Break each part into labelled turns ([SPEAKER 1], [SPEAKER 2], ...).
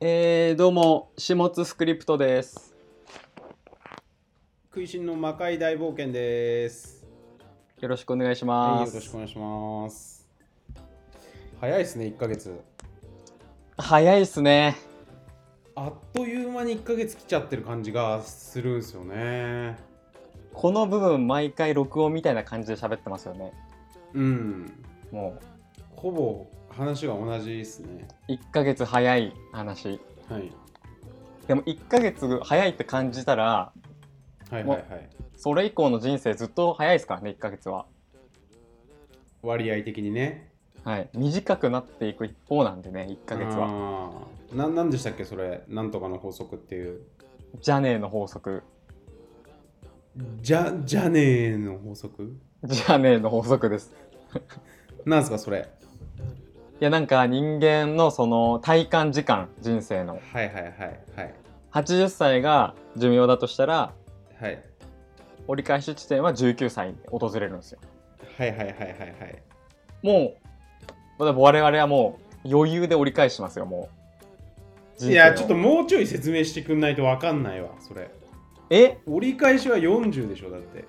[SPEAKER 1] えー、どうも、下津スクリプトです。
[SPEAKER 2] 食いしんの魔界大冒険です。
[SPEAKER 1] よろしくお願いし
[SPEAKER 2] は
[SPEAKER 1] ま
[SPEAKER 2] い、よ
[SPEAKER 1] す。
[SPEAKER 2] ろしくお願いします。早いですね、1ヶ月。
[SPEAKER 1] 早いっすね。
[SPEAKER 2] あっという間に1ヶ月来ちゃってる感じがするんですよね。
[SPEAKER 1] この部分、毎回録音みたいな感じで喋ってますよね。
[SPEAKER 2] うん。
[SPEAKER 1] も
[SPEAKER 2] ほぼ話が同じですね。
[SPEAKER 1] う、1ヶ月早い話。
[SPEAKER 2] はい。
[SPEAKER 1] でも、1ヶ月早いって感じたら、
[SPEAKER 2] はいはいはい。
[SPEAKER 1] それ以降の人生ずっと早いですからね、1ヶ月は。
[SPEAKER 2] 割合的にね。
[SPEAKER 1] はい。短くなっていく一方なんでね、1ヶ月は。
[SPEAKER 2] は。ななんでしたっけ、それ。なんとかの法則っていう。
[SPEAKER 1] じゃねえの法則。
[SPEAKER 2] じゃ、じゃねーの法則
[SPEAKER 1] じゃねえの法則です。
[SPEAKER 2] なんですか、それ。
[SPEAKER 1] いや、なんか人間のその体感時間、人生の。
[SPEAKER 2] はいはいはいはい。
[SPEAKER 1] 80歳が寿命だとしたら、
[SPEAKER 2] はい。
[SPEAKER 1] 折り返し地点は19歳に訪れるんですよ
[SPEAKER 2] はいはいはいはいはい。
[SPEAKER 1] もうまだ我々はもう余裕で折り返しますよもう人生を
[SPEAKER 2] いや、ちょっともうちょい説明してくんないとわかんないわ、それ。
[SPEAKER 1] え
[SPEAKER 2] 折り返しは40でしょ、だって。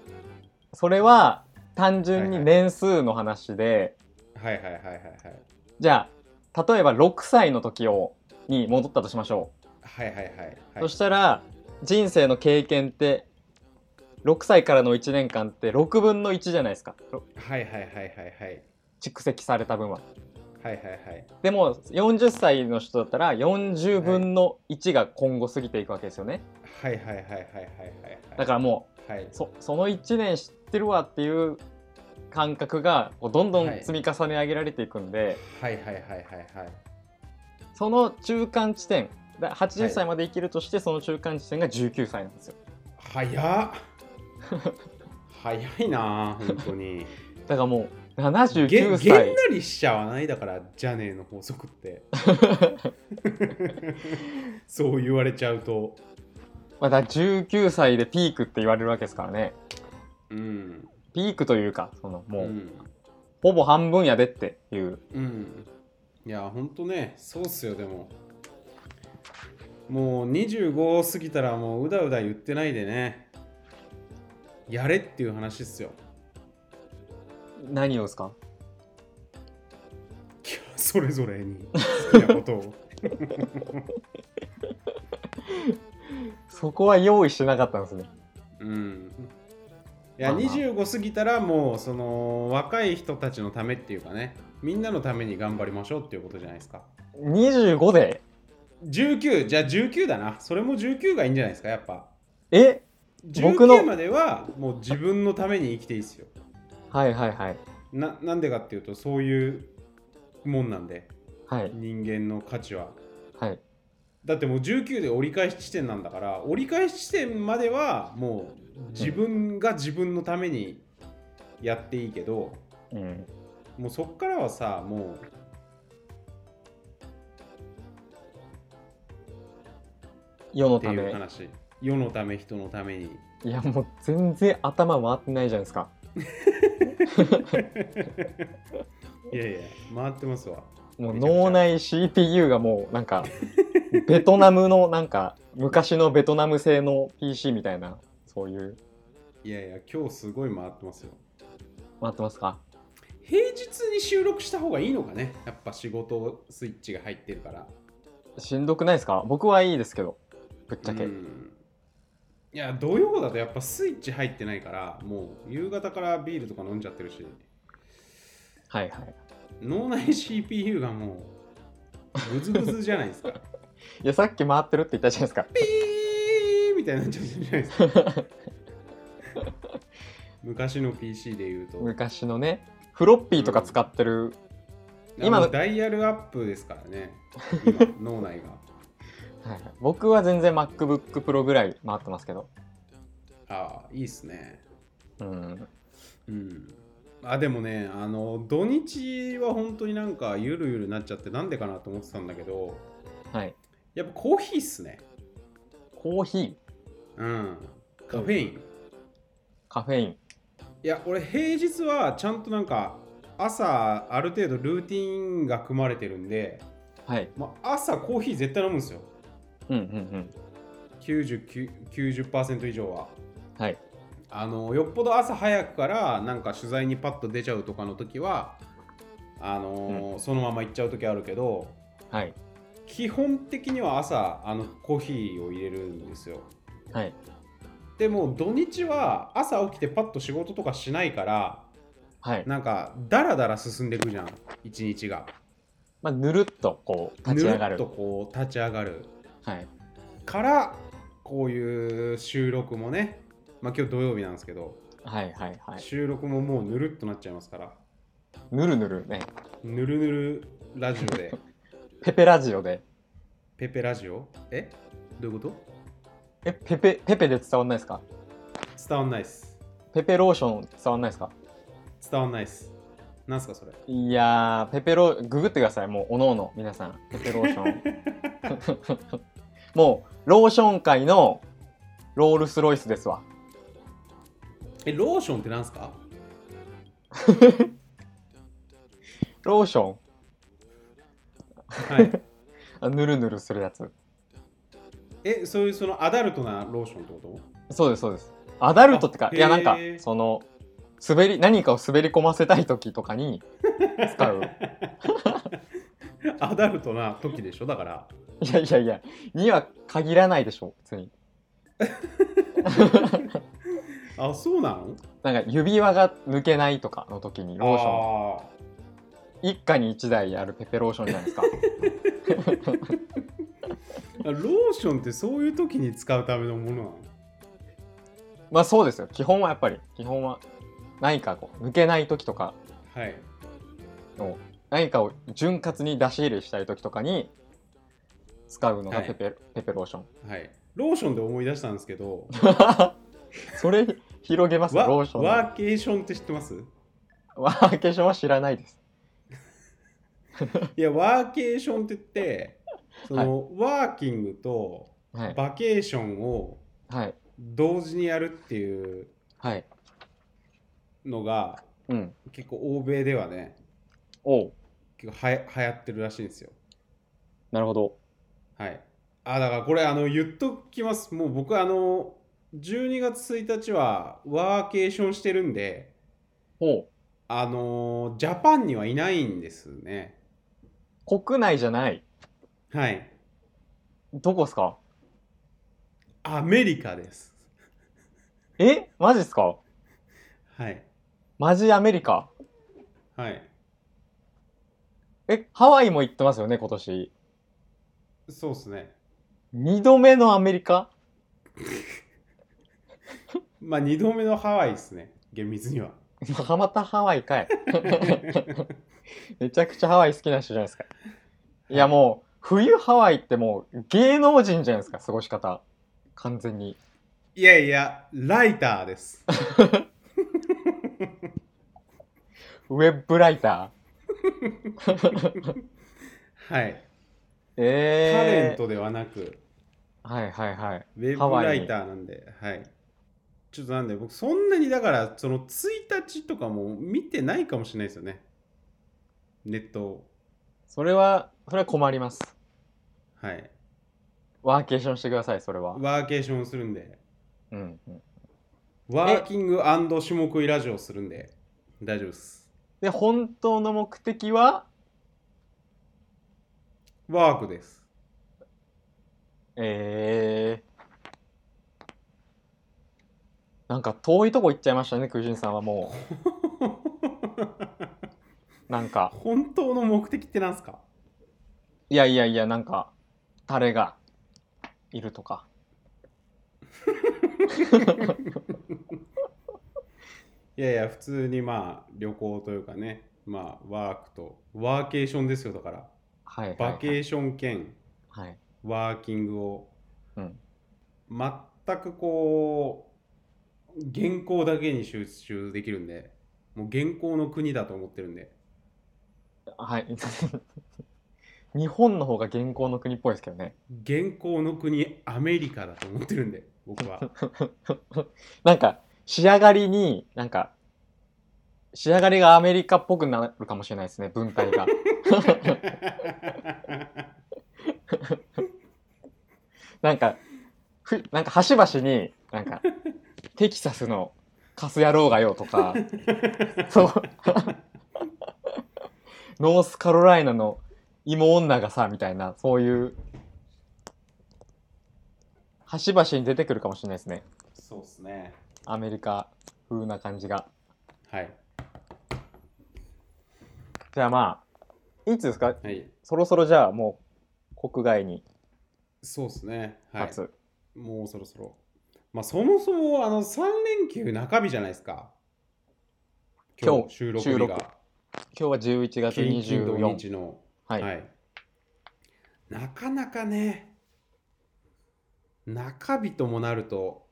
[SPEAKER 1] それは単純
[SPEAKER 2] はい
[SPEAKER 1] に
[SPEAKER 2] はい
[SPEAKER 1] 年数の話で、
[SPEAKER 2] はいはいはいはいはい。
[SPEAKER 1] じゃあ例えば6歳の時をに戻ったとしましょ
[SPEAKER 2] はいはいはい、
[SPEAKER 1] う、
[SPEAKER 2] はい
[SPEAKER 1] そ。したら人生の経験って6歳からの1年間って6分の1じゃないですかろ
[SPEAKER 2] はいはいはいはいはい。
[SPEAKER 1] 蓄積された分は
[SPEAKER 2] はいはいはい。
[SPEAKER 1] でも40歳の人だったら40分の1が今後過ぎていくわけですよね、
[SPEAKER 2] はいはいはいはいはいはい。
[SPEAKER 1] だからも。
[SPEAKER 2] ら、はいう
[SPEAKER 1] そその1年知ってるわっていう感覚がこうどんどん
[SPEAKER 2] はい
[SPEAKER 1] 積み重ね上げられていくんで、
[SPEAKER 2] はいはいはいはいはい。
[SPEAKER 1] その中間地点だ
[SPEAKER 2] は
[SPEAKER 1] 80
[SPEAKER 2] い
[SPEAKER 1] 歳まで生きるとしてその中間地点が19歳なんですよ
[SPEAKER 2] 早っ早いなぁ、本当 に。
[SPEAKER 1] だからもう
[SPEAKER 2] げげ
[SPEAKER 1] 79
[SPEAKER 2] んな
[SPEAKER 1] 歳
[SPEAKER 2] りしちゃわないだから、じゃねえの法 則って。そう言われちゃうと。
[SPEAKER 1] まだ19歳でピークって言われるわけですからね
[SPEAKER 2] うん。
[SPEAKER 1] ピークというかそのもう、
[SPEAKER 2] うん
[SPEAKER 1] ほぼ半分やでっていう
[SPEAKER 2] うん。いや、ほんとね、そうっすよ、でも。もう25過ぎたらもううだうだ言ってないでね。やれっていう話っすよ。
[SPEAKER 1] 何をですか
[SPEAKER 2] それぞれに好きなこと を。
[SPEAKER 1] そこは用意してなかったんですね
[SPEAKER 2] うん。いや、
[SPEAKER 1] まあまあ
[SPEAKER 2] 25過ぎたらもうその若い人たちのためっていうかね、みんなのために頑張りましょうっていうことじゃないですか。
[SPEAKER 1] 25で
[SPEAKER 2] 19、じゃあ19だな。それも19がいいんじゃないですか、やっぱ。
[SPEAKER 1] え僕の
[SPEAKER 2] 19まではもう自分のために生きていいっすよ。
[SPEAKER 1] はいはいはい
[SPEAKER 2] ななんでかっていうとそういうもんなんで
[SPEAKER 1] はい
[SPEAKER 2] 人間の価値は
[SPEAKER 1] はい
[SPEAKER 2] だってもう19で折り返し地点なんだから折り返し地点まではもう自分が自分のためにやっていいけど
[SPEAKER 1] うん
[SPEAKER 2] もうそっからはさもう
[SPEAKER 1] 世の
[SPEAKER 2] って
[SPEAKER 1] た
[SPEAKER 2] いう
[SPEAKER 1] め
[SPEAKER 2] 話世のため人のために
[SPEAKER 1] いやもう全然頭回ってないじゃないですか
[SPEAKER 2] いやいや回ってますわ
[SPEAKER 1] もう
[SPEAKER 2] めちゃくちゃ
[SPEAKER 1] 脳内 CPU がもうなんか ベトナムのなんか昔のベトナム製の PC みたいなそういう
[SPEAKER 2] いやいや今日すごい回ってますよ
[SPEAKER 1] 回ってますか
[SPEAKER 2] 平日に収録した方がいいのかねやっぱ仕事スイッチが入ってるから
[SPEAKER 1] しんどくないですか僕はいいですけどぶっちゃけ、
[SPEAKER 2] うんいや土曜だとやっぱスイッチ入ってないからもう夕方からビールとか飲んじゃってるし
[SPEAKER 1] はいはい
[SPEAKER 2] 脳内 CPU がもうグズグズじゃない ですか
[SPEAKER 1] いやさっき回ってるって言ったじゃないですか
[SPEAKER 2] ピーみたいになっちゃってるじゃないですか 昔の PC で言うと
[SPEAKER 1] 昔のねフロッピーとか使ってる、今
[SPEAKER 2] 今
[SPEAKER 1] の
[SPEAKER 2] のダイヤルアップですからね 今脳内が
[SPEAKER 1] はいはい、僕は全然 MacBookPro ぐらい回ってますけど
[SPEAKER 2] ああいいっすね
[SPEAKER 1] うん
[SPEAKER 2] うんあでもねあの土日は本当になんかゆるゆるなっちゃってなんでかなと思ってたんだけど
[SPEAKER 1] はい
[SPEAKER 2] やっぱコーヒーっすね。
[SPEAKER 1] コーヒー
[SPEAKER 2] うん。カフェイン。
[SPEAKER 1] カフェイン
[SPEAKER 2] いや、俺平日はちゃんとなんか朝ある程度ルーティンが組まれてるんで、
[SPEAKER 1] はい。
[SPEAKER 2] まあ、朝コーヒー絶対飲むんですよ
[SPEAKER 1] うんうんうん。
[SPEAKER 2] 90 90%以上は
[SPEAKER 1] はい。
[SPEAKER 2] あのよっぽど朝早くからなんか取材にパッと出ちゃうとかの時はあのーそのまま行っちゃう時あるけど
[SPEAKER 1] はい。
[SPEAKER 2] 基本的には朝あのコーヒーを入れるんですよ
[SPEAKER 1] はい。
[SPEAKER 2] でも土日は朝起きてパッと仕事とかしないから
[SPEAKER 1] はい。
[SPEAKER 2] なんかダラダラ進んでいくじゃん一日が
[SPEAKER 1] まあ、ぬるっとこう、立ち上がる。
[SPEAKER 2] ぬっとこう立ち上がる
[SPEAKER 1] はい。
[SPEAKER 2] からこういう収録もねまあ今日土曜日なんですけど、
[SPEAKER 1] はいはいはい。
[SPEAKER 2] 収録ももうぬるっとなっちゃいますから
[SPEAKER 1] ぬるぬるね。
[SPEAKER 2] ぬるぬるラジオで
[SPEAKER 1] ペペラジオで。
[SPEAKER 2] ペペラジオえどういうこと
[SPEAKER 1] え、ペペ、ペペで伝わんないですか
[SPEAKER 2] 伝わんないっす
[SPEAKER 1] ペペローション伝わんないですか
[SPEAKER 2] 伝わんないっすなんすかそれ
[SPEAKER 1] いやー、ペペロ、ググってください。もう、おのおの、皆さん。ペペローショ ン。もう、ローション界のロールスロイスですわ。
[SPEAKER 2] えローションってなんすか
[SPEAKER 1] ローション
[SPEAKER 2] はい
[SPEAKER 1] あ、ぬるぬるするやつ。
[SPEAKER 2] えそういうそのアダルトなローションってこと
[SPEAKER 1] そうです、そうです。アダルトってか、
[SPEAKER 2] あ
[SPEAKER 1] いや、なんか
[SPEAKER 2] へー、
[SPEAKER 1] その、滑り、何かを滑り込ませたい時とかに使う。
[SPEAKER 2] アダルトな時でしょだから
[SPEAKER 1] いやいやいや、には限らないでしょ、別に。
[SPEAKER 2] あそうなの
[SPEAKER 1] なんか、指輪が抜けないとかの時に、ローション。
[SPEAKER 2] あー
[SPEAKER 1] 一家に一台あるペペローションじゃないですか。
[SPEAKER 2] ローションってそういう時に使うためのものなの
[SPEAKER 1] まあそうですよ。基本はやっぱり、基本は何かこう、抜けない時とか
[SPEAKER 2] はい
[SPEAKER 1] を、何かを潤滑に出し入れしたい時とかに使うのが
[SPEAKER 2] はい
[SPEAKER 1] ペペ,、ペペローション。
[SPEAKER 2] はいローションで思い出したんです けど
[SPEAKER 1] それ、広げます
[SPEAKER 2] わ
[SPEAKER 1] ローションの。
[SPEAKER 2] ワーケーションって知ってます
[SPEAKER 1] ワーケーションは知らないです。
[SPEAKER 2] いやワーケーションって言ってその、ワーキングと
[SPEAKER 1] はい。
[SPEAKER 2] バケーションを
[SPEAKER 1] はい。
[SPEAKER 2] 同時にやるっていう
[SPEAKER 1] はい。
[SPEAKER 2] のが
[SPEAKER 1] うん。
[SPEAKER 2] 結構欧米ではね
[SPEAKER 1] おう。
[SPEAKER 2] 結構はや流行ってるらしいんですよ
[SPEAKER 1] なるほど。
[SPEAKER 2] はいあだからこれあの言っときますもう僕あの12月1日はワーケーションしてるんで
[SPEAKER 1] おう。
[SPEAKER 2] あのージャパンにはいないんですね。
[SPEAKER 1] 国内じゃない。
[SPEAKER 2] はい。
[SPEAKER 1] どこっすか
[SPEAKER 2] アメリカです。
[SPEAKER 1] えマジっすか
[SPEAKER 2] はい。
[SPEAKER 1] マジアメリカ。
[SPEAKER 2] はい。
[SPEAKER 1] え、ハワイも行ってますよね、今年。
[SPEAKER 2] そうですね。
[SPEAKER 1] 二度目のアメリカ
[SPEAKER 2] まあ、2度目のハワイですね。厳密には。
[SPEAKER 1] またハワイかい。 めちゃくちゃハワイ好きな人じゃないですか。いやもう、冬ハワイってもう芸能人じゃないですか、過ごし方。完全に。
[SPEAKER 2] いやいや、ライターです。
[SPEAKER 1] ウェブライタ
[SPEAKER 2] は
[SPEAKER 1] ー。
[SPEAKER 2] い。タレン
[SPEAKER 1] えー。
[SPEAKER 2] トではなく、
[SPEAKER 1] はいはいはい。
[SPEAKER 2] ウェ
[SPEAKER 1] ハ
[SPEAKER 2] ブ
[SPEAKER 1] ワ
[SPEAKER 2] ラ
[SPEAKER 1] イに
[SPEAKER 2] イターなんで、はい。ちょっとなんで、僕、そんなにだから、その1日とかも見てないかもしれないですよね。ネットを
[SPEAKER 1] それは、それは困ります。
[SPEAKER 2] はい。
[SPEAKER 1] ワーケーションしてください、それは。
[SPEAKER 2] ワーケーションをするんで。
[SPEAKER 1] うん、うん。
[SPEAKER 2] ワーキング種目いラジオをするんで、大丈夫です。
[SPEAKER 1] で、本当の目的は、
[SPEAKER 2] ワークです。
[SPEAKER 1] えー。なんか遠いとこ行っちゃいましたね、クジンさんはもう。なんか。
[SPEAKER 2] 本当の目的ってなんすか
[SPEAKER 1] いやいやいや、なんか、タレがいるとか。
[SPEAKER 2] いやいや、普通にまあ旅行というかね、まあワークと、ワーケーションですよだから、
[SPEAKER 1] はいはい、はい。
[SPEAKER 2] バケーション兼
[SPEAKER 1] はい。
[SPEAKER 2] ワーキングを、
[SPEAKER 1] うん
[SPEAKER 2] 全くこう、原稿だけに集中できるんで、もう原稿の国だと思ってるんで、
[SPEAKER 1] はい。 日本の方が現行の国っぽいですけどね。
[SPEAKER 2] 原稿の国アメリカだと思ってるんで、僕は。
[SPEAKER 1] なんか、仕上がりに、なんか、仕上がりがアメリカっぽくなるかもしれないですね、文体が。なんか、ふなんか端々に、なんか、テキサスのカス野郎がよとか、そう。ノースカロライナの芋女がさ、みたいな、そういう、端々に出てくるかもしれないですね。
[SPEAKER 2] そうですね。
[SPEAKER 1] アメリカ風な感じが。
[SPEAKER 2] はい。
[SPEAKER 1] じゃあまあ、いつですか
[SPEAKER 2] はい。
[SPEAKER 1] そろそろじゃあもう国外に
[SPEAKER 2] そうですね。はい。
[SPEAKER 1] 発、
[SPEAKER 2] もうそろそろ。まあ、そもそもあの3連休中日じゃないですか。今
[SPEAKER 1] 今
[SPEAKER 2] 日収録日
[SPEAKER 1] 収
[SPEAKER 2] が
[SPEAKER 1] 録。今日は11月
[SPEAKER 2] 金金土
[SPEAKER 1] 24
[SPEAKER 2] 日の、
[SPEAKER 1] はい、
[SPEAKER 2] なかなかね、中日ともなると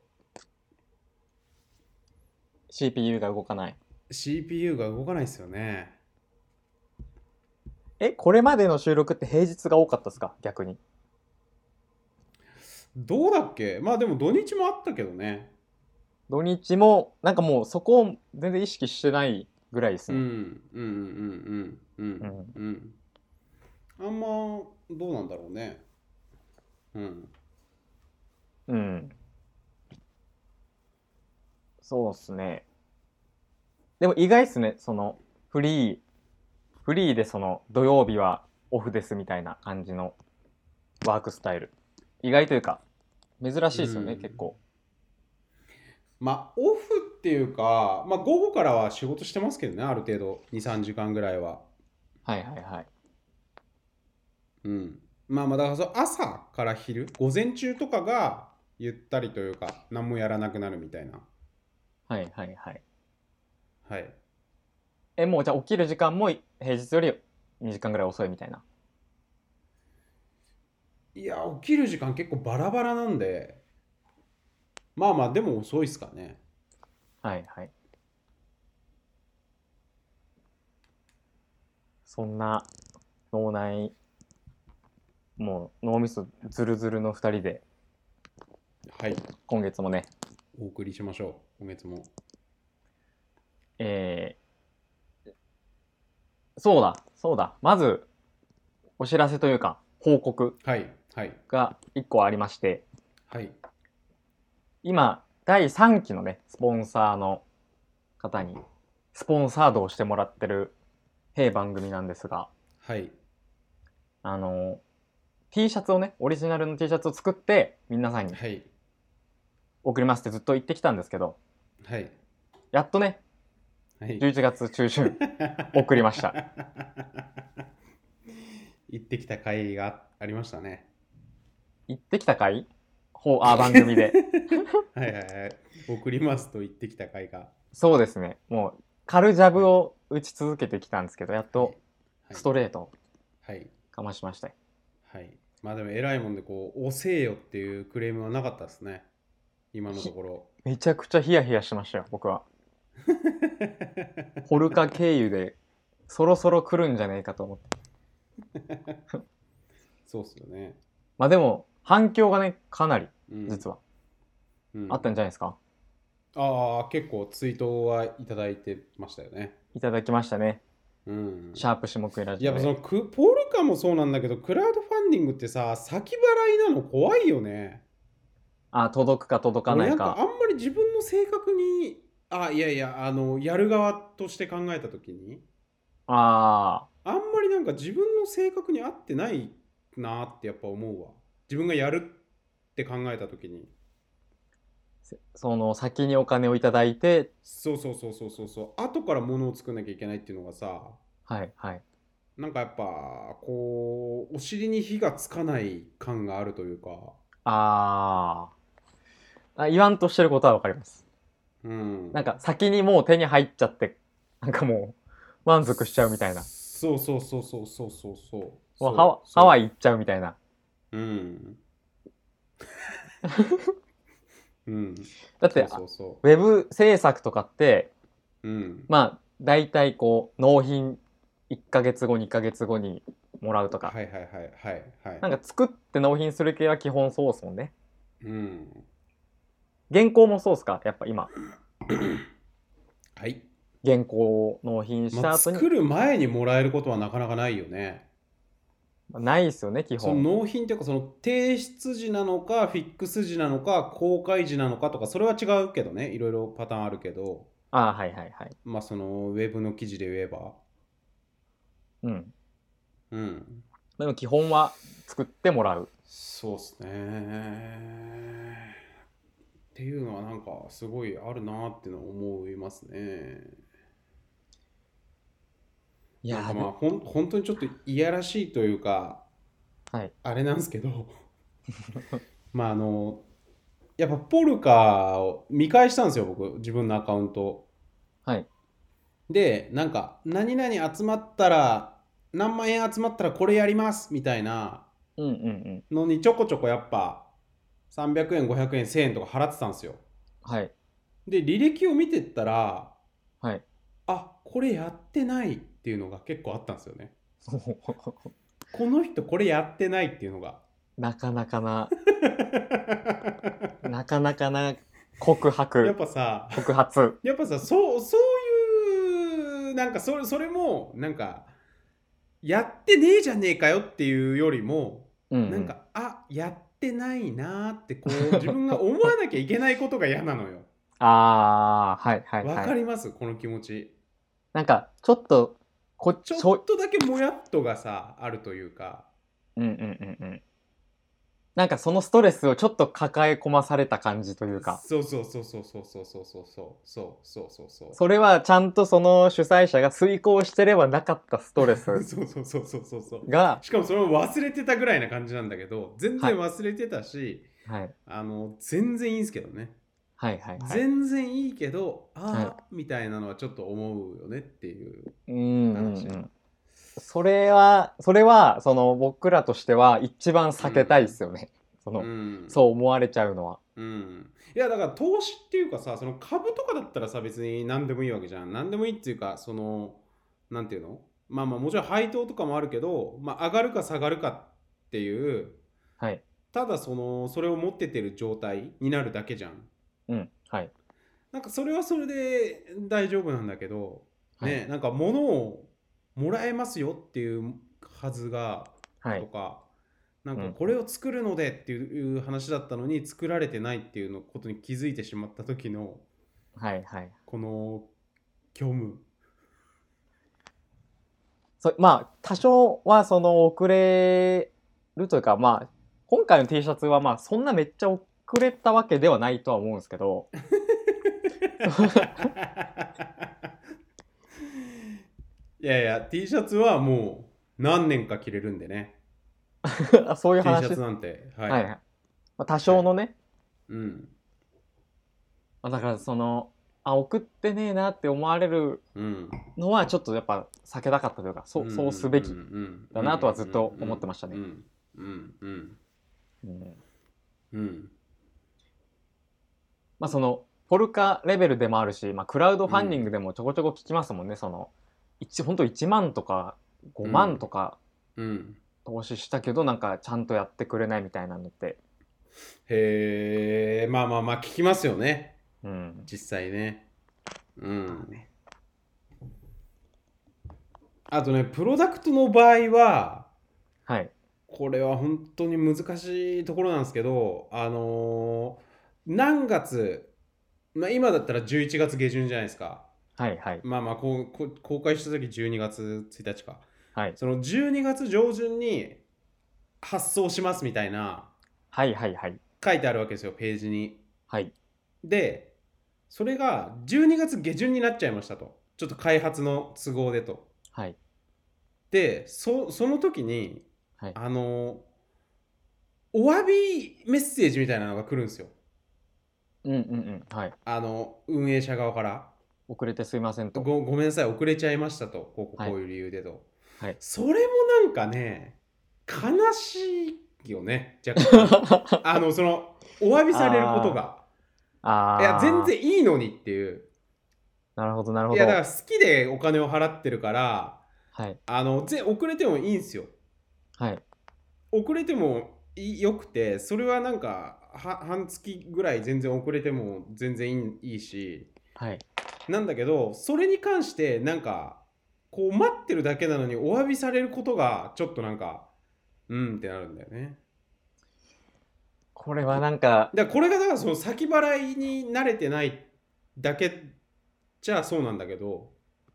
[SPEAKER 1] CPU が動かない
[SPEAKER 2] CPU が動かないですよね。
[SPEAKER 1] えこれまでの収録って平日が多かったですか逆に
[SPEAKER 2] どうだっけまあでも土日もあったけどね。
[SPEAKER 1] 土日もなんかもうそこを全然意識してないぐらいです
[SPEAKER 2] うん
[SPEAKER 1] ね、
[SPEAKER 2] うんうんうんうん
[SPEAKER 1] う
[SPEAKER 2] うんんうん。あんまどうなんだろうね。うん。
[SPEAKER 1] うん、そうっすねでも意外っすねそのフリーフリーでその土曜日はオフですみたいな感じのワークスタイル意外というか珍しいですよね、
[SPEAKER 2] うん
[SPEAKER 1] 結構
[SPEAKER 2] まあオフっていうか、まあ午後からは仕事してますけどね、ある程度2、3時間ぐらいは。
[SPEAKER 1] はいはいはい
[SPEAKER 2] うん。まあまあだからそう朝から昼、午前中とかがゆったりというか、何もやらなくなるみたいな。
[SPEAKER 1] はいはいはい
[SPEAKER 2] はい。
[SPEAKER 1] えもうじゃあ起きる時間も平日より2時間ぐらい遅いみたいない
[SPEAKER 2] や、起きる時間結構バラバラなんで、まあまあでも遅いっすかね。
[SPEAKER 1] はいはいそんな脳内もう脳みそズルズルの2人で
[SPEAKER 2] はい。
[SPEAKER 1] 今月もね
[SPEAKER 2] お送りしましょう。今月も。
[SPEAKER 1] えーそうだそうだまずお知らせというか報告
[SPEAKER 2] はい。はい。
[SPEAKER 1] が1個ありまして
[SPEAKER 2] はい。
[SPEAKER 1] 今第3期のねスポンサーの方にスポンサードをしてもらってる平番組なんですが
[SPEAKER 2] はい。
[SPEAKER 1] あの T シャツをねオリジナルの T シャツを作って皆さんに
[SPEAKER 2] はい。
[SPEAKER 1] 送りますってずっと言ってきたんですけど
[SPEAKER 2] はい。
[SPEAKER 1] やっとね
[SPEAKER 2] はい。
[SPEAKER 1] 11月中旬送りました
[SPEAKER 2] 行ってきた会がありましたね。
[SPEAKER 1] 行ってきたかいほうあ番組で
[SPEAKER 2] はいはいはい。送りますと言ってきた会が。
[SPEAKER 1] そうですねもう軽ジャブを打ち続けてきたんですけどやっとスト
[SPEAKER 2] レ
[SPEAKER 1] レートを
[SPEAKER 2] はい。
[SPEAKER 1] かましましたよ
[SPEAKER 2] はい。まあでも偉いもんで、こう、押せよっていうクレームはなかったですね。今のところ。
[SPEAKER 1] めちゃくちゃヒヤヒヤしましたよ僕はホルカ経由でそろそろ来るんじゃねえかと思って。
[SPEAKER 2] そうっすよね。
[SPEAKER 1] まあでも反響がね、かなり
[SPEAKER 2] うん、
[SPEAKER 1] 実は、
[SPEAKER 2] うん、
[SPEAKER 1] あったんじゃないですか
[SPEAKER 2] ああ、結構ツイートはいただいてましたよね。
[SPEAKER 1] いただきましたね。
[SPEAKER 2] うん。
[SPEAKER 1] シャープ下食いラジ
[SPEAKER 2] や
[SPEAKER 1] オ
[SPEAKER 2] っ
[SPEAKER 1] で。
[SPEAKER 2] ぱそのクポルカもそうなんだけどクラウドファンディングってさ先払いなの怖いよね。
[SPEAKER 1] あ、届くか届かない
[SPEAKER 2] 俺ん
[SPEAKER 1] か。
[SPEAKER 2] かあんまり自分の性格にあいやいやあのやる側として考えた時に
[SPEAKER 1] あ
[SPEAKER 2] あんまりなんか自分の性格に合ってないなってやっぱ思うわ。自分がやるって考えた時に
[SPEAKER 1] ーその先にお金をいただいて、
[SPEAKER 2] そうそうそうそうそうそう後から物を作んなきゃいけないっていうのがさ
[SPEAKER 1] はいはい。
[SPEAKER 2] なんかやっぱこうお尻に火がつかない感があるというか。
[SPEAKER 1] あーあ。言わんとしてることはわかります。
[SPEAKER 2] うん、
[SPEAKER 1] なんか先にもう手に入っちゃって、なんかもう満足しちゃうみたいな。
[SPEAKER 2] そうそうそうそうそうそうそう
[SPEAKER 1] もうハワハワ
[SPEAKER 2] イ
[SPEAKER 1] イ行っちゃうみたいな。
[SPEAKER 2] うんうん
[SPEAKER 1] だって、
[SPEAKER 2] そうそうそ
[SPEAKER 1] ウェブ制作とかって、
[SPEAKER 2] ううん
[SPEAKER 1] まあ大体こう納品1ヶ月後2ヶ月後にもらうとか、
[SPEAKER 2] はいはいはいはいはい
[SPEAKER 1] なんか作って納品する系は基本そうっすもんね
[SPEAKER 2] うん
[SPEAKER 1] 原稿もそうっすかやっぱ今
[SPEAKER 2] はい
[SPEAKER 1] 原稿を納品し
[SPEAKER 2] ま
[SPEAKER 1] た
[SPEAKER 2] あ
[SPEAKER 1] 後に、
[SPEAKER 2] 作る前にもらえることはなかなかないよね。
[SPEAKER 1] ないですよね、基
[SPEAKER 2] そ
[SPEAKER 1] 本。
[SPEAKER 2] の納品というかその提出時なのかフィックス時なのか公開時なのかとかそれは違うけどねいろいろパターンあるけど
[SPEAKER 1] ああ、はいはいはい。
[SPEAKER 2] まあそのウェブの記事で言えば
[SPEAKER 1] うん。
[SPEAKER 2] うん
[SPEAKER 1] でも基本は作ってもらう。
[SPEAKER 2] そうっすねっていうのはなんかすごいあるなっていうのは思いますね
[SPEAKER 1] い
[SPEAKER 2] なん
[SPEAKER 1] や
[SPEAKER 2] か
[SPEAKER 1] ー、
[SPEAKER 2] まあほん本当にちょっといやらしいというか
[SPEAKER 1] はい。
[SPEAKER 2] あれなんですけど まああのやっぱポルカを見返したんですよ僕自分のアカウント
[SPEAKER 1] はい
[SPEAKER 2] でなんか何々集まったら何万円集まったらこれやりますみたいな
[SPEAKER 1] うんうんうん。
[SPEAKER 2] のにちょこちょこやっぱ300円500円1000円とか払ってたんですよ
[SPEAKER 1] はい。
[SPEAKER 2] で履歴を見てったら
[SPEAKER 1] はい。
[SPEAKER 2] あこれやってないっていうのが結構あったんですよねこの人これやってないっていう のが
[SPEAKER 1] なかなかな、なかなかな告
[SPEAKER 2] やっ
[SPEAKER 1] 白、
[SPEAKER 2] ぱさ
[SPEAKER 1] 告発。
[SPEAKER 2] やっぱさそうそういうなんかそれそれもなんかやってねえじゃねえかよっていうよりも、
[SPEAKER 1] うん、うん。
[SPEAKER 2] なんかあやってないなーってこう自分が思わなきゃいけないことが嫌なのよ。
[SPEAKER 1] ああ、はいはい
[SPEAKER 2] わ
[SPEAKER 1] はい。
[SPEAKER 2] かりますこの気持ち。
[SPEAKER 1] なんか、ちょっと、こっ
[SPEAKER 2] ち
[SPEAKER 1] ち
[SPEAKER 2] ょ
[SPEAKER 1] ょ
[SPEAKER 2] っとだけもやっとがさあるというか
[SPEAKER 1] うんうんうんうん。なんかそのストレスをちょっと抱え込まされた感じというか、
[SPEAKER 2] そうそうそうそうそうそうそうそうそうそうそうそう
[SPEAKER 1] それはちゃんとその主催者が遂行してればなかったストレス
[SPEAKER 2] そうそうそうそうそうそう
[SPEAKER 1] が、
[SPEAKER 2] しかもそれを忘れてたぐらいな感じなんだけど全然忘れてたし、
[SPEAKER 1] はい、
[SPEAKER 2] あの全然いいんですけどね。
[SPEAKER 1] はいはいはい。
[SPEAKER 2] 全然いいけどああ、
[SPEAKER 1] は
[SPEAKER 2] みたいなのはちょっと思うよねっていう
[SPEAKER 1] うんうんう
[SPEAKER 2] 話
[SPEAKER 1] ん。それは、それは、その僕らとしては一番避けたいですよね。その、
[SPEAKER 2] うん
[SPEAKER 1] そう思われちゃうのは。
[SPEAKER 2] う、ん、いやだから投資っていうかさその株とかだったらさ別に何でもいいわけじゃん何でもいいっていうかそのなんていうのまあまあもちろん配当とかもあるけど、まあ、上がるか下がるかっていう
[SPEAKER 1] はい。
[SPEAKER 2] ただそのそれを持っててる状態になるだけじゃん
[SPEAKER 1] うん。はい。
[SPEAKER 2] なんかそれはそれで大丈夫なんだけど、
[SPEAKER 1] はい
[SPEAKER 2] ねなんか物をもらえますよっていうはずが
[SPEAKER 1] は
[SPEAKER 2] と
[SPEAKER 1] い。
[SPEAKER 2] か、なん
[SPEAKER 1] う
[SPEAKER 2] か
[SPEAKER 1] ん
[SPEAKER 2] これを作るのでっていう話だったのに作られてないっていうのことに気づいてしまった時の
[SPEAKER 1] はい。はい。
[SPEAKER 2] この 虚無
[SPEAKER 1] そまあ多少はその遅れるというかまあ今回の T シャツはまあそんなめっちゃ遅れたわけではないとは思うんですけ ど
[SPEAKER 2] いやいや T シャツはもう何年か着れるんでね
[SPEAKER 1] あそういう
[SPEAKER 2] T シ
[SPEAKER 1] 話
[SPEAKER 2] ャツなんてはい、
[SPEAKER 1] はいはいまあ、多少のね、
[SPEAKER 2] うん
[SPEAKER 1] まあだからそのあ送ってねえなって思われる
[SPEAKER 2] うん
[SPEAKER 1] のはちょっとやっぱ避けたかったというかそう,、そうすべき、だなとはずっと思ってましたね
[SPEAKER 2] うんうんうん
[SPEAKER 1] うん
[SPEAKER 2] うん
[SPEAKER 1] まあそのポルカレベルでもあるし、まあ、クラウドファンディングでもちょこちょこ聞きますもんね、その一本当1万とか5万とか
[SPEAKER 2] うん
[SPEAKER 1] 投資したけど、なんかちゃんとやってくれないみたいなのって
[SPEAKER 2] へえまあまあまあ聞きますよね
[SPEAKER 1] うん、
[SPEAKER 2] 実際ねうんあとねプロダクトの場合は
[SPEAKER 1] はい。
[SPEAKER 2] これは本当に難しいところなんですけどあのー何月まあ今だったら11月下旬じゃないですか
[SPEAKER 1] はいはい。
[SPEAKER 2] まあまあこうこう公開した時12月1日か
[SPEAKER 1] はい。
[SPEAKER 2] その12月上旬に発送しますみたいな
[SPEAKER 1] はいはいはい。
[SPEAKER 2] 書いてあるわけですよページに。
[SPEAKER 1] はい。
[SPEAKER 2] でそれが12月下旬になっちゃいましたとちょっと開発の都合でと。
[SPEAKER 1] はい。
[SPEAKER 2] でそその時に、
[SPEAKER 1] はい
[SPEAKER 2] あのお詫びメッセージみたいなのが来るんですよ
[SPEAKER 1] うんうんうん。はい。
[SPEAKER 2] あの運営者側から。
[SPEAKER 1] 遅れてすいませんと。
[SPEAKER 2] ごごめんなさい遅れちゃいましたとこうこ
[SPEAKER 1] は
[SPEAKER 2] う
[SPEAKER 1] い
[SPEAKER 2] こういう理由でと、
[SPEAKER 1] はい
[SPEAKER 2] それもなんかね悲しいよね若 干あのそのお詫びされることが
[SPEAKER 1] ああ。
[SPEAKER 2] いや全。然いいのにっていう
[SPEAKER 1] なるほどなるほ
[SPEAKER 2] い
[SPEAKER 1] ど。
[SPEAKER 2] やだから好きでお金を払ってるから
[SPEAKER 1] はい。
[SPEAKER 2] あのぜ遅れてもいいんすよ
[SPEAKER 1] はい。
[SPEAKER 2] 遅れてもいよくてそれはなんかは半月ぐらい全然遅れても全然いいいいし
[SPEAKER 1] はい。
[SPEAKER 2] なんだけどそれに関してなんかこう待ってるだけなのにお詫びされることがちょっとなんかうんってなるんだよね
[SPEAKER 1] これはなんか、
[SPEAKER 2] だからこれがだからその先払いに慣れてないだけじゃそうなんだけど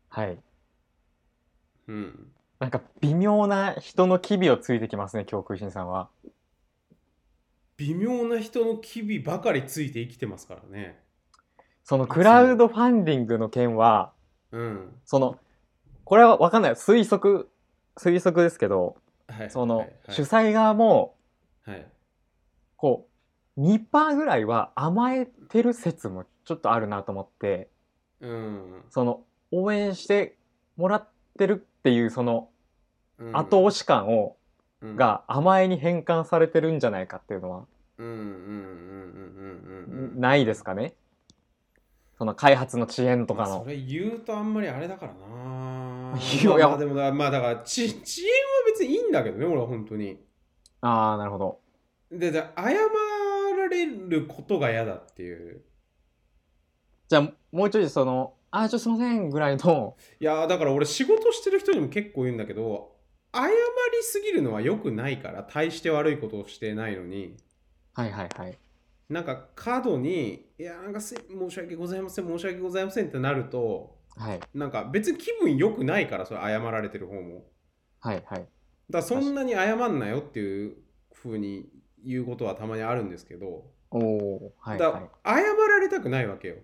[SPEAKER 1] はい。
[SPEAKER 2] うん
[SPEAKER 1] なんか微妙な人の機微をついてきますね、今日食いしんさんは。
[SPEAKER 2] 微妙な人の機微ばかりついて生きてますからね
[SPEAKER 1] そのクラウドファンディングの件は、
[SPEAKER 2] うん
[SPEAKER 1] その、これはわかんない。推測、推測ですけど、
[SPEAKER 2] はい
[SPEAKER 1] そ
[SPEAKER 2] は
[SPEAKER 1] の
[SPEAKER 2] い
[SPEAKER 1] 主催側も、
[SPEAKER 2] はいはい
[SPEAKER 1] こう、2%ぐらいは甘えてる説もちょっとあるなと思って、
[SPEAKER 2] うん
[SPEAKER 1] その、応援してもらってるっていう、その、後押し感を、
[SPEAKER 2] し、
[SPEAKER 1] が甘えに変換されてるんじゃないかっていうのは、
[SPEAKER 2] うんうんうんうんうんうんうん
[SPEAKER 1] ないですかねその開発の遅延とか
[SPEAKER 2] まあ
[SPEAKER 1] の
[SPEAKER 2] そ。れ言うとあんまりあれだからな
[SPEAKER 1] いや
[SPEAKER 2] まあまあでもだまあだからち遅延は別にいいんだけどね俺は本当に
[SPEAKER 1] ああ、なるほど。
[SPEAKER 2] でで謝られることが嫌だっていう
[SPEAKER 1] じゃあ、もうちょいその、ああ、ちょっとすいませんぐらいの、
[SPEAKER 2] いやーだから俺仕事してる人にも結構言うんだけど謝りすぎるのは良くないから大して悪いことをしてないのに
[SPEAKER 1] はいはいはい。
[SPEAKER 2] なんか過度に「いやーなんかすい申し訳ございません申し訳ございません」ってなると
[SPEAKER 1] はい
[SPEAKER 2] なんか別に気分良くないからそれ謝られてる方も
[SPEAKER 1] はいはい。
[SPEAKER 2] だからそんなに謝んなよっていう風に言うことはたまにあるんですけど、
[SPEAKER 1] おおはい
[SPEAKER 2] だ
[SPEAKER 1] は
[SPEAKER 2] か
[SPEAKER 1] い。
[SPEAKER 2] ら謝られたくないわけよ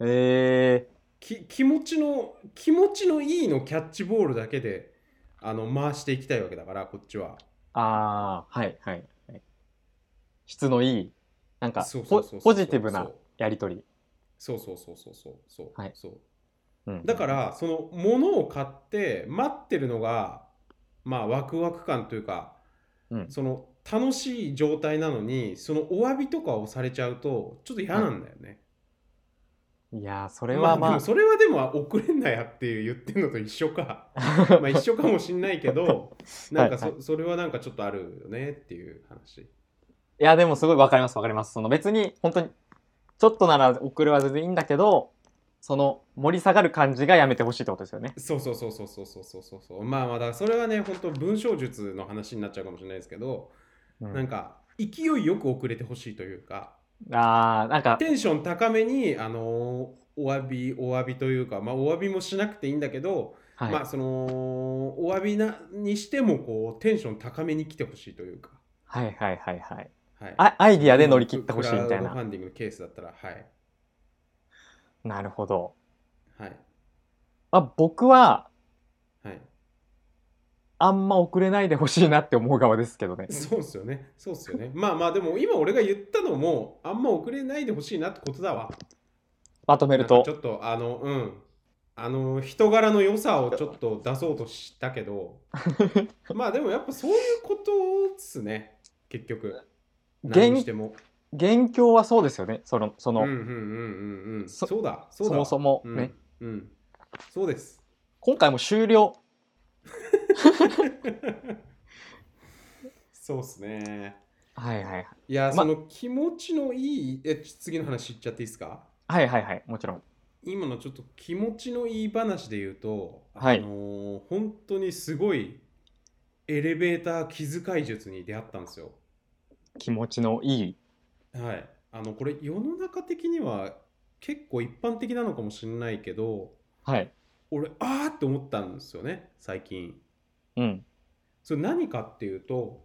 [SPEAKER 1] え
[SPEAKER 2] き気持ちの気持ちのいいのキャッチボールだけであの回していきたいわけだからこっちは
[SPEAKER 1] ー、ああ、はいはいはい。質のいい、なんか
[SPEAKER 2] そうそうそうそ
[SPEAKER 1] ポ、
[SPEAKER 2] う
[SPEAKER 1] ポジティブなやりとり。
[SPEAKER 2] そうそうそうそうそうそう、
[SPEAKER 1] はい
[SPEAKER 2] そう
[SPEAKER 1] うん
[SPEAKER 2] だか、らその物を買って待ってるのがまあワクワク感というか
[SPEAKER 1] うん、
[SPEAKER 2] その楽しい状態なのにそのお詫びとかをされちゃうとちょっと嫌なんだよね、
[SPEAKER 1] いやー、それは
[SPEAKER 2] で
[SPEAKER 1] ま
[SPEAKER 2] もそれはでも遅れんなやっていう言ってるのと一緒 か
[SPEAKER 1] あ、
[SPEAKER 2] まあ一緒かもしんないけどなんかそ,、
[SPEAKER 1] はい
[SPEAKER 2] それはなんかちょっとあるよねっていう話
[SPEAKER 1] いや、でもすごいわかりますわかります。その別に、本当に、ちょっとなら遅れは全然いいんだけど、その盛り下がる感じがやめてほしいってことですよね。
[SPEAKER 2] そうそうそうそうそうそうそうそうそうまあまあだからそれはね本当文章術の話になっちゃうかもしれないですけど、
[SPEAKER 1] うん
[SPEAKER 2] なんか勢いよく遅れてほしいというか
[SPEAKER 1] ああ、なんか、
[SPEAKER 2] テンション高めにあのーお詫びお詫びというかまあお詫びもしなくていいんだけど、
[SPEAKER 1] はい。
[SPEAKER 2] まあそのお詫びなにしてもこうテンション高めに来てほしいというか
[SPEAKER 1] はいはいはいはい。
[SPEAKER 2] はい
[SPEAKER 1] あアイディアで乗り切ってほしいみたい
[SPEAKER 2] クラウドフ
[SPEAKER 1] な。
[SPEAKER 2] ァンディングのケースだったら、はい。
[SPEAKER 1] なるほど。
[SPEAKER 2] はい。
[SPEAKER 1] まあ、僕は、
[SPEAKER 2] はい。
[SPEAKER 1] あんま遅れないでほしいなって思う側ですけどね。
[SPEAKER 2] そうっすよね。そうっすよね。 まあまあ、でも今俺が言ったのも、あんま遅れないでほしいなってことだわ。
[SPEAKER 1] まとめる
[SPEAKER 2] なん
[SPEAKER 1] と
[SPEAKER 2] かち。ょっと、あの、うん。あの、人柄の良さをちょっと出そうとした けど、まあでもやっぱそういうことっすね。結局。何にしても。
[SPEAKER 1] 元凶はそうですよね。その、そ
[SPEAKER 2] うん
[SPEAKER 1] の、
[SPEAKER 2] うんうんうんうん。
[SPEAKER 1] そ
[SPEAKER 2] そうだ。そう
[SPEAKER 1] そ
[SPEAKER 2] だわ。
[SPEAKER 1] もそも
[SPEAKER 2] うん
[SPEAKER 1] ね。
[SPEAKER 2] うん。そうです。
[SPEAKER 1] 今回も終了。
[SPEAKER 2] そうっすね。
[SPEAKER 1] はいはいはい。
[SPEAKER 2] いや、
[SPEAKER 1] ま
[SPEAKER 2] その気持ちのいい、え、ち次の話言っちゃっていいですか
[SPEAKER 1] はいはいはい。もちろん。
[SPEAKER 2] 今のちょっと気持ちのいい話で言うと、
[SPEAKER 1] はい
[SPEAKER 2] あのー本当にすごいエレベーター気遣い術に出会ったんですよ。
[SPEAKER 1] 気持ちのいい。
[SPEAKER 2] はい。あの、これ世の中的には結構一般的なのかもしれないけど、
[SPEAKER 1] はい。
[SPEAKER 2] 俺、あーって思ったんですよね、最近。
[SPEAKER 1] うん。
[SPEAKER 2] それ何かっていうと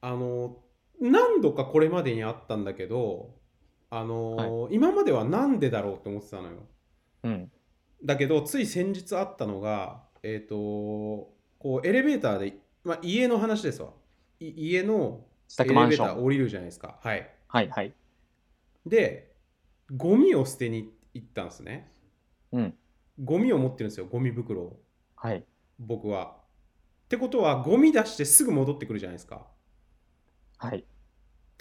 [SPEAKER 2] あの何度かこれまでにあったんだけどあの、今まではなんでだろうって思ってたのよ
[SPEAKER 1] うん。
[SPEAKER 2] だけどつい先日あったのがえっ、とこうエレベーターで、まあ、家の話ですわい家の
[SPEAKER 1] 自宅
[SPEAKER 2] エレベ
[SPEAKER 1] マン
[SPEAKER 2] ー
[SPEAKER 1] シ
[SPEAKER 2] タ
[SPEAKER 1] ョ
[SPEAKER 2] ー
[SPEAKER 1] ン。
[SPEAKER 2] 降りるじゃないですかはい
[SPEAKER 1] はいはい。
[SPEAKER 2] でゴミを捨てに行ったんですね
[SPEAKER 1] うん。
[SPEAKER 2] ゴミを持ってるんですよゴミ袋を
[SPEAKER 1] はい。
[SPEAKER 2] 僕はってことはゴミ出してすぐ戻ってくるじゃないですか
[SPEAKER 1] はい。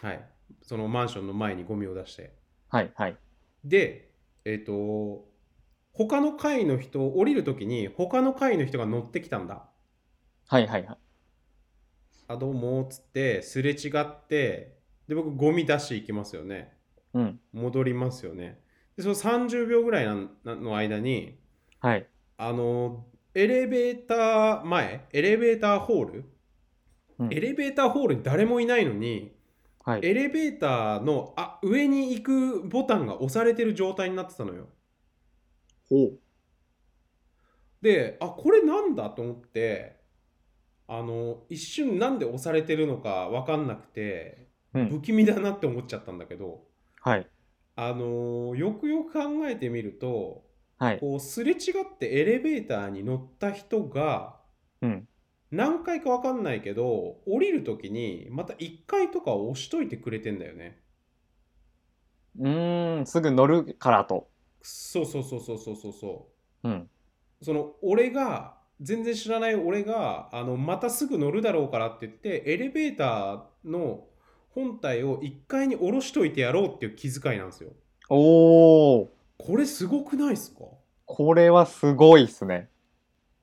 [SPEAKER 2] はい、そのマンションの前にゴミを出して
[SPEAKER 1] はいはい。
[SPEAKER 2] でえっ、と他の階の人降りるときに他の階の人が乗ってきたんだ
[SPEAKER 1] はいはいはい。
[SPEAKER 2] あどうもっつってすれ違ってで僕ゴミ出していきますよね
[SPEAKER 1] うん。
[SPEAKER 2] 戻りますよねでその30秒ぐらいなんなの間に
[SPEAKER 1] はい。
[SPEAKER 2] あのエレベーター前エレベーターホール、
[SPEAKER 1] うん
[SPEAKER 2] エレベーターホールに誰もいないのに
[SPEAKER 1] はい。
[SPEAKER 2] エレベーターのあ上に行くボタンが押されてる状態になってたのよ
[SPEAKER 1] ほう。
[SPEAKER 2] であこれなんだと思ってあの一瞬なんで押されてるのか分かんなくて
[SPEAKER 1] うん。
[SPEAKER 2] 不気味だなって思っちゃったんだけど、
[SPEAKER 1] はい。
[SPEAKER 2] あのよくよく考えてみると
[SPEAKER 1] はい。
[SPEAKER 2] こうすれ違ってエレベーターに乗った人が
[SPEAKER 1] うん。
[SPEAKER 2] 何回か分かんないけど降りる時にまた1回とかを押しといてくれてんだよね
[SPEAKER 1] うーん、すぐ乗るからと。
[SPEAKER 2] そうそうそうそうそうそうそう
[SPEAKER 1] うん。
[SPEAKER 2] その俺が全然知らない俺があのまたすぐ乗るだろうからって言ってエレベーターの本体を1階に下ろしといてやろうっていう気遣いなんですよ。
[SPEAKER 1] おー、
[SPEAKER 2] これすごくないですか
[SPEAKER 1] これはすごいっすね。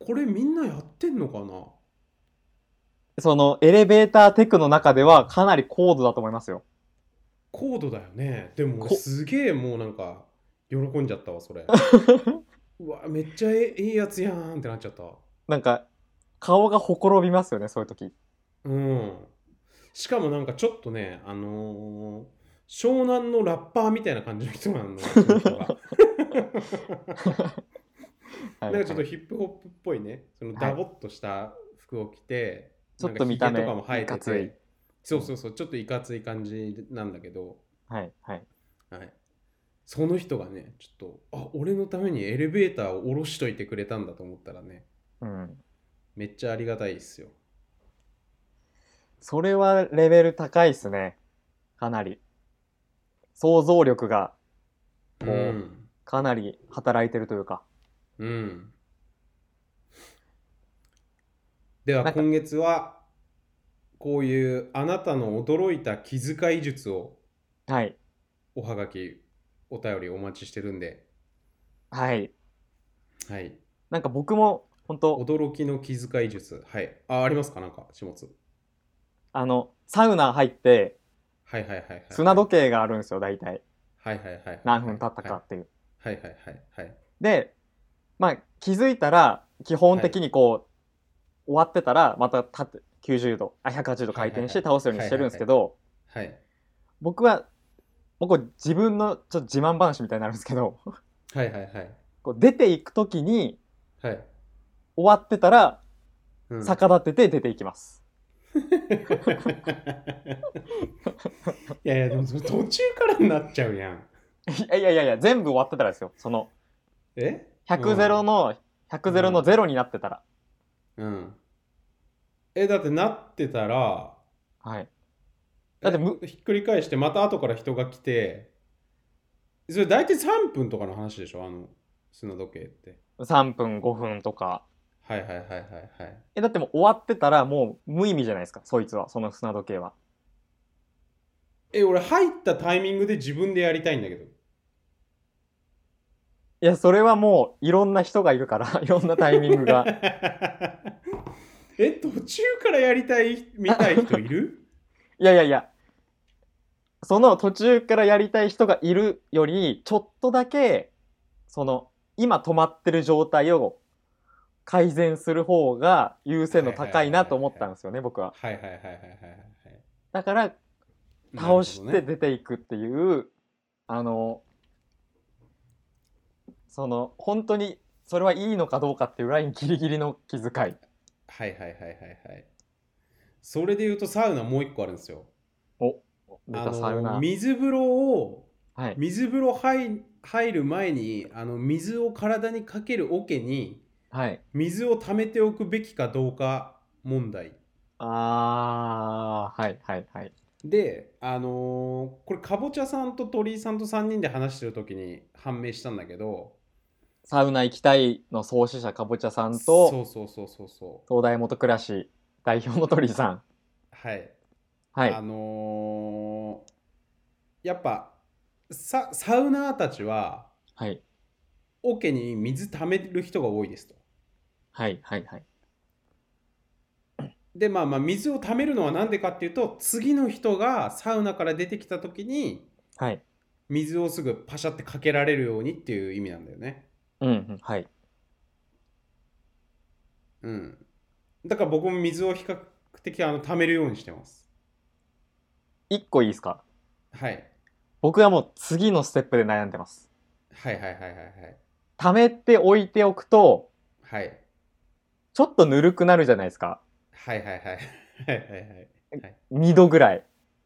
[SPEAKER 2] これみんなやってんのかな
[SPEAKER 1] その、エレベーターテクの中ではかなり高度だと思いますよ。
[SPEAKER 2] 高度だよね。でも俺
[SPEAKER 1] こ
[SPEAKER 2] すげえもうなんか喜んじゃったわそれ。うわめっちゃええいいやつやんってなっちゃった。
[SPEAKER 1] なんか、顔がほころびますよね、そういう時。
[SPEAKER 2] うん。しかもなんかちょっとねあのー湘南のラッパーみたいな感じの人なの。その人が
[SPEAKER 1] はい
[SPEAKER 2] なんかちょっとヒップホップっぽいね、その
[SPEAKER 1] はい
[SPEAKER 2] ダボっとした服を着て、
[SPEAKER 1] ちょっと
[SPEAKER 2] なんか
[SPEAKER 1] 見た目
[SPEAKER 2] ヒゲとかも生えて
[SPEAKER 1] いかつい
[SPEAKER 2] て、そうそうそう、ちょっといかつい感じなんだけど、
[SPEAKER 1] はい、はい。
[SPEAKER 2] はい、その人がね、ちょっと、あ俺のためにエレベーターを下ろしといてくれたんだと思ったらね、
[SPEAKER 1] うん。
[SPEAKER 2] めっちゃありがたいですよ。
[SPEAKER 1] それはレベル高いっすね。かなり。想像力が
[SPEAKER 2] う
[SPEAKER 1] お
[SPEAKER 2] ん。
[SPEAKER 1] かなり働いてるというか。
[SPEAKER 2] うん。では
[SPEAKER 1] なんか
[SPEAKER 2] 今月は、こういうあなたの驚いた気遣い術を
[SPEAKER 1] はい。
[SPEAKER 2] おはがき、お便りお待ちしてるんで、
[SPEAKER 1] はい。
[SPEAKER 2] はい。
[SPEAKER 1] なんか僕も、本当
[SPEAKER 2] 驚きの気遣い術。はい。あ、ありますかなんか、始末。
[SPEAKER 1] あの、サウナ入って、
[SPEAKER 2] はいはいはい、はい。
[SPEAKER 1] 砂時計があるんですよ、大体。
[SPEAKER 2] はいはいはいはい。
[SPEAKER 1] 何分経ったかっていう。
[SPEAKER 2] はいはいはいはい。
[SPEAKER 1] で、まあ、気づいたら、基本的にこう、終わってたら、また立って、90度、あ、180度回転して
[SPEAKER 2] はいはい
[SPEAKER 1] 倒
[SPEAKER 2] はい
[SPEAKER 1] すようにしてるんですけど、
[SPEAKER 2] はい。
[SPEAKER 1] 僕は、もうこう自分のちょっと自慢話みたいになるんですけど、
[SPEAKER 2] はいはいはい。
[SPEAKER 1] こう出ていくときに、
[SPEAKER 2] はい。
[SPEAKER 1] 終わってたら、
[SPEAKER 2] うん、
[SPEAKER 1] 逆立ってて出ていきます。
[SPEAKER 2] いやいや、でもそれ途中からになっちゃうやん。
[SPEAKER 1] いやいやいやいや、全部終わってたらですよ。その、
[SPEAKER 2] え
[SPEAKER 1] 100ゼロの、100ゼロのゼロになってたら。
[SPEAKER 2] うん。え、だってなってたら、
[SPEAKER 1] はい。だってむ
[SPEAKER 2] えひっくり返して、また後から人が来て、それ大体3分とかの話でしょあの、砂時計って。
[SPEAKER 1] 3分、5分とか。
[SPEAKER 2] はいはいはいはいはい。
[SPEAKER 1] え、だってもう終わってたらもう無意味じゃないですか。そいつは、その砂時計は。
[SPEAKER 2] え、俺入ったタイミングで自分でやりたいんだ けど。
[SPEAKER 1] いや、それはもういろんな人がいるから、 いろんなタイミングが。
[SPEAKER 2] え、途中からやりたい、見たい人い る
[SPEAKER 1] いやいやいや。その途中からやりたい人がいるより、ちょっとだけ、その、今止まってる状態を改善する方が優先度高いなと思ったんですよね、僕は。
[SPEAKER 2] はいはいはいはいはいはい。
[SPEAKER 1] だから、倒して出ていくっていう、あのその本当にそれはいいのかどうかっていうラインギリギリの気遣い
[SPEAKER 2] はいはいはいはいはい。それで言うとサウナもう一個あるんですよ。
[SPEAKER 1] 出
[SPEAKER 2] あ
[SPEAKER 1] たサウナ、
[SPEAKER 2] の水風呂を
[SPEAKER 1] はい
[SPEAKER 2] 水風呂入入る前にあの水を体にかける桶に
[SPEAKER 1] はい
[SPEAKER 2] 水を溜めておくべきかどうか問題。
[SPEAKER 1] あーはいはいはい
[SPEAKER 2] で、あのーこれかぼちゃさんと鳥居さんと3人で話してる時に判明したんだけど
[SPEAKER 1] サウナ行きたいの創始者かぼちゃさん
[SPEAKER 2] そ
[SPEAKER 1] と
[SPEAKER 2] うそうそうそうそう
[SPEAKER 1] 東大元暮らし代表の鳥居さん
[SPEAKER 2] はい、
[SPEAKER 1] はい
[SPEAKER 2] あのーやっぱササウナーたちは
[SPEAKER 1] はい
[SPEAKER 2] 桶に水溜める人が多いですと
[SPEAKER 1] はいはいはい
[SPEAKER 2] でまあまあ水を溜めるのは何でかっていうと次の人がサウナから出てきた時に
[SPEAKER 1] はい
[SPEAKER 2] 水をすぐパシャってかけられるようにっていう意味なんだよね。
[SPEAKER 1] うんうんはい
[SPEAKER 2] うん。だから僕も水を比較的あの貯めるようにしてます。
[SPEAKER 1] 一個いいですか
[SPEAKER 2] はい。
[SPEAKER 1] 僕はもう次のステップで悩んでます
[SPEAKER 2] はいはいはいはいはい。
[SPEAKER 1] 溜めておいておくと
[SPEAKER 2] はい。
[SPEAKER 1] ちょっとぬるくなるじゃないですか
[SPEAKER 2] はいはいはい。はいはいはい。
[SPEAKER 1] 2度ぐらい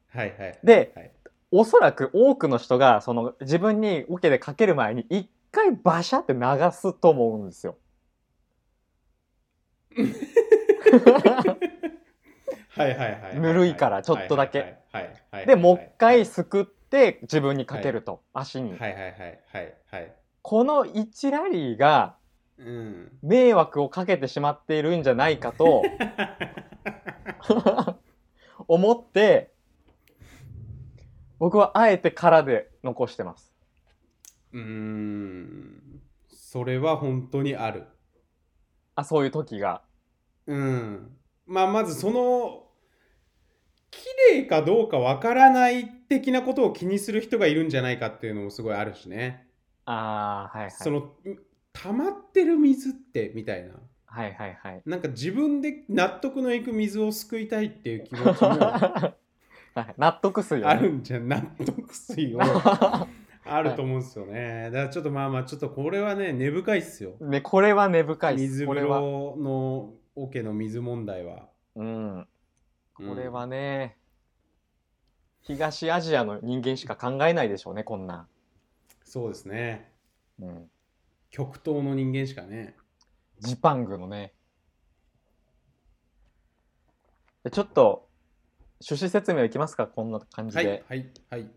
[SPEAKER 2] はいはい。
[SPEAKER 1] で
[SPEAKER 2] はい、
[SPEAKER 1] おそらく多くの人がその自分に桶でかける前に一回バシャって流すと思うんですよ
[SPEAKER 2] はいはいはい。
[SPEAKER 1] ぬるいからちょっとだけ
[SPEAKER 2] はいはいはいはい。
[SPEAKER 1] でもう一
[SPEAKER 2] はい
[SPEAKER 1] 回すくって自分にかけると、足に、
[SPEAKER 2] はいはいはいはいはい。
[SPEAKER 1] この一ラリーが
[SPEAKER 2] うん。
[SPEAKER 1] 迷惑をかけてしまっているんじゃないかと思って僕はあえて空で残してます
[SPEAKER 2] うーん。それは本当にある。
[SPEAKER 1] あそういう時が
[SPEAKER 2] うん。まあ、まずその、綺麗かどうかわからない的なことを気にする人がいるんじゃないかっていうのもすごいあるしね。
[SPEAKER 1] あーはいはい
[SPEAKER 2] その、溜まってる水って、みたいな。
[SPEAKER 1] はいはいはい
[SPEAKER 2] なんか自分で納得のいく水をすくいたいっていう気持ちも
[SPEAKER 1] はい納得するよ、ね、
[SPEAKER 2] あるんじゃ、納得水 を。あると思うんですよね。だからちょっとまあまあ、ちょっとこれはね、根深いっすよ。
[SPEAKER 1] ねこれは根深いっす
[SPEAKER 2] 水
[SPEAKER 1] こ
[SPEAKER 2] 風
[SPEAKER 1] れは
[SPEAKER 2] 呂の桶の水問題は。
[SPEAKER 1] うんこれ
[SPEAKER 2] う
[SPEAKER 1] は
[SPEAKER 2] ん
[SPEAKER 1] ね、東アジアの人間しか考えないでしょうねこんなん、
[SPEAKER 2] そうですね。
[SPEAKER 1] うん、
[SPEAKER 2] 極東の人間しかね。
[SPEAKER 1] ジパングのねでちょっと趣旨説明いきますかこんな感じ
[SPEAKER 2] は
[SPEAKER 1] で、
[SPEAKER 2] い、はい、はい。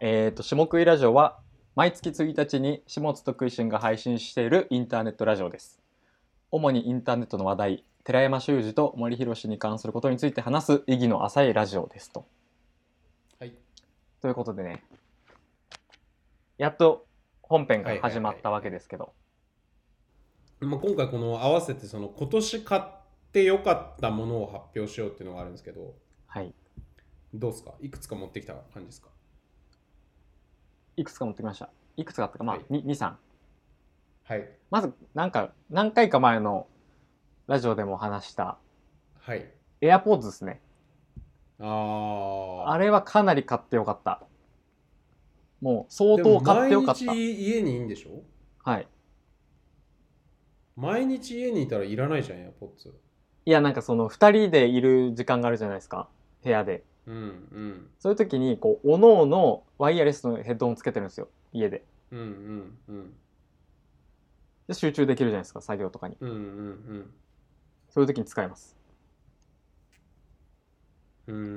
[SPEAKER 1] えっ、と、下食いラジオは、毎月1日に下津と食いしんが配信しているインターネットラジオです。主にインターネットの話題、寺山修司と森博に関することについて話す意義の浅いラジオですと。
[SPEAKER 2] はい。
[SPEAKER 1] ということでね、やっと本編が始まったわけですけど、
[SPEAKER 2] まあ、今回この合わせてその今年買って良かったものを発表しようっていうのがあるんですけど、
[SPEAKER 1] はい。
[SPEAKER 2] どうですかいくつか持ってきた感じですか
[SPEAKER 1] いくつか持ってきました。いくつかあったか、まあ
[SPEAKER 2] はい、
[SPEAKER 1] 2、3。
[SPEAKER 2] はい。
[SPEAKER 1] まず、なんか、何回か前のラジオでも話した、
[SPEAKER 2] はい。
[SPEAKER 1] エアポーズですね。
[SPEAKER 2] ああ。
[SPEAKER 1] あれはかなり買ってよかった。もう相当買ってよかっ
[SPEAKER 2] で
[SPEAKER 1] た
[SPEAKER 2] も毎。日家にいいんでしょ
[SPEAKER 1] はい。
[SPEAKER 2] 毎日家にいたらいらないじゃん、エアポッツ。
[SPEAKER 1] いや、なんかその2人でいる時間があるじゃないですか。部屋で。
[SPEAKER 2] うん、うん。
[SPEAKER 1] そういう時に、こう、おのおのワイヤレスのヘッドホンつけてるんですよ。家で。
[SPEAKER 2] うんうんうん
[SPEAKER 1] で集中できるじゃないですか。作業とかに。
[SPEAKER 2] うんうん
[SPEAKER 1] そういう時に使います。
[SPEAKER 2] うんうー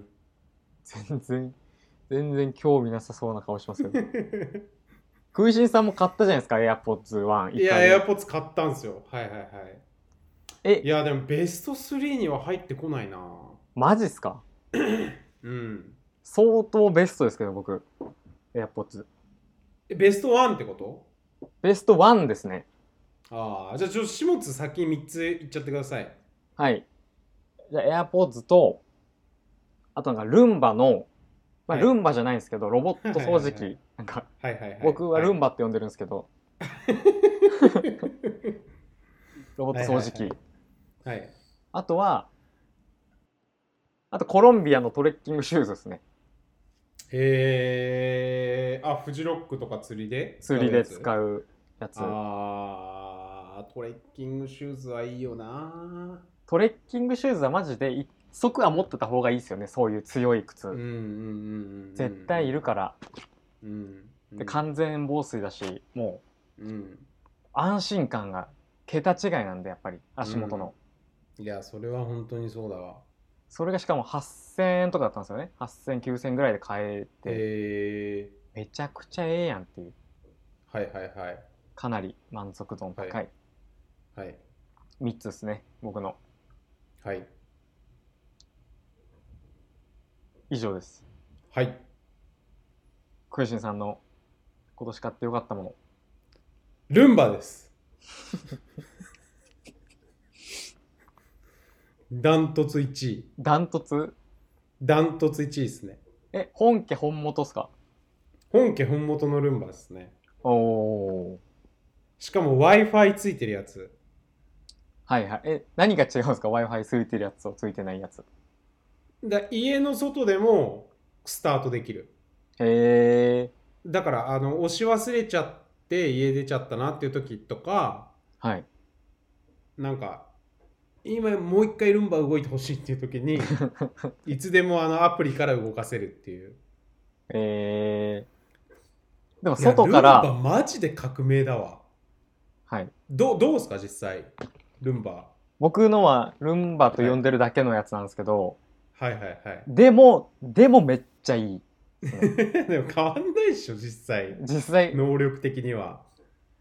[SPEAKER 2] ん
[SPEAKER 1] 全然、全然興味なさそうな顔しますけど。 クイシンさんも買ったじゃないですか。AirPods 1。
[SPEAKER 2] いや
[SPEAKER 1] 回目
[SPEAKER 2] AirPods 買ったんすよはいはいはいい
[SPEAKER 1] え、
[SPEAKER 2] やでもベスト3には入ってこないな
[SPEAKER 1] マジっすか
[SPEAKER 2] うん
[SPEAKER 1] 相当ベストですけど、僕。AirPods。
[SPEAKER 2] えベスト1ってこと
[SPEAKER 1] ベスト1ですね。
[SPEAKER 2] ああじゃあちょっと下津先3ついっちゃってください
[SPEAKER 1] はい。じゃあ、AirPods と、あとなんかルンバの、まあ、
[SPEAKER 2] はい
[SPEAKER 1] ルンバじゃないんですけど、ロボット掃除
[SPEAKER 2] はいはいは
[SPEAKER 1] 機。なんか、
[SPEAKER 2] はいはいはい
[SPEAKER 1] 僕はルン
[SPEAKER 2] バ
[SPEAKER 1] バって呼んでるんですけど、ロボット掃除機。
[SPEAKER 2] はいはい
[SPEAKER 1] あとは、あとコロンビアのトレッキングシューズですね。
[SPEAKER 2] へえあフジロックとか釣りで
[SPEAKER 1] 釣りで使
[SPEAKER 2] う
[SPEAKER 1] うやつ。
[SPEAKER 2] ああートレッキングシューズはいいよな
[SPEAKER 1] トレッキングシューズはマジで一足は持ってた方がいいですよね。そういう強い靴。
[SPEAKER 2] うんうんうんうんうん
[SPEAKER 1] 絶対いるから。
[SPEAKER 2] うんうん
[SPEAKER 1] で、完全防水だし、も
[SPEAKER 2] うん
[SPEAKER 1] う安心感が桁違いなんで、やっぱり足元の。
[SPEAKER 2] いや、それは本当にそうだわ。
[SPEAKER 1] それがしかも8000円とかだったんですよね8000、9000円ぐらいで買えて、
[SPEAKER 2] え
[SPEAKER 1] めちゃくちゃええやんっていう
[SPEAKER 2] ー、はいはいはい。
[SPEAKER 1] かなり満足度の高
[SPEAKER 2] はいはい。
[SPEAKER 1] 3つですね僕の
[SPEAKER 2] はい。
[SPEAKER 1] 以上です
[SPEAKER 2] はい。
[SPEAKER 1] クイシンさんの今年買ってよかったもの
[SPEAKER 2] ルンバです。 ダントツ1位。
[SPEAKER 1] ダントツ
[SPEAKER 2] ダントツ1位ですね。
[SPEAKER 1] え本家本元っすか
[SPEAKER 2] 本家本元のルンバですね。
[SPEAKER 1] おおー。
[SPEAKER 2] しかも Wi-Fi ついてるやつ。
[SPEAKER 1] はいはい。え、何が違うんですか ?Wi-Fi ついてるやつとついてないやつ。
[SPEAKER 2] だ家の外でもスタートできる。
[SPEAKER 1] へえ。
[SPEAKER 2] だから、あの、押し忘れちゃって家出ちゃったなっていう時とか、
[SPEAKER 1] はい。
[SPEAKER 2] なんか、今もう一回ルンバ動いてほしいっていう 時に、いつでもあのアプリから動かせるっていう。
[SPEAKER 1] えー、でも
[SPEAKER 2] いや
[SPEAKER 1] 外から、
[SPEAKER 2] ルンバマジで革命だわ。
[SPEAKER 1] はい、
[SPEAKER 2] どうどうですか、実際。ルンバ。
[SPEAKER 1] 僕のはルンバと呼んでるだけのやつなんですけど、
[SPEAKER 2] はいはいはい。
[SPEAKER 1] でもでもめっちゃいい
[SPEAKER 2] でも変わんないっしょ、実際。
[SPEAKER 1] 実際
[SPEAKER 2] 能力的には。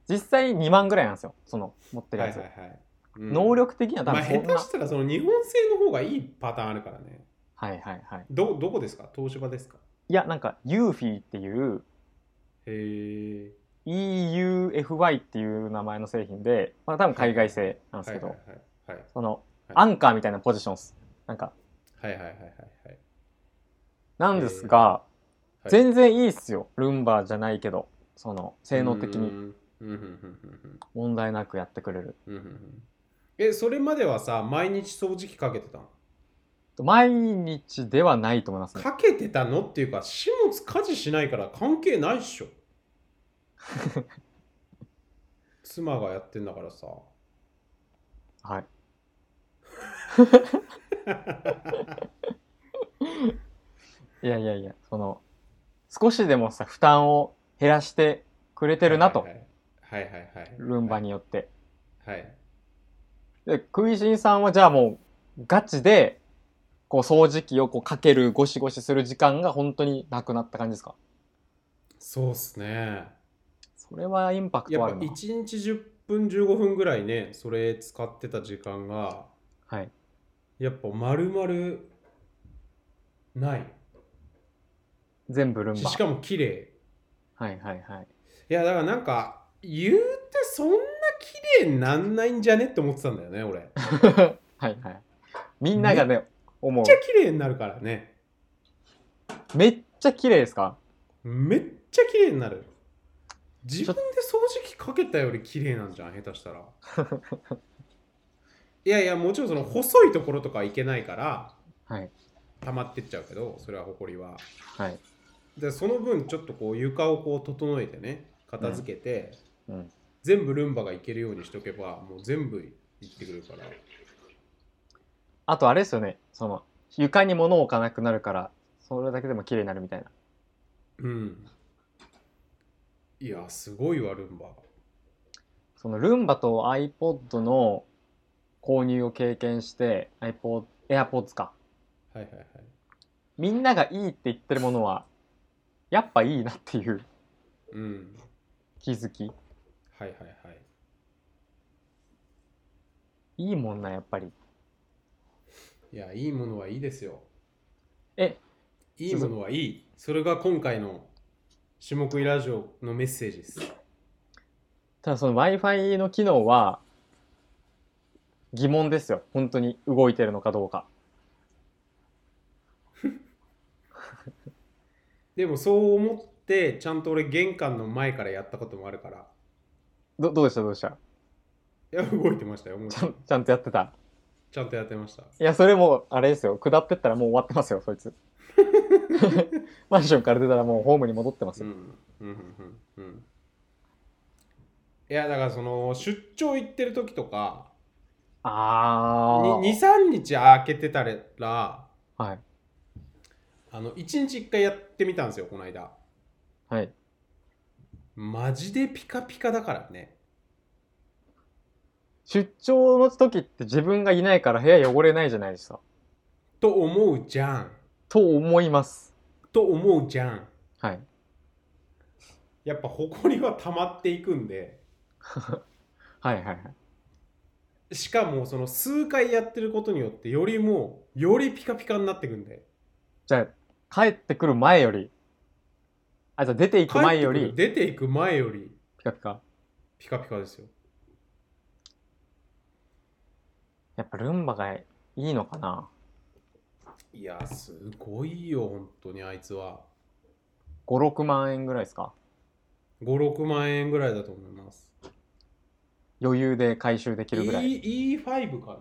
[SPEAKER 1] 実際2万ぐらいなんですよその持ってる
[SPEAKER 2] はい
[SPEAKER 1] や
[SPEAKER 2] はい
[SPEAKER 1] つ、
[SPEAKER 2] はい。うん
[SPEAKER 1] 能力的には多
[SPEAKER 2] まあ、
[SPEAKER 1] 分そ
[SPEAKER 2] 下
[SPEAKER 1] んな、
[SPEAKER 2] 手したらその日本製の方がいいパターンあるからね。
[SPEAKER 1] はいはいはい
[SPEAKER 2] どどこですか東芝ですか
[SPEAKER 1] いやなんか UFI っていう
[SPEAKER 2] へえ。
[SPEAKER 1] EUFY っていう名前の製品で、まあ、多分海外製なんです
[SPEAKER 2] はい
[SPEAKER 1] け
[SPEAKER 2] はい
[SPEAKER 1] ど、
[SPEAKER 2] はいはい。
[SPEAKER 1] そのア
[SPEAKER 2] はい
[SPEAKER 1] ンカーみたいなポジションっすなんか
[SPEAKER 2] はいはいはいはいはい。
[SPEAKER 1] なんですが、
[SPEAKER 2] はい
[SPEAKER 1] 全然いいっすよルンバじゃないけどその性能的
[SPEAKER 2] う
[SPEAKER 1] に
[SPEAKER 2] んうんうんうん
[SPEAKER 1] 問題なくやってくれる
[SPEAKER 2] うんうんうんうんえ、それまではさ、毎日掃除機かけてたの
[SPEAKER 1] 毎日ではないと思いますね
[SPEAKER 2] かけてたのっていうか、始末家事しないから関係ないっし ょ。妻がやってんだからさ。
[SPEAKER 1] はいいやいやいやその少しでもさ負担を減らしてくれてるなと、
[SPEAKER 2] はいはいはいはいはい。
[SPEAKER 1] ルンバによって
[SPEAKER 2] はい。
[SPEAKER 1] でクイシンさんはじゃあもうガチでこう掃除機をこうかけるゴシゴシする時間が本当になくなった感じですか
[SPEAKER 2] そうっすね。
[SPEAKER 1] それはインパク
[SPEAKER 2] や
[SPEAKER 1] トあ
[SPEAKER 2] っぱ
[SPEAKER 1] るな
[SPEAKER 2] 1日10分15分ぐらいね、それ使ってた時間が、
[SPEAKER 1] はい
[SPEAKER 2] やっぱ丸々ない。
[SPEAKER 1] 全部ルン
[SPEAKER 2] し
[SPEAKER 1] バ
[SPEAKER 2] しかも綺麗
[SPEAKER 1] はいはいはい
[SPEAKER 2] いやだからなんか言うてそんな綺麗になんないんじゃねって思ってたんだよね俺めっ
[SPEAKER 1] はいはいみんながね思
[SPEAKER 2] ちゃ綺麗になるからね
[SPEAKER 1] うめっちゃ綺麗ですか
[SPEAKER 2] めっちゃ綺麗になる自分で掃除機かけたより綺麗なんじゃん下手したらいやいやもちろんその細いところとかはいけないから
[SPEAKER 1] はい
[SPEAKER 2] 溜まってっちゃうけどそれはほこりは
[SPEAKER 1] はい
[SPEAKER 2] でその分ちょっとこう床をこう整えてね片付けて、
[SPEAKER 1] うん
[SPEAKER 2] 全部ルンバがいけるようにしとけばもう全部いってくれるから
[SPEAKER 1] あとあれですよね、その床に物を置かなくなるから、それだけでも綺麗になるみたいな。
[SPEAKER 2] うん。いや、すごいわ、ルンバ。
[SPEAKER 1] そのルンバと iPod の購入を経験して、iPod、AirPods か。
[SPEAKER 2] はいはいはい。
[SPEAKER 1] みんながいいって言ってるものは、やっぱいいなっていう
[SPEAKER 2] うん。
[SPEAKER 1] 気づき。
[SPEAKER 2] はいはいはい。
[SPEAKER 1] いいもんな、やっぱり。
[SPEAKER 2] いや、いいものはいいですよ。
[SPEAKER 1] え、
[SPEAKER 2] いいものはいい。それが今回の種目いラジオのメッセージです。
[SPEAKER 1] ただその Wi-Fi の機能は疑問ですよ。本当に動いてるのかどうか。
[SPEAKER 2] でも、そう思って、ちゃんと俺、玄関の前からやったこともあるから。
[SPEAKER 1] ど、どうでしたどうでした
[SPEAKER 2] いや、動いてましたよ。もう
[SPEAKER 1] ちゃん、ちゃんとやってた。
[SPEAKER 2] ちゃんとやってました。
[SPEAKER 1] いや、それも、あれですよ。下ってったらもう終わってますよ、そい つ。マンションから出たらもうホームに戻ってます
[SPEAKER 2] う
[SPEAKER 1] よ。
[SPEAKER 2] ん。うんうんうんうん。いや、だから、その、出張行ってる時とか、
[SPEAKER 1] あ
[SPEAKER 2] 2、
[SPEAKER 1] ー。
[SPEAKER 2] 3日空けてたら、
[SPEAKER 1] はい。
[SPEAKER 2] あの1日1回やってみたんですよこの間
[SPEAKER 1] はい。
[SPEAKER 2] マジでピカピカだからね
[SPEAKER 1] 出張の時って自分がいないから部屋汚れないじゃないですか。
[SPEAKER 2] と思うじゃん
[SPEAKER 1] と思います。
[SPEAKER 2] と思うじゃん
[SPEAKER 1] はい。
[SPEAKER 2] やっぱ埃は溜まっていくんで
[SPEAKER 1] はいはいはい。
[SPEAKER 2] しかもその数回やってることによってよりもうよりピカピカになってくんで
[SPEAKER 1] じゃあ、帰ってくる前より、あ、じゃあ出ていく前よ
[SPEAKER 2] 帰っ
[SPEAKER 1] り、
[SPEAKER 2] てくる出ていく前より
[SPEAKER 1] ピカピカ。
[SPEAKER 2] ピカピカですよ
[SPEAKER 1] やっぱルンバがいいのかない
[SPEAKER 2] やすごいよ本当にあいつは
[SPEAKER 1] 56万円ぐらいですか
[SPEAKER 2] 56万円ぐらいだと思います
[SPEAKER 1] 余裕で回収できるぐらい、
[SPEAKER 2] E、E5 かな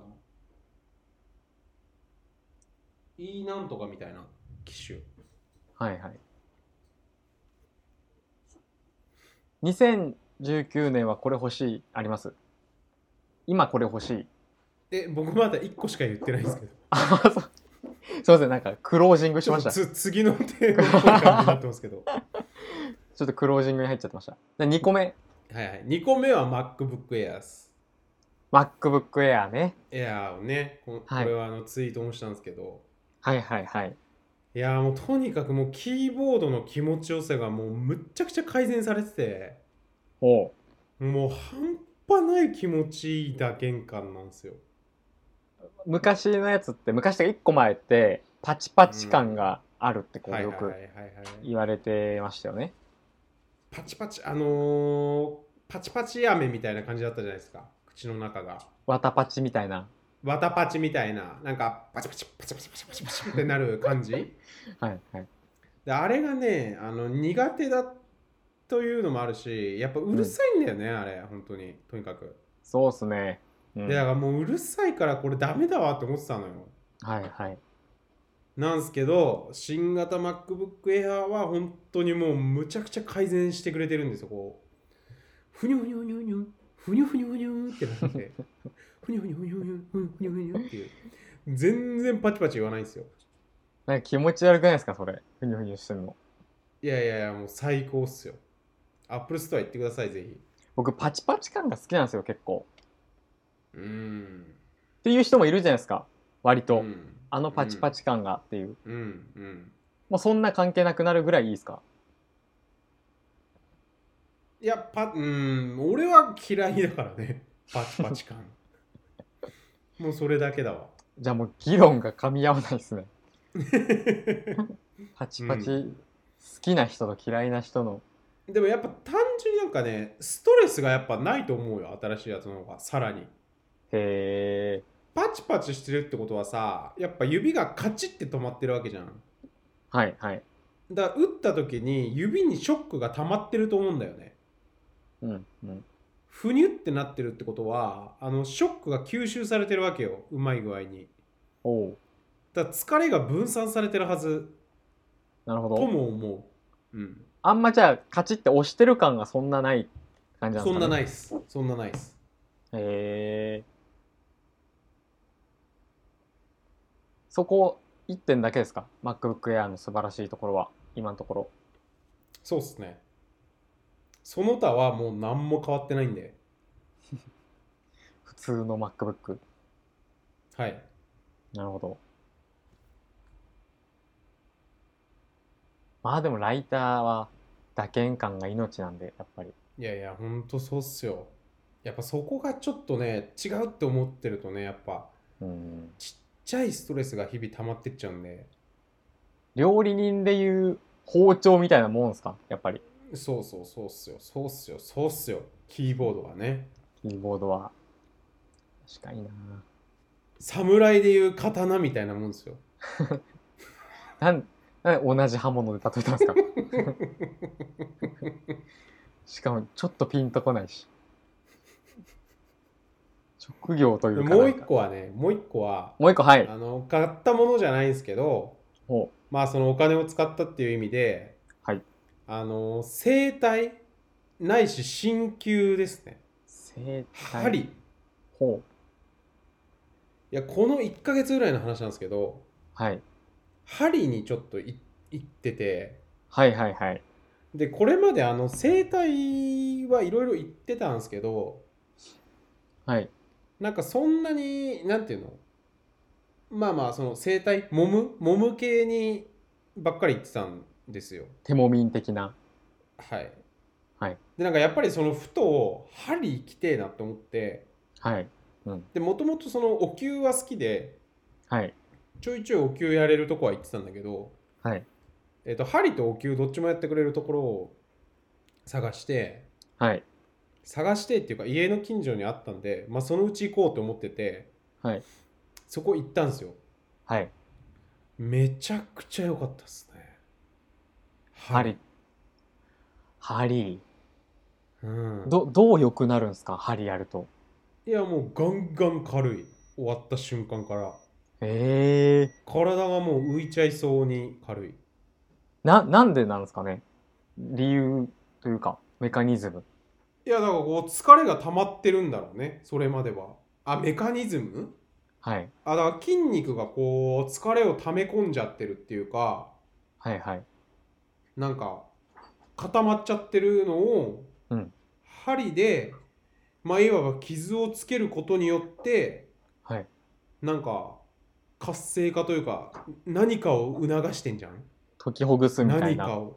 [SPEAKER 2] E なんとかみたいな機種
[SPEAKER 1] はいはい2019年はこれ欲しいあります今これ欲しい
[SPEAKER 2] え僕まだ1個しか言ってないんですけど
[SPEAKER 1] あそうすいませんなんかクロージ ングしましたちょ
[SPEAKER 2] つ次のテーマっぽい感じになってますけど は
[SPEAKER 1] っとクロージングに入っちゃってましたで2個目
[SPEAKER 2] い、はい、2個目は MacBook Air です
[SPEAKER 1] MacBook Air ね
[SPEAKER 2] Air をねここ
[SPEAKER 1] はい
[SPEAKER 2] れはあのツイートもしたんですけど、
[SPEAKER 1] はいはいはい
[SPEAKER 2] いやーもうとにかくもうキーボードの気持ちよさがもうむっちゃくちゃ改善されてて
[SPEAKER 1] おう
[SPEAKER 2] もう半端ない気持ちいい打鍵感なんですよ
[SPEAKER 1] 昔のやつって昔とか1個前ってパチパチ感があるってこう
[SPEAKER 2] はい
[SPEAKER 1] よ
[SPEAKER 2] はいはいは
[SPEAKER 1] く
[SPEAKER 2] いはい
[SPEAKER 1] 言われてましたよね、
[SPEAKER 2] パチパチあのー、パチパチ飴みたいな感じだったじゃないですか口の中が
[SPEAKER 1] わたパチみたいな
[SPEAKER 2] 綿パチみたいななんかパチパチパチパチパチパチパチってなる感じ
[SPEAKER 1] はいはい
[SPEAKER 2] であれがねあの苦手だというのもあるしやっぱうるさいんだよね、あれ本当にとにかく
[SPEAKER 1] そうっすね、うん
[SPEAKER 2] でだからもううるさいからこれダメだわって思ってたのよ
[SPEAKER 1] はいはい
[SPEAKER 2] なんですけど新型 MacBook Air は本当にもうむちゃくちゃ改善してくれてるんですよこうふにゅふにゅふにゅふにゅふにゅふにゅふにゅってなってふにゅふにゅふにゅふにゅふにゅふにゅふにゅっていう全然パチパチ言わないんですよ
[SPEAKER 1] なんか気持ち悪くないですかそれふにゅふにゅしてるの
[SPEAKER 2] いやいやいやもう最高っすよアップルストア行ってくださいぜひ
[SPEAKER 1] 僕パチパチ感が好きなんですよ結構
[SPEAKER 2] うーん
[SPEAKER 1] っていう人もいるじゃないですか割と、
[SPEAKER 2] ん
[SPEAKER 1] あのパチパチ感がっていう、
[SPEAKER 2] うんうん
[SPEAKER 1] もうそんな関係なくなるぐらいいいですか
[SPEAKER 2] いやパうん俺は嫌いだからねパチパチ感もうそれだけだわ
[SPEAKER 1] じゃあもう議論が噛み合わないですねパチパチ、
[SPEAKER 2] う
[SPEAKER 1] 好きな人と嫌いな人の
[SPEAKER 2] でもやっぱ単純になんかねストレスがやっぱないと思うよ新しいやつの方がさらに
[SPEAKER 1] へえ
[SPEAKER 2] パチパチしてるってことはさやっぱ指がカチッて止まってるわけじゃん
[SPEAKER 1] はいはい
[SPEAKER 2] だから打った時に指にショックが溜まってると思うんだよね
[SPEAKER 1] うんうん
[SPEAKER 2] ふにゅってなってるってことはあのショックが吸収されてるわけようまい具合に
[SPEAKER 1] おう
[SPEAKER 2] だから疲れが分散されてるはず
[SPEAKER 1] なるほ
[SPEAKER 2] と
[SPEAKER 1] ど
[SPEAKER 2] も思ううん
[SPEAKER 1] あんまじゃあカチって押してる感がそんなない感じなんですか、ね、
[SPEAKER 2] そんなないいっすそんなないっす
[SPEAKER 1] へえそこ1点だけですか MacBook Air の素晴らしいところは今のところ
[SPEAKER 2] そうっすねその他はもう何も変わってないんで
[SPEAKER 1] 普通の MacBook
[SPEAKER 2] はい
[SPEAKER 1] なるほどまあでもライターは打鍵感が命なんでやっぱり
[SPEAKER 2] いやいや、ほんとそうっすよ。やっぱそこがちょっとね、違うって思ってるとね、やっぱ
[SPEAKER 1] うん
[SPEAKER 2] ちっちゃいストレスが日々溜まってっちゃうんで、
[SPEAKER 1] 料理人でいう包丁みたいなもんですかやっぱり
[SPEAKER 2] そうそうそうっすよ、そうっすよ、そうっすよ、キーボードがね。
[SPEAKER 1] キーボードは確かにな
[SPEAKER 2] 侍でいう刀みたいなも んですよ。
[SPEAKER 1] なんなんで同じ刃物で例えたんですかしかもちょっとピンとこない し職業とい
[SPEAKER 2] で
[SPEAKER 1] うか
[SPEAKER 2] もう
[SPEAKER 1] なん
[SPEAKER 2] 一
[SPEAKER 1] か
[SPEAKER 2] 個はね、もう一個は、
[SPEAKER 1] もう一個はい
[SPEAKER 2] あの、買ったものじゃないんですけど、
[SPEAKER 1] ほう
[SPEAKER 2] まあそのお金を使ったっていう意味で、
[SPEAKER 1] はい
[SPEAKER 2] あの、整体ないし鍼灸ですね。
[SPEAKER 1] 生体
[SPEAKER 2] 針。
[SPEAKER 1] ほう
[SPEAKER 2] いや、この1ヶ月ぐらいの話なんですけど、
[SPEAKER 1] はい
[SPEAKER 2] ハリーにちょっとい行ってて
[SPEAKER 1] はいはいはい
[SPEAKER 2] でこれまであの整体はいろいろ行ってたんですけど
[SPEAKER 1] はい
[SPEAKER 2] なんかそんなになんていうのまあまあその整体揉む揉む系にばっかり行ってたんですよ
[SPEAKER 1] 手もみん的な
[SPEAKER 2] はい
[SPEAKER 1] はい
[SPEAKER 2] でなんかやっぱりそのふとハリー行きてえなと思って
[SPEAKER 1] はい
[SPEAKER 2] でもともとそのお灸は好きで
[SPEAKER 1] はい
[SPEAKER 2] ちょいちょいお灸やれるとこは行ってたんだけど
[SPEAKER 1] はい
[SPEAKER 2] えっと針とお灸どっちもやってくれるところを探して
[SPEAKER 1] はい
[SPEAKER 2] 探してっていうか家の近所にあったんで、まあ、そのうち行こうと思ってて
[SPEAKER 1] はい
[SPEAKER 2] そこ行ったんですよ
[SPEAKER 1] はい
[SPEAKER 2] めちゃくちゃ良かったですね
[SPEAKER 1] 針ハリ
[SPEAKER 2] うん
[SPEAKER 1] ー。ど、どう良くなるんですかハリーやると。
[SPEAKER 2] いやもうガンガン軽い終わった瞬間から
[SPEAKER 1] ええ
[SPEAKER 2] 体がもう浮いちゃいそうに軽い
[SPEAKER 1] な、なんでなんですかね理由というか、メカニズム。
[SPEAKER 2] いやだからこう疲れが溜まってるんだろうねそれまではあメカニズム
[SPEAKER 1] はい。
[SPEAKER 2] あだから筋肉がこう疲れを溜め込んじゃってるっていうか
[SPEAKER 1] はいはい。
[SPEAKER 2] なんか固まっちゃってるのを、
[SPEAKER 1] うん
[SPEAKER 2] 針でまあいわば傷をつけることによって
[SPEAKER 1] はい。
[SPEAKER 2] なんか活性化というか何かを促してんじゃん
[SPEAKER 1] 解きほぐすみたい
[SPEAKER 2] 何
[SPEAKER 1] な。
[SPEAKER 2] かを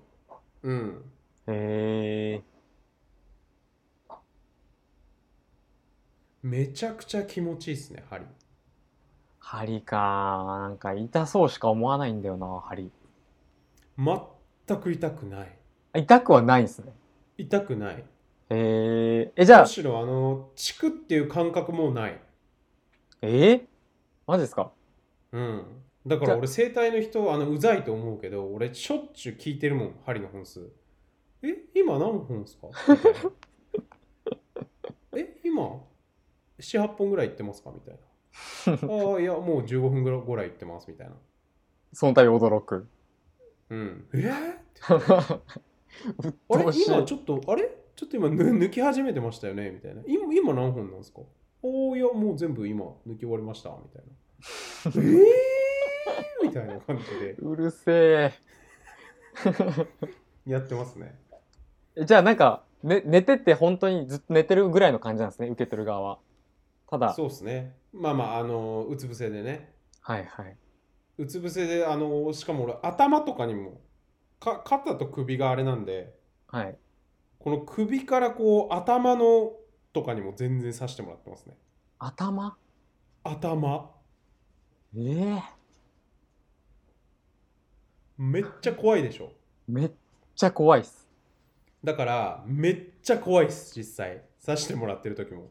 [SPEAKER 2] うん
[SPEAKER 1] ええ
[SPEAKER 2] めちゃくちゃ気持ちいいっすね針
[SPEAKER 1] ハリかなんか痛そうしか思わないんだよな、ハリ。
[SPEAKER 2] 全く痛くない
[SPEAKER 1] あ痛くはないんですね。
[SPEAKER 2] 痛くない
[SPEAKER 1] えええ、じゃあ
[SPEAKER 2] む、しろあのチクっていう感覚もない
[SPEAKER 1] ええマジですか
[SPEAKER 2] うんだか
[SPEAKER 1] じ
[SPEAKER 2] ら
[SPEAKER 1] ゃ
[SPEAKER 2] 俺整体の人あのうざいと思うけど俺しょっちゅう聞いてるもん針の本数え今何本ですかみたいなえ今78本ぐらい行ってますかみたい なああいやもう15分ぐらいぐらい行ってますみたいな
[SPEAKER 1] その度驚く。
[SPEAKER 2] うんえー、
[SPEAKER 1] うっ
[SPEAKER 2] あれ
[SPEAKER 1] とうしい
[SPEAKER 2] 今ちょっとあれちょっと今ぬ抜き始めてましたよねみたいな今今何本なんですかおおいやもう全部今抜き終わりましたみ たいなええー、みたいな感じで
[SPEAKER 1] うるせ
[SPEAKER 2] やってますね
[SPEAKER 1] え。じゃあなんか、ね、寝てて本当にずっと寝てるぐらいの感じなんですね、受け取る側は。ただ、
[SPEAKER 2] そうですねまあまああのうつ伏せでね
[SPEAKER 1] はいはい。
[SPEAKER 2] うつ伏せであのしかも俺頭とかにもか肩と首があれなんで
[SPEAKER 1] はい。
[SPEAKER 2] この首からこう頭のとかにも全然刺してもらってますね
[SPEAKER 1] 頭
[SPEAKER 2] 頭
[SPEAKER 1] ええ
[SPEAKER 2] めっちゃ怖いでしょ
[SPEAKER 1] めっちゃ怖いっす。
[SPEAKER 2] だからめっちゃ怖いです実際刺してもらってる時も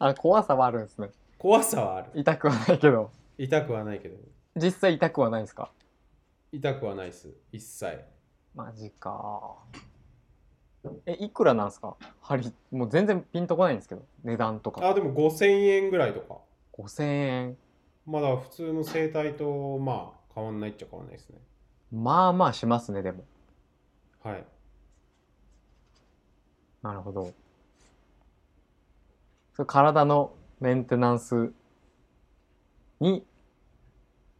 [SPEAKER 1] あ、怖さはあるんですね。
[SPEAKER 2] 怖さはある
[SPEAKER 1] 痛くはないけど。
[SPEAKER 2] 痛くはないけど
[SPEAKER 1] 実際痛くはないんですか
[SPEAKER 2] 痛くはないです一切
[SPEAKER 1] マジか。え、いくらなんですか針、もう全然ピンとこないんですけど、値段とか。
[SPEAKER 2] あでも5000円ぐらいとか
[SPEAKER 1] 5000円。
[SPEAKER 2] まだ普通の整体とまあ変わんないっちゃ変わんないですね
[SPEAKER 1] まあまあしますね、でも。
[SPEAKER 2] はい
[SPEAKER 1] なるほど。それ体のメンテナンスに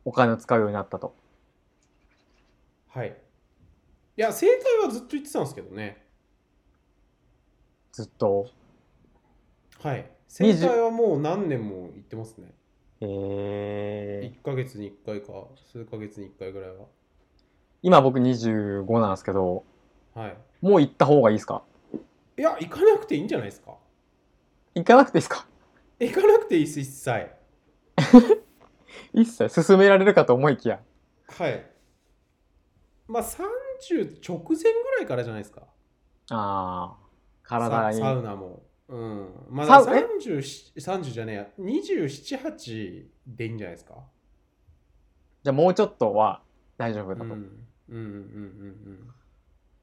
[SPEAKER 1] お金を使うようになったと。
[SPEAKER 2] はいいや整体はずっと言ってたんですけどね
[SPEAKER 1] ずっと。
[SPEAKER 2] はい整
[SPEAKER 1] 20
[SPEAKER 2] 体はもう何年も行ってますね
[SPEAKER 1] えー、
[SPEAKER 2] 1ヶ月に1回か数ヶ月に1回ぐらいは
[SPEAKER 1] 今僕25なんですけど、
[SPEAKER 2] はい
[SPEAKER 1] もう行った方がいいですか
[SPEAKER 2] いや行かなくていいんじゃないですか
[SPEAKER 1] 行かなくていいですか
[SPEAKER 2] 行かなくていいです一切
[SPEAKER 1] 一切勧められるかと思いきや。
[SPEAKER 2] はい。まあ30直前ぐらいからじゃないですか。
[SPEAKER 1] あー、体
[SPEAKER 2] ササウ
[SPEAKER 1] に。
[SPEAKER 2] ナも。うん。まあ
[SPEAKER 1] サウ
[SPEAKER 2] 30、30じゃねえや。27、8でいいんじゃないですか。
[SPEAKER 1] じゃあもうちょっとは大丈
[SPEAKER 2] う
[SPEAKER 1] 夫
[SPEAKER 2] ん。う
[SPEAKER 1] だ
[SPEAKER 2] ん
[SPEAKER 1] と。
[SPEAKER 2] うんうんうん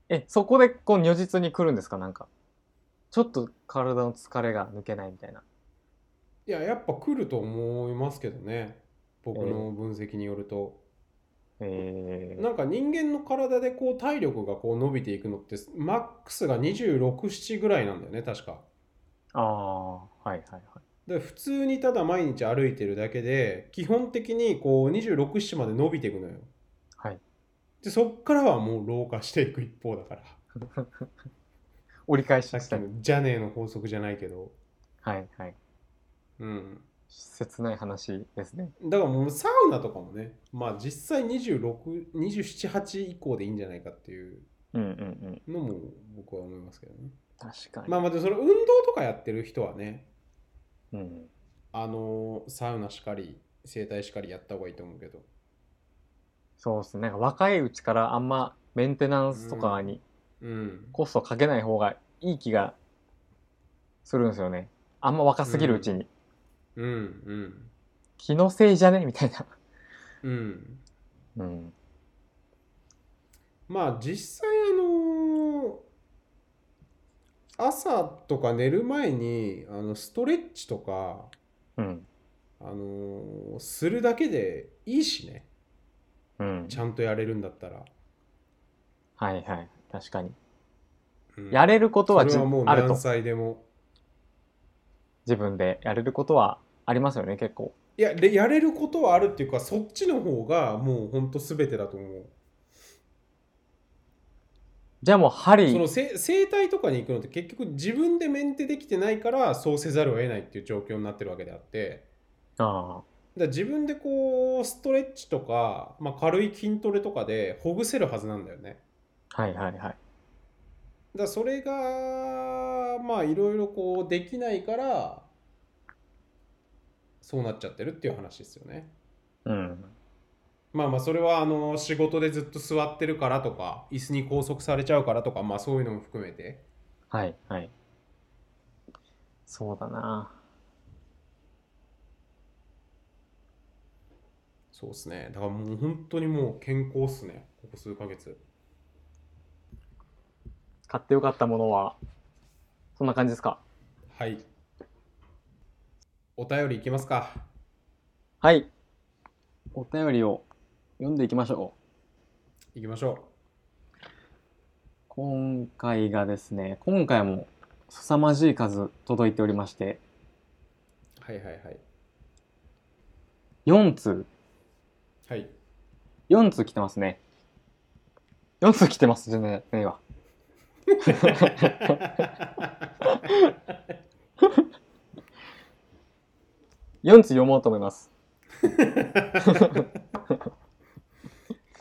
[SPEAKER 1] え、そこでこう如実に来るんですかなんか。ちょっと体の疲れが抜けないみたいな。
[SPEAKER 2] いや、やっぱ来ると思いますけどね。僕の分析によると。
[SPEAKER 1] えー、
[SPEAKER 2] なんか人間の体でこう体力がこう伸びていくのって、マックスが26、7ぐらいなんだよね、確か。
[SPEAKER 1] ああ、はいはいはい。
[SPEAKER 2] で普通にただ毎日歩いてるだけで基本的にこう26、7まで伸びていくのよ。
[SPEAKER 1] はい
[SPEAKER 2] でそっからはもう老化していく一方だから
[SPEAKER 1] 折り返し
[SPEAKER 2] さ
[SPEAKER 1] し
[SPEAKER 2] っき
[SPEAKER 1] たい。
[SPEAKER 2] のジャネーの法則じゃないけど、
[SPEAKER 1] はいはい。
[SPEAKER 2] うん、
[SPEAKER 1] 切ない話ですね。
[SPEAKER 2] だからもうサウナとかもねまあ実際26、27、8以降でいいんじゃないかっていう
[SPEAKER 1] うんうんうん。
[SPEAKER 2] のも僕は思いますけどね。
[SPEAKER 1] 確かに。
[SPEAKER 2] まあまあでもその運動とかやってる人はね
[SPEAKER 1] うん。
[SPEAKER 2] あのサウナしかり整体しかりやった方がいいと思うけど
[SPEAKER 1] そうですね。なんか若いうちからあんまメンテナンスとかに
[SPEAKER 2] うん
[SPEAKER 1] コストかけない方がいい気がするんですよね。あんま若すぎるうちに。
[SPEAKER 2] うんうん
[SPEAKER 1] 気のせいじゃねみたいな。
[SPEAKER 2] うん
[SPEAKER 1] うん。
[SPEAKER 2] まあ実際あの朝とか寝る前にあのストレッチとか、
[SPEAKER 1] うん。
[SPEAKER 2] あのーするだけでいいしね
[SPEAKER 1] うん。
[SPEAKER 2] ちゃんとやれるんだったら、
[SPEAKER 1] はいはい。確かに。
[SPEAKER 2] うん
[SPEAKER 1] やれることは
[SPEAKER 2] そ
[SPEAKER 1] じ
[SPEAKER 2] れはもう
[SPEAKER 1] ある
[SPEAKER 2] 何
[SPEAKER 1] と。
[SPEAKER 2] 歳でも
[SPEAKER 1] 自分でやれることはありますよね、結構。
[SPEAKER 2] いやでやれることはあるっていうかそっちの方がもうほんと全てだと思う
[SPEAKER 1] じゃあもう針
[SPEAKER 2] そのせ整体とかに行くのって結局自分でメンテできてないからそうせざるを得ないっていう状況になってるわけであって
[SPEAKER 1] あ
[SPEAKER 2] だから自分でこうストレッチとか、まあ、軽い筋トレとかでほぐせるはずなんだよね
[SPEAKER 1] あ、はいはいはい。
[SPEAKER 2] だからそれがまあいろいろこうできないからそうなっちゃってるっていう話ですよね
[SPEAKER 1] うん。
[SPEAKER 2] まあまあそれはあの仕事でずっと座ってるからとか椅子に拘束されちゃうからとかまあそういうのも含めて
[SPEAKER 1] はいはい。そうだな。
[SPEAKER 2] そうですねだからもう本当にもう健康っすねここ数ヶ月
[SPEAKER 1] 買ってよかったものは、そんな感じですか
[SPEAKER 2] はいお便りいきますか
[SPEAKER 1] はい。お便りを読んでいきましょう。
[SPEAKER 2] いきましょ
[SPEAKER 1] 今回がですね、今回も凄まじい数届いておりまして、
[SPEAKER 2] うはいはいはい
[SPEAKER 1] 4通、
[SPEAKER 2] はい
[SPEAKER 1] 4通来てますね。4通来てますじゃねえねえわ。4通読もうと思います。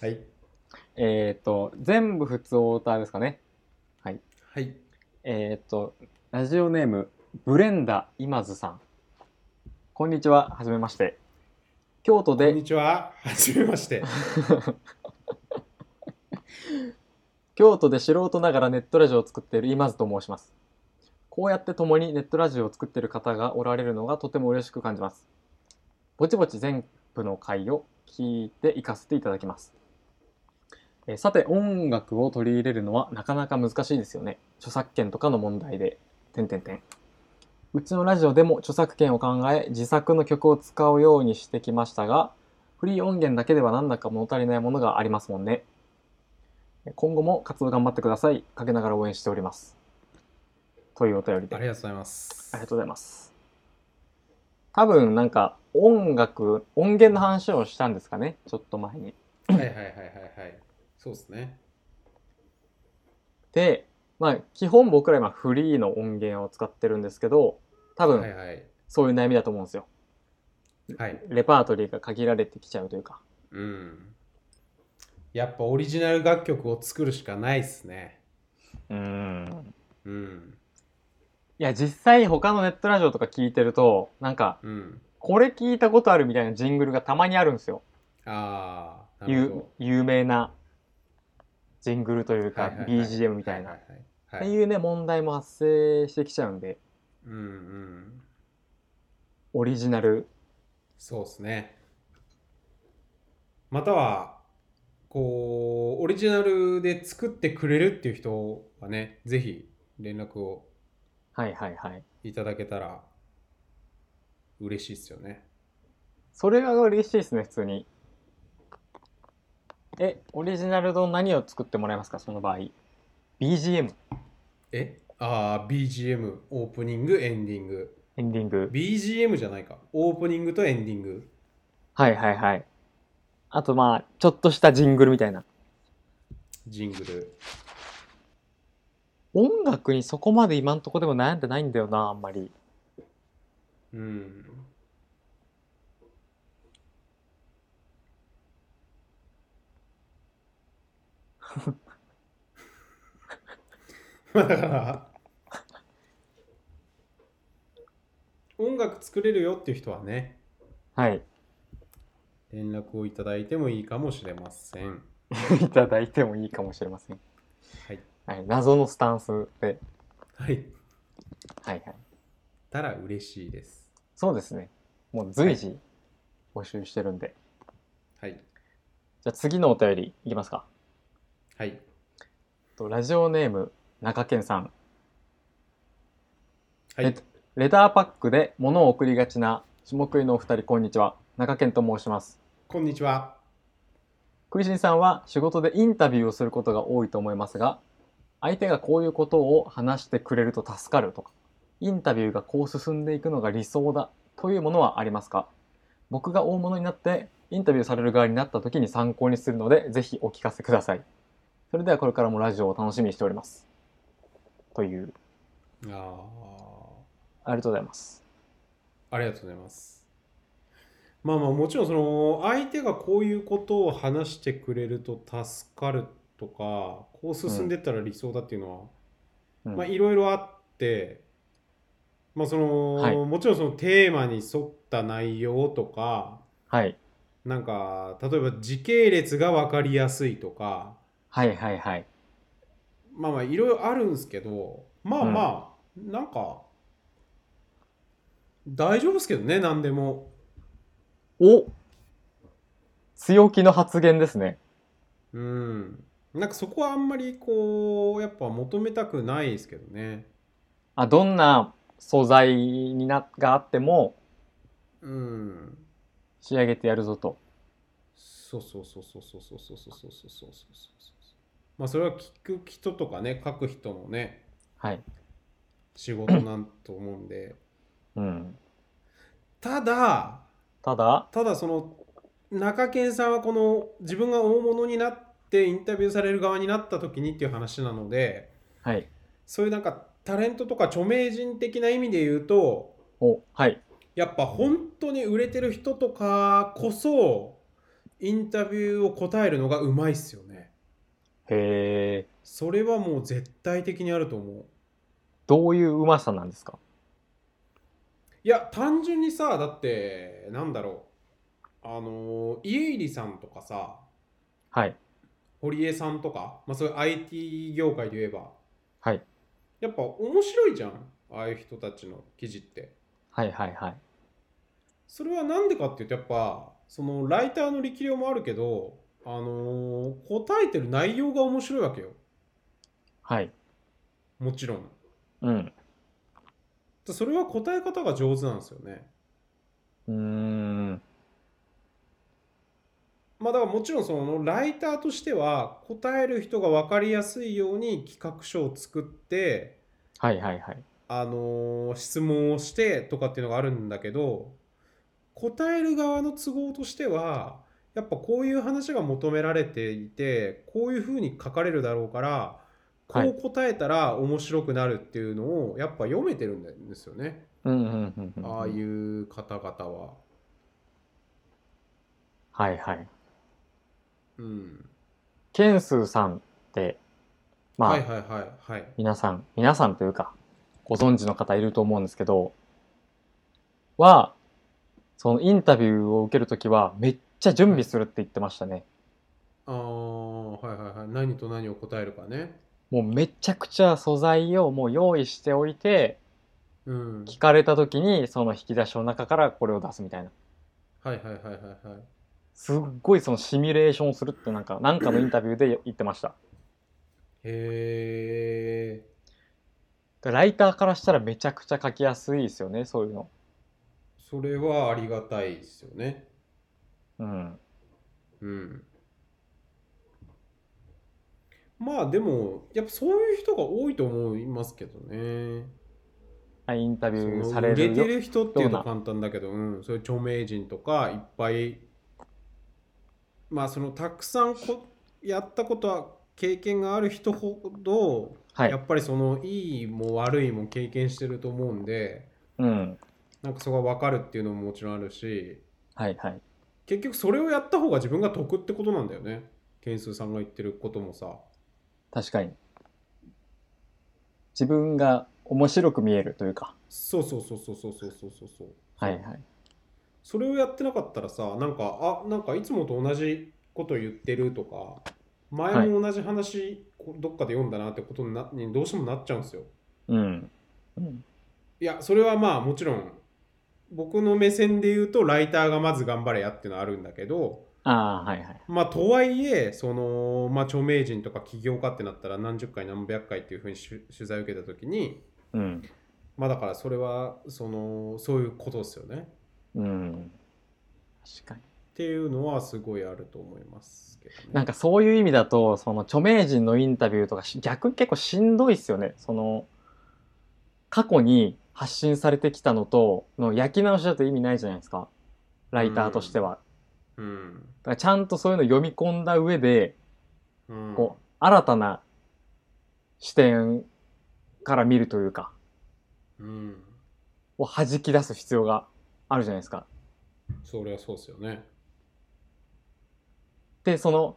[SPEAKER 2] はい
[SPEAKER 1] えっ、と、全部普通オーターですかね。
[SPEAKER 2] はい
[SPEAKER 1] えっ、と、ラジオネーム、ブレンダ今津さん。こんにちは、はじめまして。京都
[SPEAKER 2] こん
[SPEAKER 1] で
[SPEAKER 2] に、ちははじめまして
[SPEAKER 1] 京都で素人ながらネットラジオを作っている今津と申します。こうやって共にネットラジオを作っている方がおられるのがとても嬉しく感じます。ぼちぼち全部の回を聞いていかせていただきます。えーさて、音楽を取り入れるのはなかなか難しいですよね。著作権とかの問題で、点々点。うちのラジオでも著作権を考え、自作の曲を使うようにしてきましたが、フリー音源だけではなんだか物足りないものがありますもんね。今後も活動頑張ってください。かけながら応援しております。というお便りで
[SPEAKER 2] あ。りがとうございます
[SPEAKER 1] ありがとうございます。多分なんか音楽、音源の話をしたんですかね、ちょっと前に。
[SPEAKER 2] はいはいはいはいはいそうですね
[SPEAKER 1] で、まあ基本僕ら今フリーの音源を使ってるんですけど、多
[SPEAKER 2] は
[SPEAKER 1] 分
[SPEAKER 2] いはい
[SPEAKER 1] そういう悩みだと思うんですよ。
[SPEAKER 2] はい
[SPEAKER 1] レパートリーが限られてきちゃうというか。
[SPEAKER 2] うんやっぱオリジナル楽曲を作るしかないっすね
[SPEAKER 1] うん。
[SPEAKER 2] うん
[SPEAKER 1] いや、実際他のネットラジオとか聞いてると、なんか、
[SPEAKER 2] うん
[SPEAKER 1] これ聞いたことあるみたいなジングルがたまにあるんですよ。
[SPEAKER 2] ああなる
[SPEAKER 1] 有
[SPEAKER 2] ほど
[SPEAKER 1] 有名なジングルというか、
[SPEAKER 2] はいはいはい
[SPEAKER 1] BGM みたいな。
[SPEAKER 2] は
[SPEAKER 1] っ
[SPEAKER 2] は
[SPEAKER 1] て
[SPEAKER 2] はい
[SPEAKER 1] いうね、問題も発生してきちゃうんで、
[SPEAKER 2] うんうん
[SPEAKER 1] オリジナル
[SPEAKER 2] そうですね。または、こう、オリジナルで作ってくれるっていう人はね、ぜひ連絡を
[SPEAKER 1] はいはいはい
[SPEAKER 2] いただけたら嬉しいですよね。
[SPEAKER 1] それが嬉しいですね普通にえオリジナルの何を作ってもらえますかその場合 BGM
[SPEAKER 2] えああ、BGM、オープニング、エンディング。
[SPEAKER 1] エンディング
[SPEAKER 2] BGM じゃないか。オープニングとエンディング。
[SPEAKER 1] はいはいはいあとまあちょっとしたジングルみたいな
[SPEAKER 2] ジングル。
[SPEAKER 1] 音楽にそこまで今んとこでも悩んでないんだよなあんまり
[SPEAKER 2] うん。 まあだから音楽作れるよっていう人はね
[SPEAKER 1] はい
[SPEAKER 2] 連絡をいただいてもいいかもしれません
[SPEAKER 1] いただいてもいいかもしれません
[SPEAKER 2] はい、
[SPEAKER 1] はい、謎のスタンスで
[SPEAKER 2] はい
[SPEAKER 1] はいはい
[SPEAKER 2] たら嬉しいです
[SPEAKER 1] そうですねもう随時募集してるんで、
[SPEAKER 2] はい
[SPEAKER 1] じゃあ次のお便りいきますか
[SPEAKER 2] はい
[SPEAKER 1] とラジオネーム中堅さん
[SPEAKER 2] は
[SPEAKER 1] えっ
[SPEAKER 2] い
[SPEAKER 1] と。レターパックで物を送りがちな下食いのお二人こんにちは中健と申します
[SPEAKER 2] こんにちは。
[SPEAKER 1] 食いしんさんは仕事でインタビューをすることが多いと思いますが相手がこういうことを話してくれると助かるとかインタビューがこう進んでいくのが理想だというものはありますか僕が大物になってインタビューされる側になった時に参考にするのでぜひお聞かせくださいそれではこれからもラジオを楽しみにしておりますという
[SPEAKER 2] あ
[SPEAKER 1] ありがとうございます
[SPEAKER 2] あ、ありがとうございます。まあまあ、もちろん、その、相手がこういうことを話してくれると助かるとか、こう進んでったら理想だっていうの
[SPEAKER 1] う
[SPEAKER 2] は、
[SPEAKER 1] ん
[SPEAKER 2] まあ、いろいろあって、まあその
[SPEAKER 1] はい
[SPEAKER 2] もちろんそのテーマに沿った内容とか
[SPEAKER 1] はい
[SPEAKER 2] なんか例えば時系列が分かりやすいとか
[SPEAKER 1] はいはいはい
[SPEAKER 2] まあまあいろいろあるんですけどまあまあ、なんか大丈夫ですけどね何でも
[SPEAKER 1] お強気の発言ですね。
[SPEAKER 2] うんなんかそこはあんまりこうやっぱ求めたくないですけどね
[SPEAKER 1] あどんな素材にながあっても
[SPEAKER 2] うん
[SPEAKER 1] 仕上げてやるぞと。
[SPEAKER 2] そうそうそうそうそうそうそうそうそうそうそうそうまあそれは聞く人とかね書く人のね
[SPEAKER 1] はい。
[SPEAKER 2] 仕事なんと思うんで
[SPEAKER 1] うん、
[SPEAKER 2] ただ
[SPEAKER 1] ただ、
[SPEAKER 2] ただその中堅さんはこの自分が大物になってインタビューされる側になった時にっていう話なので
[SPEAKER 1] はい。
[SPEAKER 2] そういうなんかタレントとか著名人的な意味で言うと
[SPEAKER 1] おはい。
[SPEAKER 2] やっぱ本当に売れてる人とかこそインタビューを答えるのがうまいっすよね
[SPEAKER 1] へえ。
[SPEAKER 2] それはもう絶対的にあると思う
[SPEAKER 1] どういううまさなんですか
[SPEAKER 2] いや単純にさだってなんだろうあの家入さんとかさ
[SPEAKER 1] はい。
[SPEAKER 2] 堀江さんとか、まあ、そういう IT 業界で言えば
[SPEAKER 1] はい。
[SPEAKER 2] やっぱ面白いじゃんああいう人たちの記事って
[SPEAKER 1] はいはいはい。
[SPEAKER 2] それはなんでかっていうとやっぱそのライターの力量もあるけどあのー答えてる内容が面白いわけよ
[SPEAKER 1] はい。
[SPEAKER 2] もちろん
[SPEAKER 1] うん。
[SPEAKER 2] でそれは答え方が上手なんですよね
[SPEAKER 1] うーん。
[SPEAKER 2] まあだからもちろんそのライターとしては答える人が分かりやすいように企画書を作って
[SPEAKER 1] はいはいはい。
[SPEAKER 2] あのー質問をしてとかっていうのがあるんだけど答える側の都合としてはやっぱこういう話が求められていてこういうふうに書かれるだろうからこ
[SPEAKER 1] はいう
[SPEAKER 2] 答えたら面白くなるっていうのをやっぱ読めてるんですよね、
[SPEAKER 1] うんうんうんうん。。
[SPEAKER 2] ああいうう方々は。
[SPEAKER 1] はいはい。
[SPEAKER 2] うん、
[SPEAKER 1] ケンスーさんって、まあ、
[SPEAKER 2] はいはいはいはい。
[SPEAKER 1] 皆さん、皆さんというか、ご存知の方いると思うんですけど、は、そのインタビューを受けるときは、めっちゃ準備するって言ってましたね。
[SPEAKER 2] ああはいはいはい。何と何を答えるかね。
[SPEAKER 1] もうめちゃくちゃ素材をもう用意しておいて、
[SPEAKER 2] うん、
[SPEAKER 1] 聞かれたときにその引き出しの中からこれを出すみたいな。
[SPEAKER 2] はいはいはいはいはい。
[SPEAKER 1] すっごいそのシミュレーションするってなんか、なんかのインタビュー で言ってました。
[SPEAKER 2] へえ。
[SPEAKER 1] でライターからしたらめちゃくちゃ書きやすいですよね、そういうの。
[SPEAKER 2] それはありがたいですよね。
[SPEAKER 1] うん。
[SPEAKER 2] うん。まあでも、やっぱそういう人が多いと思いますけどね。
[SPEAKER 1] インタビ
[SPEAKER 2] そ
[SPEAKER 1] ュー
[SPEAKER 2] の
[SPEAKER 1] さ
[SPEAKER 2] 売
[SPEAKER 1] れ
[SPEAKER 2] れ
[SPEAKER 1] る
[SPEAKER 2] て
[SPEAKER 1] よ。
[SPEAKER 2] る人っていう
[SPEAKER 1] よう
[SPEAKER 2] と
[SPEAKER 1] な
[SPEAKER 2] 簡単だけど、うん、そういう著名人とかいっぱい、まあそのたくさんこやったことは経験がある人ほど、
[SPEAKER 1] はい
[SPEAKER 2] や。っぱりそのいいも悪いも経験してると思うんで、
[SPEAKER 1] うん。
[SPEAKER 2] なんかそこが分かるっていうのももちろんあるし、
[SPEAKER 1] はいはい。
[SPEAKER 2] 結局それをやった方が自分が得ってことなんだよね。ケンスーさんが言ってることもさ。
[SPEAKER 1] 確かに。自分が面白く見えるというか。
[SPEAKER 2] そうそうそうそうそうそうそうそうそう。
[SPEAKER 1] はいはい。
[SPEAKER 2] それをやってなかったらさ、なんか、あ、なんかいつもと同じこと言ってるとか、前も同じ話、こどっかで読んだなってことになにどうしてもなっちゃうんですよ。
[SPEAKER 1] うん。うん、
[SPEAKER 2] いや、それはまあもちろん、僕の目線で言うと、ライターがまず頑張れやっていうのはあるんだけど、
[SPEAKER 1] ああ、はいはい。
[SPEAKER 2] まあとはいえ、その、まあ著名人とか起業家ってなったら何十回何百回っていうふうに取取材を受けたときに、
[SPEAKER 1] うん。
[SPEAKER 2] まあだからそれはそのそういうことですよね。
[SPEAKER 1] うん。確かに。
[SPEAKER 2] っていうのはすごいあると思いますけど、ね。
[SPEAKER 1] なんかそういう意味だと、その著名人のインタビューとかし、逆に結構しんどいっすよね。その、過去に発信されてきたのと、の焼き直しだと意味ないじゃないですか。ライターとしては。
[SPEAKER 2] うん、
[SPEAKER 1] だからちゃんとそういうの読み込んだ上で、
[SPEAKER 2] うん、
[SPEAKER 1] こう、新たな視点から見るというか、
[SPEAKER 2] うん、
[SPEAKER 1] を弾き出す必要があるじゃないですか。
[SPEAKER 2] それはそうですよね。
[SPEAKER 1] でその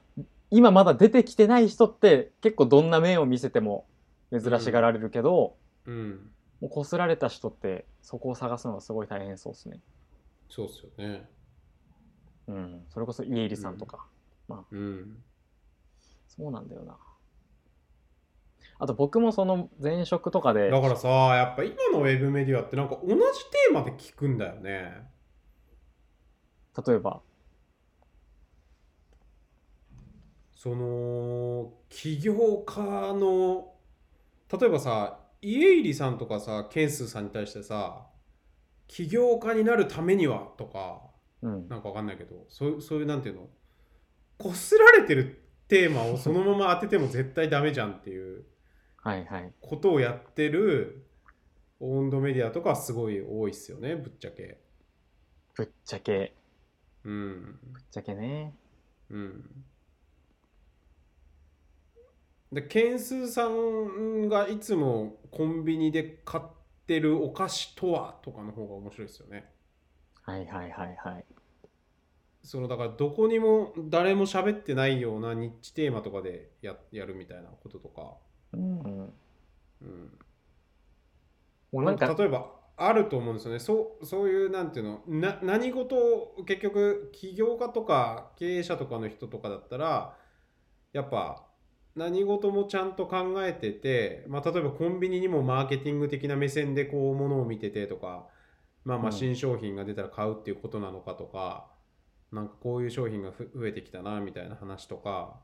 [SPEAKER 1] 今まだ出てきてない人って結構どんな面を見せても珍しがられるけど、
[SPEAKER 2] うん、
[SPEAKER 1] もうこすられた人ってそこを探すのがすごい大変そうですね。
[SPEAKER 2] そうですよね。
[SPEAKER 1] うん、それこそ家入さんとか、
[SPEAKER 2] うん、
[SPEAKER 1] そうなんだよな。あと僕もその前職とかで
[SPEAKER 2] だからさ、やっぱ今のウェブメディアってなんか同じテーマで聞くんだよね。
[SPEAKER 1] 例えば
[SPEAKER 2] その起業家の例えばさ家入さんとかさケンスーさんに対してさ起業家になるためにはとか
[SPEAKER 1] うん
[SPEAKER 2] なんかわかんないけどそうそういうなんていうのこすられてるテーマをそのまま当てても絶対ダメじゃんっていう
[SPEAKER 1] はいはい
[SPEAKER 2] ことをやってるオンドメディアとかすごい多いっすよねぶっちゃけ。
[SPEAKER 1] ぶっちゃけ
[SPEAKER 2] うん
[SPEAKER 1] ぶっちゃけね
[SPEAKER 2] うんで、ケンスーさんがいつもコンビニで買ってるお菓子とはとかの方が面白いですよね。
[SPEAKER 1] はいはいはいはい
[SPEAKER 2] そのだからどこにも誰も喋ってないようなニッチテーマとかでややるみたいなこととか。
[SPEAKER 1] うん、うん、
[SPEAKER 2] うん、
[SPEAKER 1] もうなんか
[SPEAKER 2] 例えばあると思うんですよね。そうそういうなんていうのな何事を結局起業家とか経営者とかの人とかだったらやっぱ何事もちゃんと考えてて、まあ、例えばコンビニにもマーケティング的な目線でこうものを見ててとか、まあ、ま
[SPEAKER 1] う
[SPEAKER 2] あ
[SPEAKER 1] ん
[SPEAKER 2] 新商品が出たら買うっていうことなのかとか、なんかこういう商品がふ増えてきたなみたいな話とか、、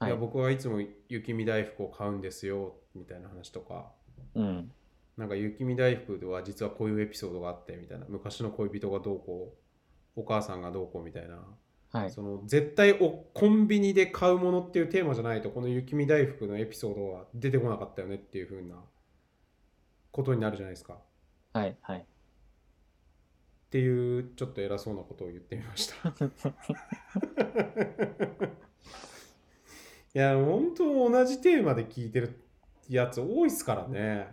[SPEAKER 1] はいい
[SPEAKER 2] や僕はいつも雪見大福を買うんですよみたいな話とか。
[SPEAKER 1] うん
[SPEAKER 2] なんか雪見大福では実はこういうエピソードがあってみたいな昔の恋人がどうこうお母さんがどうこうみたいな、
[SPEAKER 1] はい
[SPEAKER 2] その絶対おコンビニで買うものっていうテーマじゃないとこの雪見大福のエピソードは出てこなかったよねっていう風なことになるじゃないですかっ
[SPEAKER 1] はいはい
[SPEAKER 2] ていうちょっと偉そうなことを言ってみました いや本当同じテーマで聞いてるやつ多いっすからね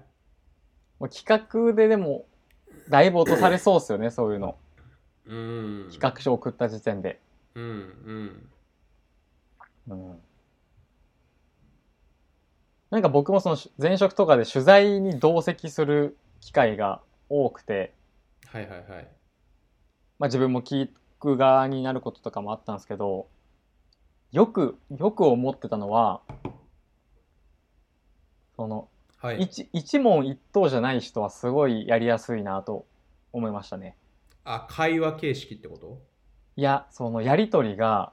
[SPEAKER 1] もう企画ででもだいぶ落とされそうっすよねそういうの
[SPEAKER 2] うん
[SPEAKER 1] 企画書送った時点で、
[SPEAKER 2] うん
[SPEAKER 1] う
[SPEAKER 2] うん
[SPEAKER 1] ん、なんか僕もその前職とかで取材に同席する機会が多くて、
[SPEAKER 2] はいはいはい
[SPEAKER 1] まあ、自分も聞く側になることとかもあったんですけどよくよく思ってたのはその
[SPEAKER 2] はい。
[SPEAKER 1] 一一問一答じゃない人はすごいやりやすいなと思いましたね。
[SPEAKER 2] あ、会話形式ってこと
[SPEAKER 1] いやそのやり取りが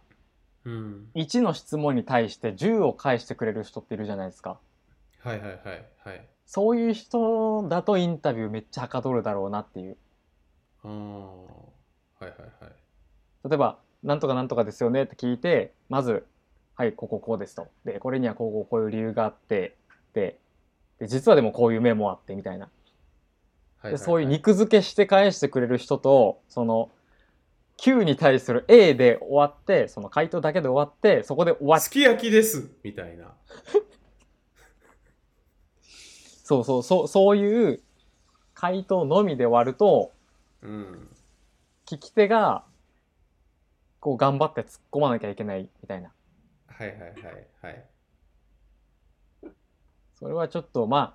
[SPEAKER 2] うん。
[SPEAKER 1] 1の質問に対して10を返してくれる人っているじゃないですか。
[SPEAKER 2] はいはいはいはい。
[SPEAKER 1] そういう人だとインタビューめっちゃはかどるだろうなっていう。
[SPEAKER 2] ああ。はいはいはい。
[SPEAKER 1] 例えば、なんとかなんとかですよねって聞いて、まず、はい、こここうですと。で、これにはこうこうこういう理由があって、で、で実はでもこういうメモあってみたいな。
[SPEAKER 2] は
[SPEAKER 1] で、そういう
[SPEAKER 2] に。
[SPEAKER 1] 肉付けして返してくれる人と、その、Q に対する A で終わって、その回答だけで終わって、そこで終わっ
[SPEAKER 2] すき焼きですみたいな。
[SPEAKER 1] そうそう、そう、そういう回答のみで終わると、
[SPEAKER 2] うん。
[SPEAKER 1] 聞き手が、こう頑張って突っ込まなきゃいけないみたいな。
[SPEAKER 2] はいはいはいはい。
[SPEAKER 1] それはちょっと、まあ、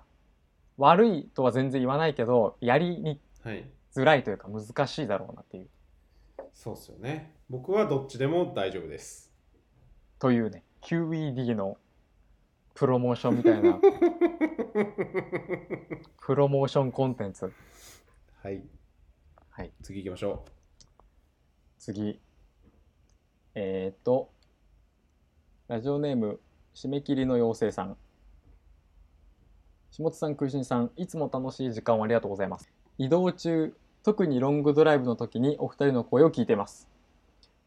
[SPEAKER 1] 悪いとは全然言わないけど、やりに
[SPEAKER 2] はい。
[SPEAKER 1] づらいというか難しいだろうなっていう、
[SPEAKER 2] そうっすよね。僕はどっちでも大丈夫です。
[SPEAKER 1] というね、QED のプロモーションみたいな、プロモーションコンテンツ。
[SPEAKER 2] はい。
[SPEAKER 1] はい。
[SPEAKER 2] 次行きましょ
[SPEAKER 1] 次。えー、っと、ラジオネーム、締め切りの妖精さん。木本さん、空心さん、いつも楽しい時間をありがとうございます。移動中、特にロングドライブの時にお二人の声を聞いています。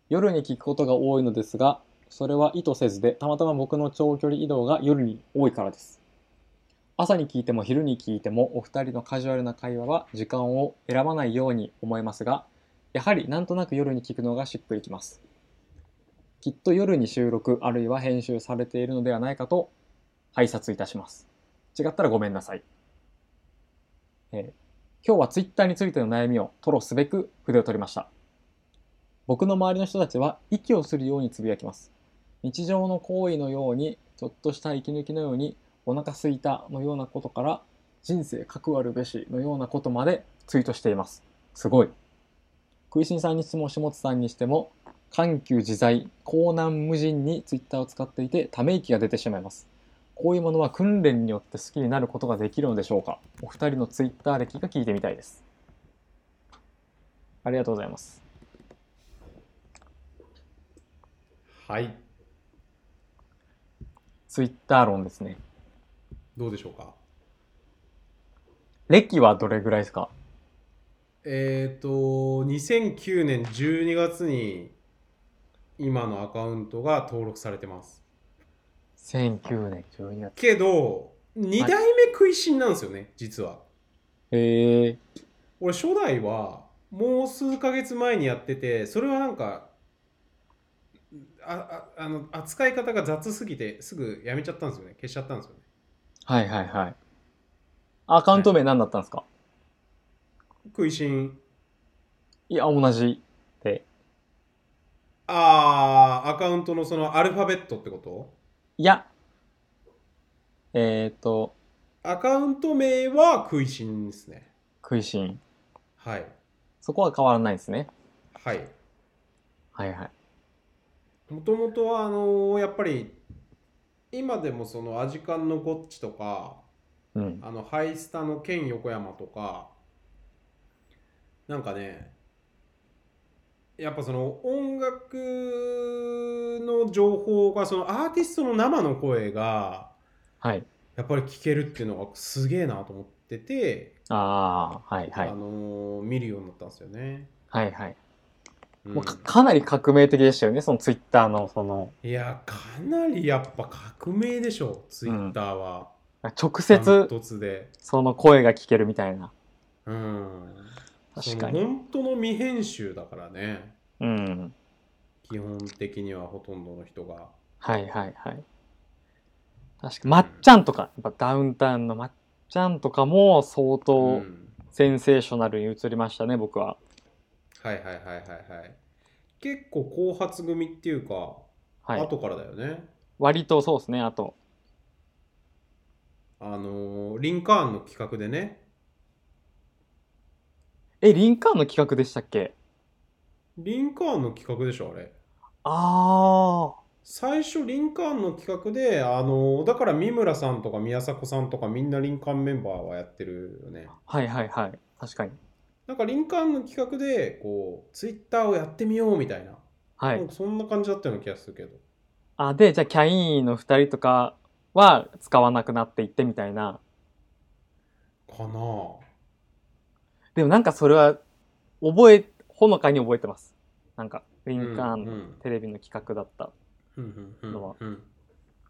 [SPEAKER 1] 夜に聞くことが多いのですが、それは意図せずで、たまたま僕の長距離移動が夜に多いからです。朝に聞いても昼に聞いてもお二人のカジュアルな会話は時間を選ばないように思いますが、やはりなんとなく夜に聞くのがしっくりきます。きっと夜に収録あるいは編集されているのではないかと拝察いたします。違ったらごめんなさい。えー今日はツイッターについての悩みを吐露すべく筆を取りました。僕の周りの人たちは息をするようにつぶやきます。日常の行為のように、ちょっとした息抜きのように、お腹すいたのようなことから、人生かくあるべしのようなことまでツイートしています。すごい。食いしんさんにしても、下津さんにしても、緩急自在、高難無尽にツイッターを使っていて、ため息が出てしまいます。こういうものは訓練によって好きになることができるのでしょうかお二人のツイッター歴が聞いてみたいです。ありがとうございます。
[SPEAKER 2] はい
[SPEAKER 1] ツイッター論ですね。
[SPEAKER 2] どうでしょうか
[SPEAKER 1] 歴はどれぐらいですか
[SPEAKER 2] えっ、と2009年12月に今のアカウントが登録されてます
[SPEAKER 1] ?2009 年12月。
[SPEAKER 2] けど2代目食いしんなんですよね、実は
[SPEAKER 1] へえ。
[SPEAKER 2] 俺初代はもう数ヶ月前にやっててそれはなんかあああの扱い方が雑すぎてすぐやめちゃったんですよね消しちゃったんですよね
[SPEAKER 1] はいはいはい。アカウント名何だったんですか
[SPEAKER 2] 食いしん
[SPEAKER 1] いや、同じで。
[SPEAKER 2] あーアカウントのそのアルファベットってこと
[SPEAKER 1] いや。えっ、ー、と、
[SPEAKER 2] アカウント名は食いしんですね
[SPEAKER 1] 食いしん。
[SPEAKER 2] はい
[SPEAKER 1] そこは変わらないですね。
[SPEAKER 2] はい
[SPEAKER 1] はいはい。
[SPEAKER 2] もともとはあのーやっぱり今でもそのアジカンのゴッチとか
[SPEAKER 1] うん。
[SPEAKER 2] あのハイスタのケン横山とかなんかねやっぱその音楽の情報がそのアーティストの生の声が
[SPEAKER 1] はい。
[SPEAKER 2] やっぱり聞けるっていうのがすげえなと思ってて、
[SPEAKER 1] ああ、はいは
[SPEAKER 2] あ
[SPEAKER 1] い。
[SPEAKER 2] のー見るようになったんですよね。
[SPEAKER 1] はいはい。
[SPEAKER 2] うん
[SPEAKER 1] もうかかなり革命的でしたよね、そのツイッターの、その、
[SPEAKER 2] いやかなりやっぱ革命でしょツイッターは。
[SPEAKER 1] 直
[SPEAKER 2] 断
[SPEAKER 1] 接、
[SPEAKER 2] トツで。
[SPEAKER 1] その声が聞けるみたいな。
[SPEAKER 2] うん。
[SPEAKER 1] 確かに。
[SPEAKER 2] その本当の未編集だからね。
[SPEAKER 1] うん。
[SPEAKER 2] 基本的にはほとんどの人が。
[SPEAKER 1] はいはいはい。確か、まっちゃんとか、やっぱダウンタウンのまっちゃんとかも相
[SPEAKER 2] う
[SPEAKER 1] 当
[SPEAKER 2] ん
[SPEAKER 1] センセーショナルに映りましたね、僕は。
[SPEAKER 2] はいはいはいはいはい。結構後発組っていうか、
[SPEAKER 1] はい。
[SPEAKER 2] 後からだよね。
[SPEAKER 1] 割とそうですね、あと。
[SPEAKER 2] あのーリンカーンの企画でね。
[SPEAKER 1] え、リンカーンの企画でしたっけ
[SPEAKER 2] リンカーンの企画でしょあれ。
[SPEAKER 1] あ
[SPEAKER 2] 最初リンカーンの企画で、あのーだから三村さんとか宮迫さんとかみんなリンカーンメンバーはやってるよね。
[SPEAKER 1] あ。はいはいはい。確かに。
[SPEAKER 2] なんかリンカーンの企画で、こう、ツイッターをやってみようみたいな。
[SPEAKER 1] は
[SPEAKER 2] ないん。かそんな感じだったような気がするけど。
[SPEAKER 1] あ、で、じゃあ、キャインの二人とかは使わなくなっていってみたいな。
[SPEAKER 2] かなぁ。
[SPEAKER 1] でもなんかそれは覚えほのかに覚えてますなんかリンカーン
[SPEAKER 2] う
[SPEAKER 1] の
[SPEAKER 2] ん
[SPEAKER 1] テレビの企画だった、
[SPEAKER 2] うんうん
[SPEAKER 1] のは
[SPEAKER 2] うん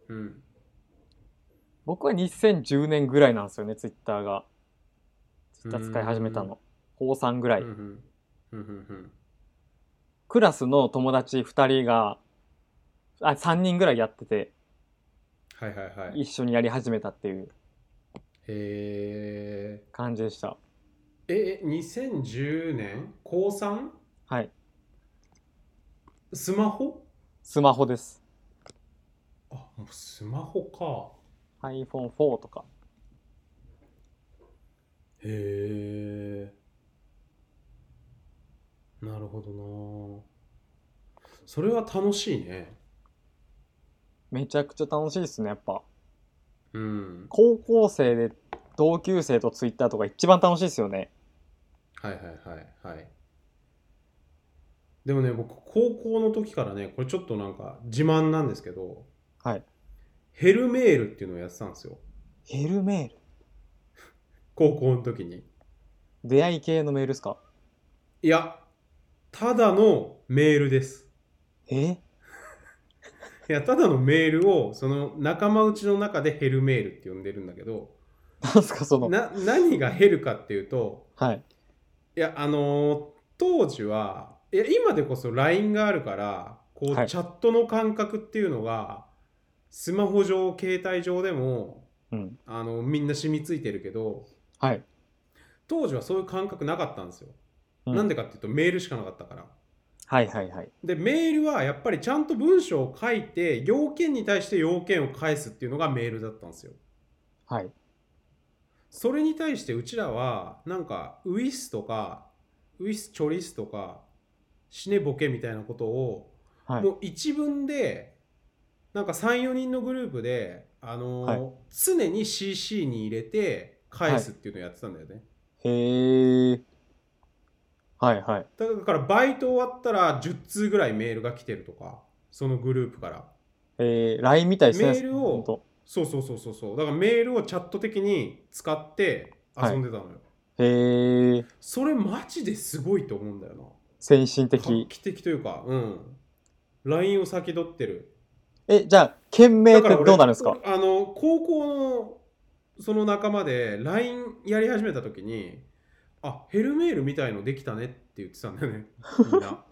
[SPEAKER 2] うんうん
[SPEAKER 1] 僕は2010年ぐらいなんですよねツイッターがツイッター使い始めたの高3ぐらい、
[SPEAKER 2] うんうんうんうん
[SPEAKER 1] クラスの友達2人があ3人ぐらいやってて
[SPEAKER 2] はいはいはい。へ
[SPEAKER 1] 一緒にやり始めたっていう
[SPEAKER 2] え。
[SPEAKER 1] 感じでした
[SPEAKER 2] え、え2010年高 3?
[SPEAKER 1] はい
[SPEAKER 2] スマホ
[SPEAKER 1] スマホです
[SPEAKER 2] あ、もうスマホ
[SPEAKER 1] iPhone4 とか
[SPEAKER 2] か。へえ。なるほどなぁそれは楽しいね。
[SPEAKER 1] めちゃくちゃ楽しいですねやっぱ
[SPEAKER 2] うん。
[SPEAKER 1] 高校生で同級生とツイッターとか一番楽しいですよね
[SPEAKER 2] はいはいはいはい。でもね、僕、高校の時からね、これちょっとなんか自慢なんですけど、
[SPEAKER 1] はい
[SPEAKER 2] ヘルメールっていうのをやってたんですよ。
[SPEAKER 1] ヘルメール
[SPEAKER 2] 高校の時に
[SPEAKER 1] 出会い系のメールですか
[SPEAKER 2] いやただのメールです
[SPEAKER 1] え
[SPEAKER 2] いやただのメールをその仲間内の中でヘルメールって呼んでるんだけど
[SPEAKER 1] なんすかその。
[SPEAKER 2] な何がヘルかっていうと
[SPEAKER 1] はい。
[SPEAKER 2] いやあのー当時はいや今でこそ LINE があるからこう、
[SPEAKER 1] はい
[SPEAKER 2] チャットの感覚っていうのがスマホ上携帯上でも
[SPEAKER 1] うん。
[SPEAKER 2] あのみんな染みついてるけど
[SPEAKER 1] はい。
[SPEAKER 2] 当時はそういう感覚なかったんですよ、
[SPEAKER 1] う
[SPEAKER 2] なんでかっていうとメールしかなかったから
[SPEAKER 1] はいはいはい。
[SPEAKER 2] でメールはやっぱりちゃんと文章を書いて要件に対して要件を返すっていうのがメールだったんですよ
[SPEAKER 1] はい。
[SPEAKER 2] それに対してうちらはなんかウィスとかウィスチョリスとか死ねボケみたいなことを
[SPEAKER 1] はい
[SPEAKER 2] も。う一文でなんか34人のグループで、あのー
[SPEAKER 1] はい
[SPEAKER 2] 常に CC に入れて返すっていうのをやってたんだよね、
[SPEAKER 1] へえ。はいはい。
[SPEAKER 2] だからバイト終わったら10通ぐらいメールが来てるとかそのグループから
[SPEAKER 1] えー、LINE みたいですね。
[SPEAKER 2] メールを
[SPEAKER 1] ほんと
[SPEAKER 2] そうそうそうそうそうだからメールをチャット的に使って遊んでたのよ、
[SPEAKER 1] へえ。
[SPEAKER 2] それマジですごいと思うんだよな
[SPEAKER 1] 先進
[SPEAKER 2] 画
[SPEAKER 1] 的。
[SPEAKER 2] 期的というか、うん。LINE を先取ってる。
[SPEAKER 1] え、じゃあ、件名って
[SPEAKER 2] 俺
[SPEAKER 1] どうなるんですか
[SPEAKER 2] あの、高校のその仲間で LINE やり始めた時に、あ、ヘルメールみたいのできたねって言ってたんだよね、み んな。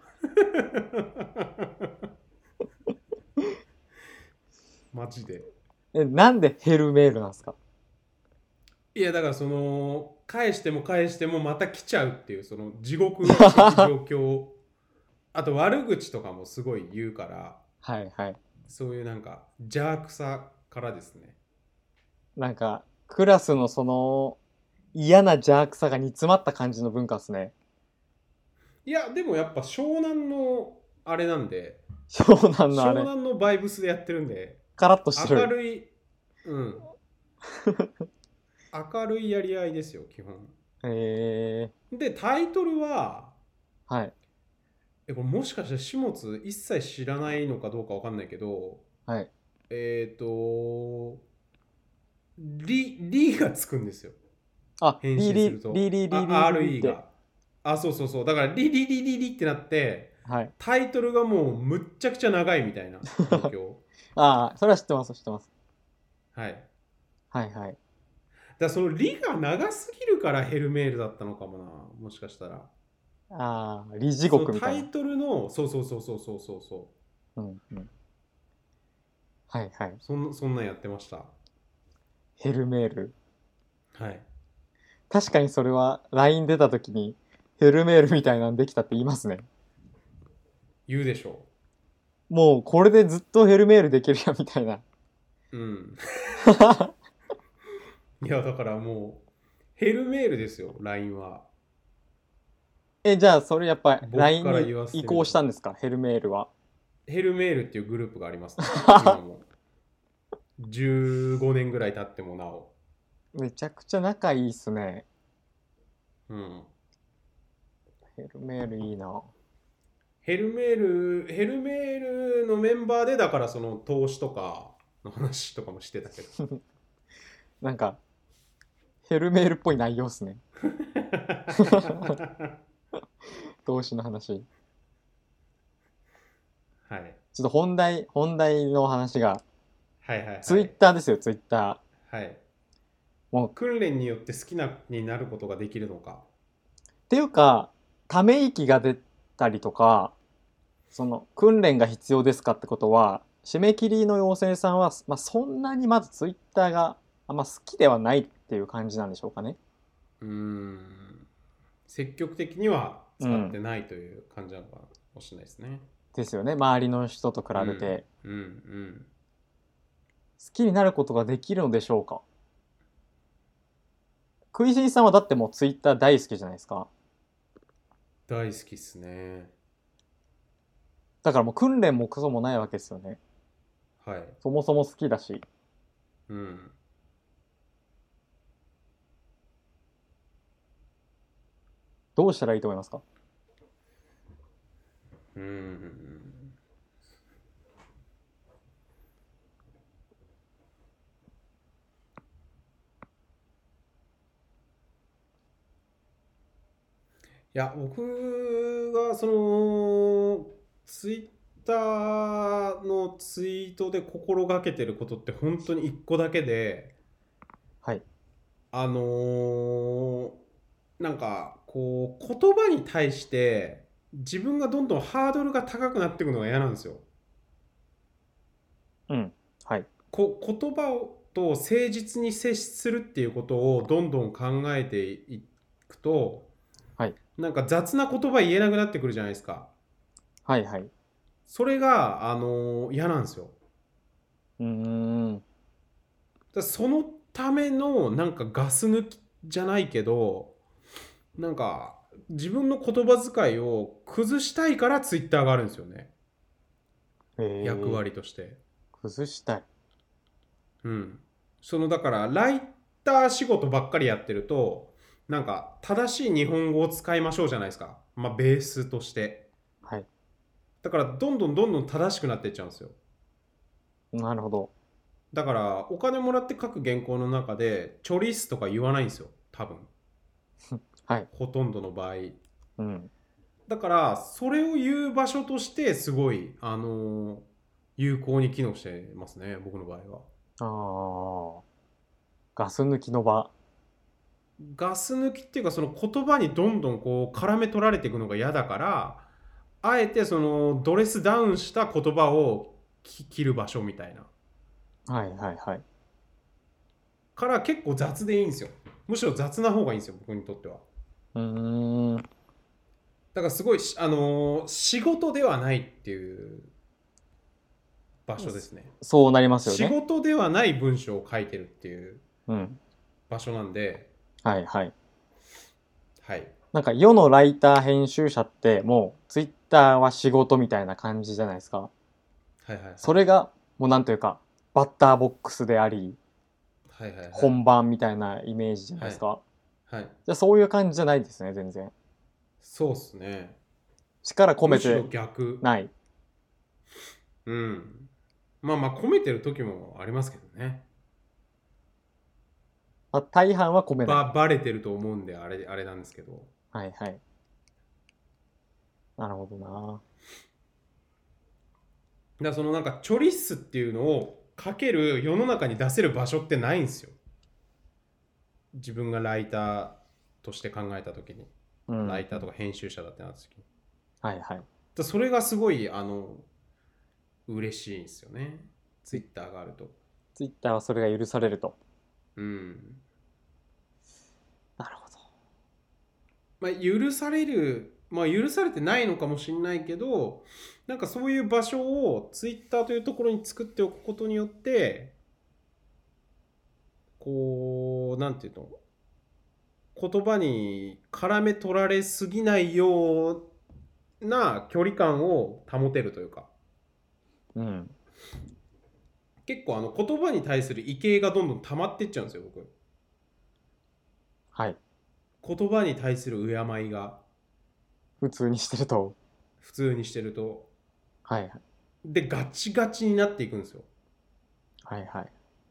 [SPEAKER 2] マジで。
[SPEAKER 1] え、なんでヘルメールなんですか
[SPEAKER 2] いや、だからその、返しても返してもまた来ちゃうっていう、その 地獄の状況。あと悪口とかもすごい言うから。
[SPEAKER 1] はいはい。
[SPEAKER 2] そういうなんか邪悪さからですね。
[SPEAKER 1] なんか、クラスのその、嫌な邪悪さが煮詰まった感じの文化ですね。
[SPEAKER 2] いやでもやっぱ湘南のあれなんで
[SPEAKER 1] 湘南のあ
[SPEAKER 2] 湘
[SPEAKER 1] れ。
[SPEAKER 2] 南のバイブスでやってるんで
[SPEAKER 1] カラッとして
[SPEAKER 2] 明
[SPEAKER 1] る。
[SPEAKER 2] るいうん明るいやり合いですよ基本
[SPEAKER 1] へえ。
[SPEAKER 2] でタイトルは
[SPEAKER 1] はい。
[SPEAKER 2] えこれもしかして始末一切知らないのかどうかわかんないけど
[SPEAKER 1] はい。
[SPEAKER 2] えっ、ー、とリリーがつくんですよ
[SPEAKER 1] あ、リ
[SPEAKER 2] 返
[SPEAKER 1] リ
[SPEAKER 2] 信すると
[SPEAKER 1] リリリリリ
[SPEAKER 2] あ RE
[SPEAKER 1] って
[SPEAKER 2] があそうそうそうだからリリリリリってなって
[SPEAKER 1] はい。
[SPEAKER 2] タイトルがもうむっちゃくちゃ長いみたいな状 況
[SPEAKER 1] ああ、それは知ってます、知ってます。
[SPEAKER 2] はいだか
[SPEAKER 1] はいはい。
[SPEAKER 2] らその「リ」が長すぎるからヘルメールだったのかもなもしかしたら
[SPEAKER 1] ああ、理事国みた
[SPEAKER 2] そ
[SPEAKER 1] い
[SPEAKER 2] のタイトルのそうそうそうそうそうそうそ
[SPEAKER 1] な。うんうん。はいはい。
[SPEAKER 2] うそんそんなんやってました
[SPEAKER 1] ヘルメール。
[SPEAKER 2] はい
[SPEAKER 1] 確かにそれは LINE 出た時にヘルメールみたいなのできたって言いますね。
[SPEAKER 2] 言うでしょ
[SPEAKER 1] もうこれでずっとヘルメールできるやみたいな。
[SPEAKER 2] ううん いやだからもうヘルメールですよ LINE は
[SPEAKER 1] え、じゃあそれやっぱ
[SPEAKER 2] 僕から
[SPEAKER 1] LINE
[SPEAKER 2] 言わせて
[SPEAKER 1] に移
[SPEAKER 2] みる
[SPEAKER 1] 行したんですかヘルメールは。
[SPEAKER 2] ヘルメールっていうグループがあり ます、ね、今も15年ぐらい経ってもなお
[SPEAKER 1] めちゃくちゃ仲いいっすね。
[SPEAKER 2] うん
[SPEAKER 1] ヘルメールいいな。
[SPEAKER 2] ヘルメール、ヘルメールのメンバーで、だからその投資とかの話とかもしてたけど。
[SPEAKER 1] なんか、ヘルメールっぽい内容っすね。動詞の話。
[SPEAKER 2] はい。
[SPEAKER 1] ちょっと本題、本題の話が、
[SPEAKER 2] はいはい、はい。
[SPEAKER 1] ツイッターですよ、ツイッタ
[SPEAKER 2] はい。
[SPEAKER 1] もう
[SPEAKER 2] 訓練によって好きなになることができるのか。
[SPEAKER 1] ー。っていうか、ため息が出たりとか、その、訓練が必要ですかってことは、締め切りの妖精さんは、まあ、そんなにまずツイッターがあんま好きではないっていう感じなんでしょうかね。
[SPEAKER 2] うーん。積極的には使ってないという感じなのかもしれないですね。
[SPEAKER 1] ですよね、周りの人と比べて。好
[SPEAKER 2] うん、うん。
[SPEAKER 1] きになることができるのでしょうか。食いしんさんはだってもうツイッター大好きじゃないですか。
[SPEAKER 2] 大好きっすね。
[SPEAKER 1] だからもう訓練もクソもないわけですよね。
[SPEAKER 2] はい。
[SPEAKER 1] そもそも好きだし。
[SPEAKER 2] うん。
[SPEAKER 1] どうしたらいいと思いますか
[SPEAKER 2] うん。いや、僕がそのツイッターのツイートで心がけてることって本当に一個だけで、
[SPEAKER 1] はい。
[SPEAKER 2] あのーなんかこう言葉に対して自分がどんどんハードルが高くなっていくのが嫌なんですよ。
[SPEAKER 1] うん。はい。
[SPEAKER 2] こ言葉をと誠実に接するっていうことをどんどん考えていくと、
[SPEAKER 1] はい
[SPEAKER 2] なんか雑な言葉言えなくなってくるじゃないですか。
[SPEAKER 1] はいはい。う
[SPEAKER 2] それが、あのー嫌なんですよ。
[SPEAKER 1] ーん。
[SPEAKER 2] だそのためのなんかガス抜きじゃないけどなんか自分の言葉遣いを崩したいからツイッターがあるんですよね
[SPEAKER 1] えー
[SPEAKER 2] 役。割として、
[SPEAKER 1] 崩したい。
[SPEAKER 2] うんそのだからライター仕事ばっかりやってるとなんか正しい日本語を使いましょうじゃないですかまあベースとして
[SPEAKER 1] はい。
[SPEAKER 2] だからどんどんどんどん正しくなっていっちゃうんですよ
[SPEAKER 1] なるほど。
[SPEAKER 2] だからお金もらって書く原稿の中でチョリスとか言わないんですよ多分
[SPEAKER 1] はい。
[SPEAKER 2] ほとんどの場合
[SPEAKER 1] うん。
[SPEAKER 2] だからそれを言う場所としてすごい、あのー有効に機能してますね僕の場合は。
[SPEAKER 1] ああ。ガス抜きの場。
[SPEAKER 2] ガス抜きっていうかその言葉にどんどんこう絡め取られていくのが嫌だからあえてそのドレスダウンした言葉をき切る場所みたいな
[SPEAKER 1] はいはいはい。
[SPEAKER 2] から結構雑でいいんですよむしろ雑な方がいいんですよ僕にとっては
[SPEAKER 1] うーん。
[SPEAKER 2] だからすごいし、あのー仕事ではないっていう場所ですね
[SPEAKER 1] そうなります
[SPEAKER 2] 仕
[SPEAKER 1] よね。
[SPEAKER 2] 事ではない文章を書いてるっていう
[SPEAKER 1] うん。
[SPEAKER 2] 場所なんで、
[SPEAKER 1] はいはい。
[SPEAKER 2] はい。
[SPEAKER 1] なんか世のライター編集者ってもうツイッターは仕事みたいな感じじゃないですか。
[SPEAKER 2] はいはいはい。
[SPEAKER 1] それがもうなんというかバッターボックスであり
[SPEAKER 2] はいはいはい。
[SPEAKER 1] 本番みたいなイメージじゃないですか。
[SPEAKER 2] は
[SPEAKER 1] じ
[SPEAKER 2] い。
[SPEAKER 1] ゃあそういう感じじゃないですね全然。
[SPEAKER 2] そうっすね。
[SPEAKER 1] 力込め
[SPEAKER 2] むしてろ逆。
[SPEAKER 1] ない。
[SPEAKER 2] うん。まあまあ、込めてる時もありますけどね。
[SPEAKER 1] まあ、大半は込めない。
[SPEAKER 2] ば、ばれてると思うんで、あれ、あれなんですけど。
[SPEAKER 1] はいはい。なるほどな。
[SPEAKER 2] だからそのなんか、チョリスっていうのをかける、世の中に出せる場所ってないんですよ。自分がライターとして考えた時に、
[SPEAKER 1] うん。
[SPEAKER 2] ライターとか編集者だってなった時に。だか
[SPEAKER 1] はいはい。
[SPEAKER 2] らそれがすごい、あの、嬉しいんですよね。ツイッターがあると。
[SPEAKER 1] ツイッターはそれが許されると。
[SPEAKER 2] うん。
[SPEAKER 1] なるほど。
[SPEAKER 2] まあ、許される、まあ、許されてないのかもしれないけどなんかそういう場所をツイッターというところに作っておくことによってこうなんていうの言葉に絡め取られすぎないような距離感を保てるというか
[SPEAKER 1] うん。
[SPEAKER 2] 結構あの言葉に対する畏敬がどんどん溜まってっちゃうんですよ僕
[SPEAKER 1] はい。
[SPEAKER 2] 言葉に対する敬いが
[SPEAKER 1] 普通にしてると。
[SPEAKER 2] 普通にしてると
[SPEAKER 1] はいはい。
[SPEAKER 2] でガチガチになっていくんですよ
[SPEAKER 1] はいは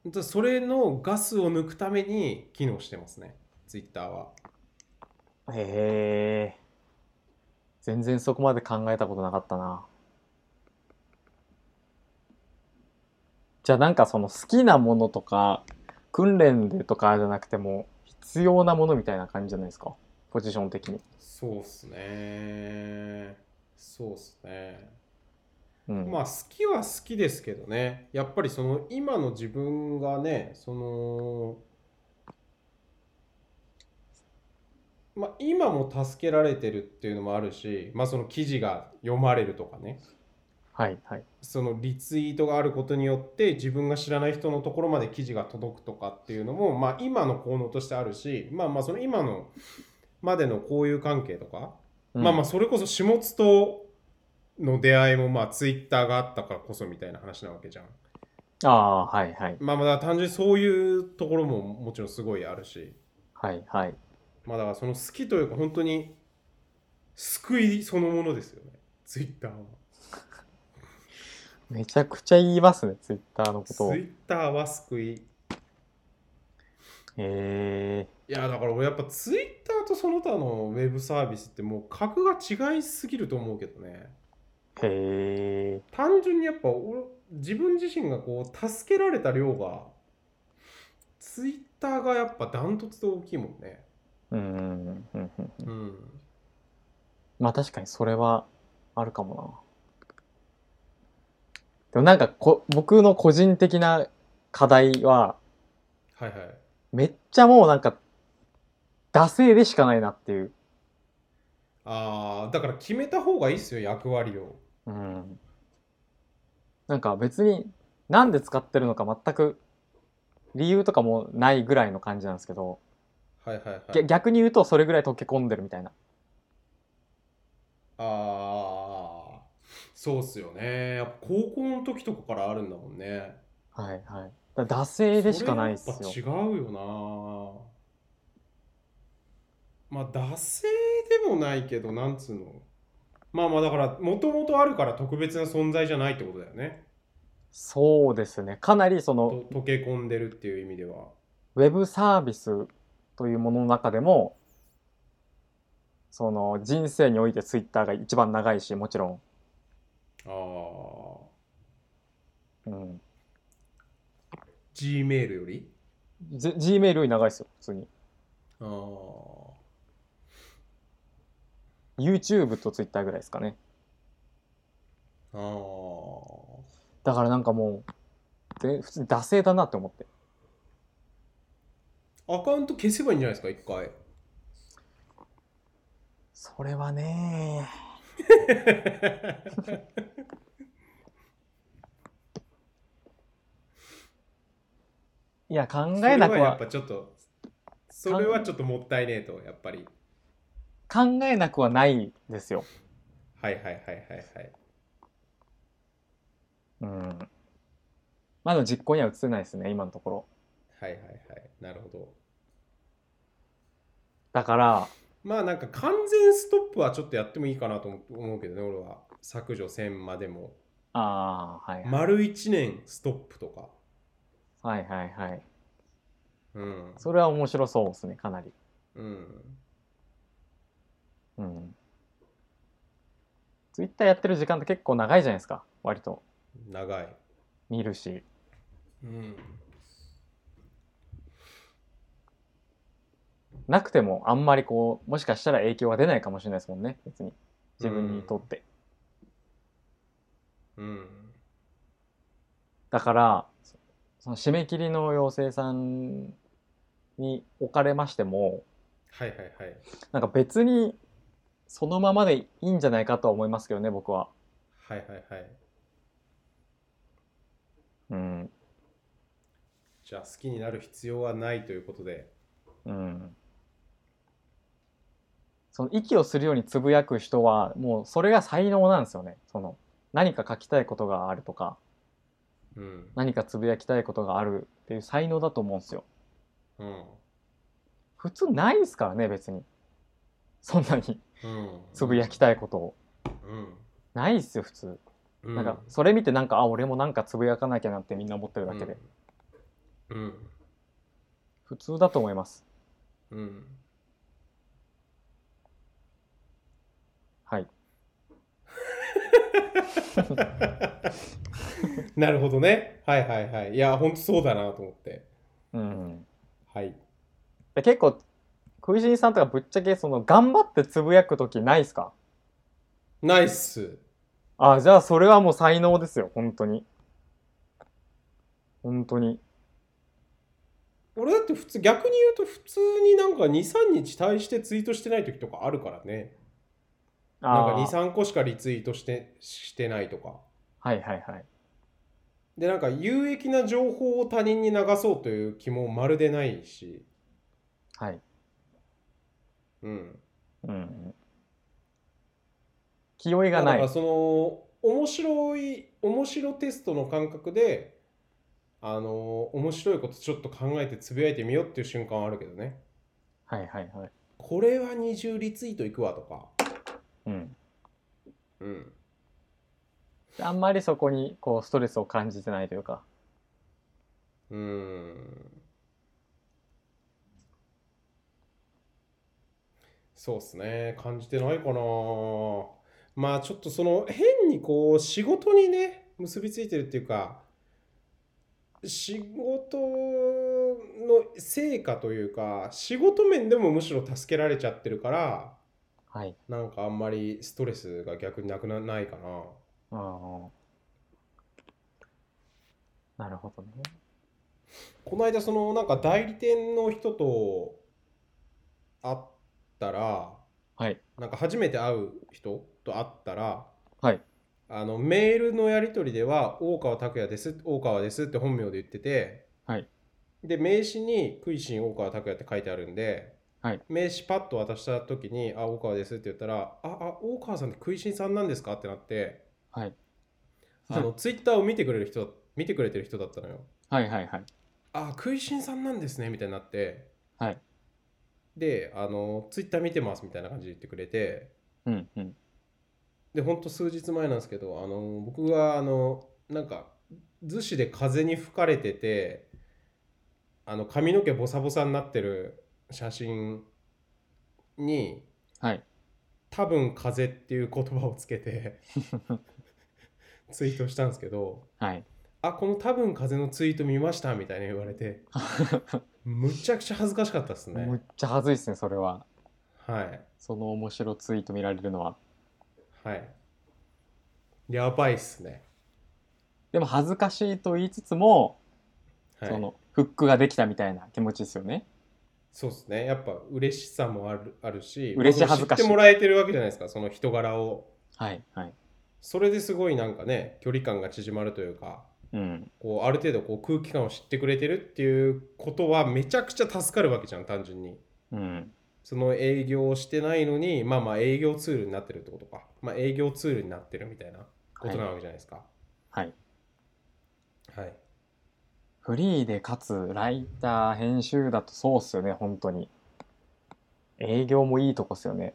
[SPEAKER 1] い。
[SPEAKER 2] だそれのガスを抜くために機能してますね、ツイッターは。
[SPEAKER 1] へえ。全然そこまで考えたことなかったな。じゃあなんかその好きなものとか訓練でとかじゃなくても必要なものみたいな感じじゃないですか。ポジション的に。
[SPEAKER 2] そうっすね。そうっすね。
[SPEAKER 1] うん。
[SPEAKER 2] まあ、好きは好きですけどね、やっぱりその今の自分がね、その、まあ、今も助けられてるっていうのもあるし、まあ、その記事が読まれるとかね、
[SPEAKER 1] はいはい。
[SPEAKER 2] そのリツイートがあることによって自分が知らない人のところまで記事が届くとかっていうのも、まあ、今の効能としてあるしまあまあその今のまでの交友関係とか、
[SPEAKER 1] うん
[SPEAKER 2] まあまあそれこそ下津との出会いもまあツイッターがあったからこそみたいな話なわけじゃん。
[SPEAKER 1] ああー、はいはい。
[SPEAKER 2] まあまあだから単純にそういうところももちろんすごいあるし
[SPEAKER 1] はいはい。
[SPEAKER 2] まあだからその好きというか本当に救いそのものですよねツイッターは。
[SPEAKER 1] めちゃくちゃ言いますね、ツイッターのこ
[SPEAKER 2] ツイ
[SPEAKER 1] とを。へ
[SPEAKER 2] ッターは救い。
[SPEAKER 1] え。
[SPEAKER 2] いやだから俺やっぱツイッターとその他のウェブサービスってもう格が違いすぎると思うけどね
[SPEAKER 1] へえ。
[SPEAKER 2] 単純にやっぱ俺自分自身がこう助けられた量がツイッターがやっぱダントツで大きいもんね
[SPEAKER 1] うんうんうんうん。
[SPEAKER 2] うん
[SPEAKER 1] まあ確かにそれはあるかもな。でもなんかこ僕の個人的な課題は
[SPEAKER 2] はいはい
[SPEAKER 1] めっちゃもうなんか惰性でしかないなっていう。
[SPEAKER 2] ああだから決めた方がいいっすよ役割を
[SPEAKER 1] うん。なんか別になんで使ってるのか全く理由とかもないぐらいの感じなんですけど、
[SPEAKER 2] はいはいはい
[SPEAKER 1] ぎゃ逆に言うとそれぐらい溶け込んでるみたいな。
[SPEAKER 2] ああそうっすよねやっぱ高校の時とかからあるんだもんね
[SPEAKER 1] はいはい。だから惰性でしかないっすよ。
[SPEAKER 2] それやっぱ違うよなまあ惰性でもないけどなんつうのまあまあだからもともとあるから特別な存在じゃないってことだよね
[SPEAKER 1] そうですね。かなりその
[SPEAKER 2] と溶け込んでるっていう意味では
[SPEAKER 1] ウェブサービスというものの中でも、その人生においてツイッターが一番長いし、もちろん。
[SPEAKER 2] ああ
[SPEAKER 1] うん。
[SPEAKER 2] G メールより
[SPEAKER 1] G- Gmail より長いですよ、普通に。
[SPEAKER 2] ああ
[SPEAKER 1] YouTube とツイッターぐらいですかね。
[SPEAKER 2] ああ
[SPEAKER 1] だからなんかもう、ぜ普通に惰性だなって思って。
[SPEAKER 2] アカウント消せばいいんじゃないですか一回
[SPEAKER 1] それはね、いや、考えなく
[SPEAKER 2] それやっ
[SPEAKER 1] は、
[SPEAKER 2] ぱちょっとそれはちょっともったいねえとやっぱり
[SPEAKER 1] 考えなくはないですよ。
[SPEAKER 2] はいはいはいはいはい
[SPEAKER 1] うん。まあでも実行には移せないですね、今のところ。
[SPEAKER 2] はいはいはいなるほど
[SPEAKER 1] だから、
[SPEAKER 2] まあなんか完全ストップはちょっとやってもいいかなと思思うけどね俺は削除せんまでも
[SPEAKER 1] ああ、はいはい。
[SPEAKER 2] 丸1年ストップとか
[SPEAKER 1] はいはいはい。
[SPEAKER 2] うん
[SPEAKER 1] それは面白そうですね、かなり。
[SPEAKER 2] うん
[SPEAKER 1] うん。ツイッターやってる時間って結構長いじゃないですか、割と。
[SPEAKER 2] 長い
[SPEAKER 1] 見るし。
[SPEAKER 2] うん
[SPEAKER 1] なくてもあんまりこう、もしかしたら影響は出ないかもしれないですもんね、別に。自分にとって。
[SPEAKER 2] うん
[SPEAKER 1] だから、そその締め切りの妖精さんにおかれましても、
[SPEAKER 2] はいはいはい
[SPEAKER 1] なんか別にそのままでいいんじゃないかとは思いますけどね、僕は。
[SPEAKER 2] はいはいはい
[SPEAKER 1] うん。
[SPEAKER 2] じゃあ好きになる必要はないということで
[SPEAKER 1] うん。その息をするようにつぶやく人は、もうそれが才能なんですよね。その、何か書きたいことがあるとか、
[SPEAKER 2] うん
[SPEAKER 1] 何かつぶやきたいことがあるっていう才能だと思うんですよ。
[SPEAKER 2] うん
[SPEAKER 1] 普通ないですからね、別に。そんなに
[SPEAKER 2] うん
[SPEAKER 1] つぶやきたいことを。
[SPEAKER 2] うん
[SPEAKER 1] ないっすよ、普通。
[SPEAKER 2] う
[SPEAKER 1] なんか、それ見てなんか、あ、俺もなんかつぶやかなきゃなってみんな思ってるだけで。
[SPEAKER 2] うん
[SPEAKER 1] 普通だと思います。
[SPEAKER 2] うん、うん
[SPEAKER 1] はい。
[SPEAKER 2] なるほどね。はいはいはい。いや、ほんとそうだなと思って。
[SPEAKER 1] うん。
[SPEAKER 2] はい。
[SPEAKER 1] で結構、食いしんさんとかぶっちゃけ、その、頑張ってつぶやくときないっすか
[SPEAKER 2] ナイス。
[SPEAKER 1] あ、じゃあそれはもう才能ですよ、本当に。本当に。
[SPEAKER 2] 俺だって普通、逆に言うと普通になんか2、3日対してツイートしてない時とかあるからね。なんか
[SPEAKER 1] あ
[SPEAKER 2] 2、
[SPEAKER 1] ー
[SPEAKER 2] 3個しかリツイートしてしてないとか。
[SPEAKER 1] はいはいはい。
[SPEAKER 2] で、なんか有益な情報を他人に流そうという気もまるでないし。
[SPEAKER 1] はい。
[SPEAKER 2] うん。
[SPEAKER 1] うんうん。気負いが
[SPEAKER 2] だか
[SPEAKER 1] な
[SPEAKER 2] ら
[SPEAKER 1] い。
[SPEAKER 2] その面白い面白テストの感覚であの面白いことちょっと考えてつぶやいてみようっていう瞬間はあるけどね
[SPEAKER 1] はいはいはい。
[SPEAKER 2] これは20リツイートいくわとか
[SPEAKER 1] うん。
[SPEAKER 2] うん
[SPEAKER 1] あんまりそこに、こう、ストレスを感じてないというか。
[SPEAKER 2] うーんそうっすね。感じてないかな。まあちょっとその変にこう仕事にね、結びついてるっていうか、仕事の成果というか、仕事面でもむしろ助けられちゃってるから、
[SPEAKER 1] はい。
[SPEAKER 2] なんかあんまりストレスが逆になくなないかな。
[SPEAKER 1] あーなるほどね。
[SPEAKER 2] この間そのなんか代理店の人と会ったら、
[SPEAKER 1] はい。
[SPEAKER 2] なんか初めて会う人と会ったら、
[SPEAKER 1] はい
[SPEAKER 2] あのメールのやり取りでは「大川拓也です」「大川です」って本名で言ってて、
[SPEAKER 1] はい
[SPEAKER 2] で名刺に「クイシン大川拓也」って書いてあるんで、
[SPEAKER 1] はい
[SPEAKER 2] 名刺パッと渡した時に「あ大川です」って言ったら「ああ大川さんってクイシンさんなんですか?」ってなって
[SPEAKER 1] はい。
[SPEAKER 2] あのツイッターを見てくれる人見てくれてる人だったのよ。
[SPEAKER 1] はいはいはい。
[SPEAKER 2] あ食いしんさんなんですねみたいになって
[SPEAKER 1] はい
[SPEAKER 2] であのツイッター見てますみたいな感じで言ってくれて
[SPEAKER 1] うんうん。
[SPEAKER 2] でほんと数日前なんですけどあの僕があのなんか逗子で風に吹かれててあの髪の毛ボサボサになってる写真に
[SPEAKER 1] はい。
[SPEAKER 2] 多分風っていう言葉をつけて ツイートしたんですけど
[SPEAKER 1] はい。
[SPEAKER 2] あこの多分風のツイート見ましたみたいに言わ れてむちゃくちゃ恥ずかしかったですね
[SPEAKER 1] むっちゃ恥ずいっすね、それは。
[SPEAKER 2] はい
[SPEAKER 1] その面白ツイート見られるのは。
[SPEAKER 2] はいやばいっすね、
[SPEAKER 1] でも恥ずかしいと言いつつも、
[SPEAKER 2] はい、
[SPEAKER 1] そのフックができたみたいな気持ちですよね。
[SPEAKER 2] そうですねやっぱ嬉しさもあるあるし
[SPEAKER 1] 嬉しい
[SPEAKER 2] まあ
[SPEAKER 1] 恥ずかしい
[SPEAKER 2] 知ってもらえてるわけじゃないですかその人柄を
[SPEAKER 1] はいはい。
[SPEAKER 2] それですごいなんかね距離感が縮まるというか
[SPEAKER 1] うん。
[SPEAKER 2] こうある程度こう空気感を知ってくれてるっていうことはめちゃくちゃ助かるわけじゃん単純に
[SPEAKER 1] うん。
[SPEAKER 2] その営業をしてないのにまあまあ営業ツールになってるってことかまあ営業ツールになってるみたいなことなわけじゃないですか
[SPEAKER 1] はい。
[SPEAKER 2] はい、
[SPEAKER 1] フリーでかつライター編集だとそうっすよね本当に営業もいいとこっすよね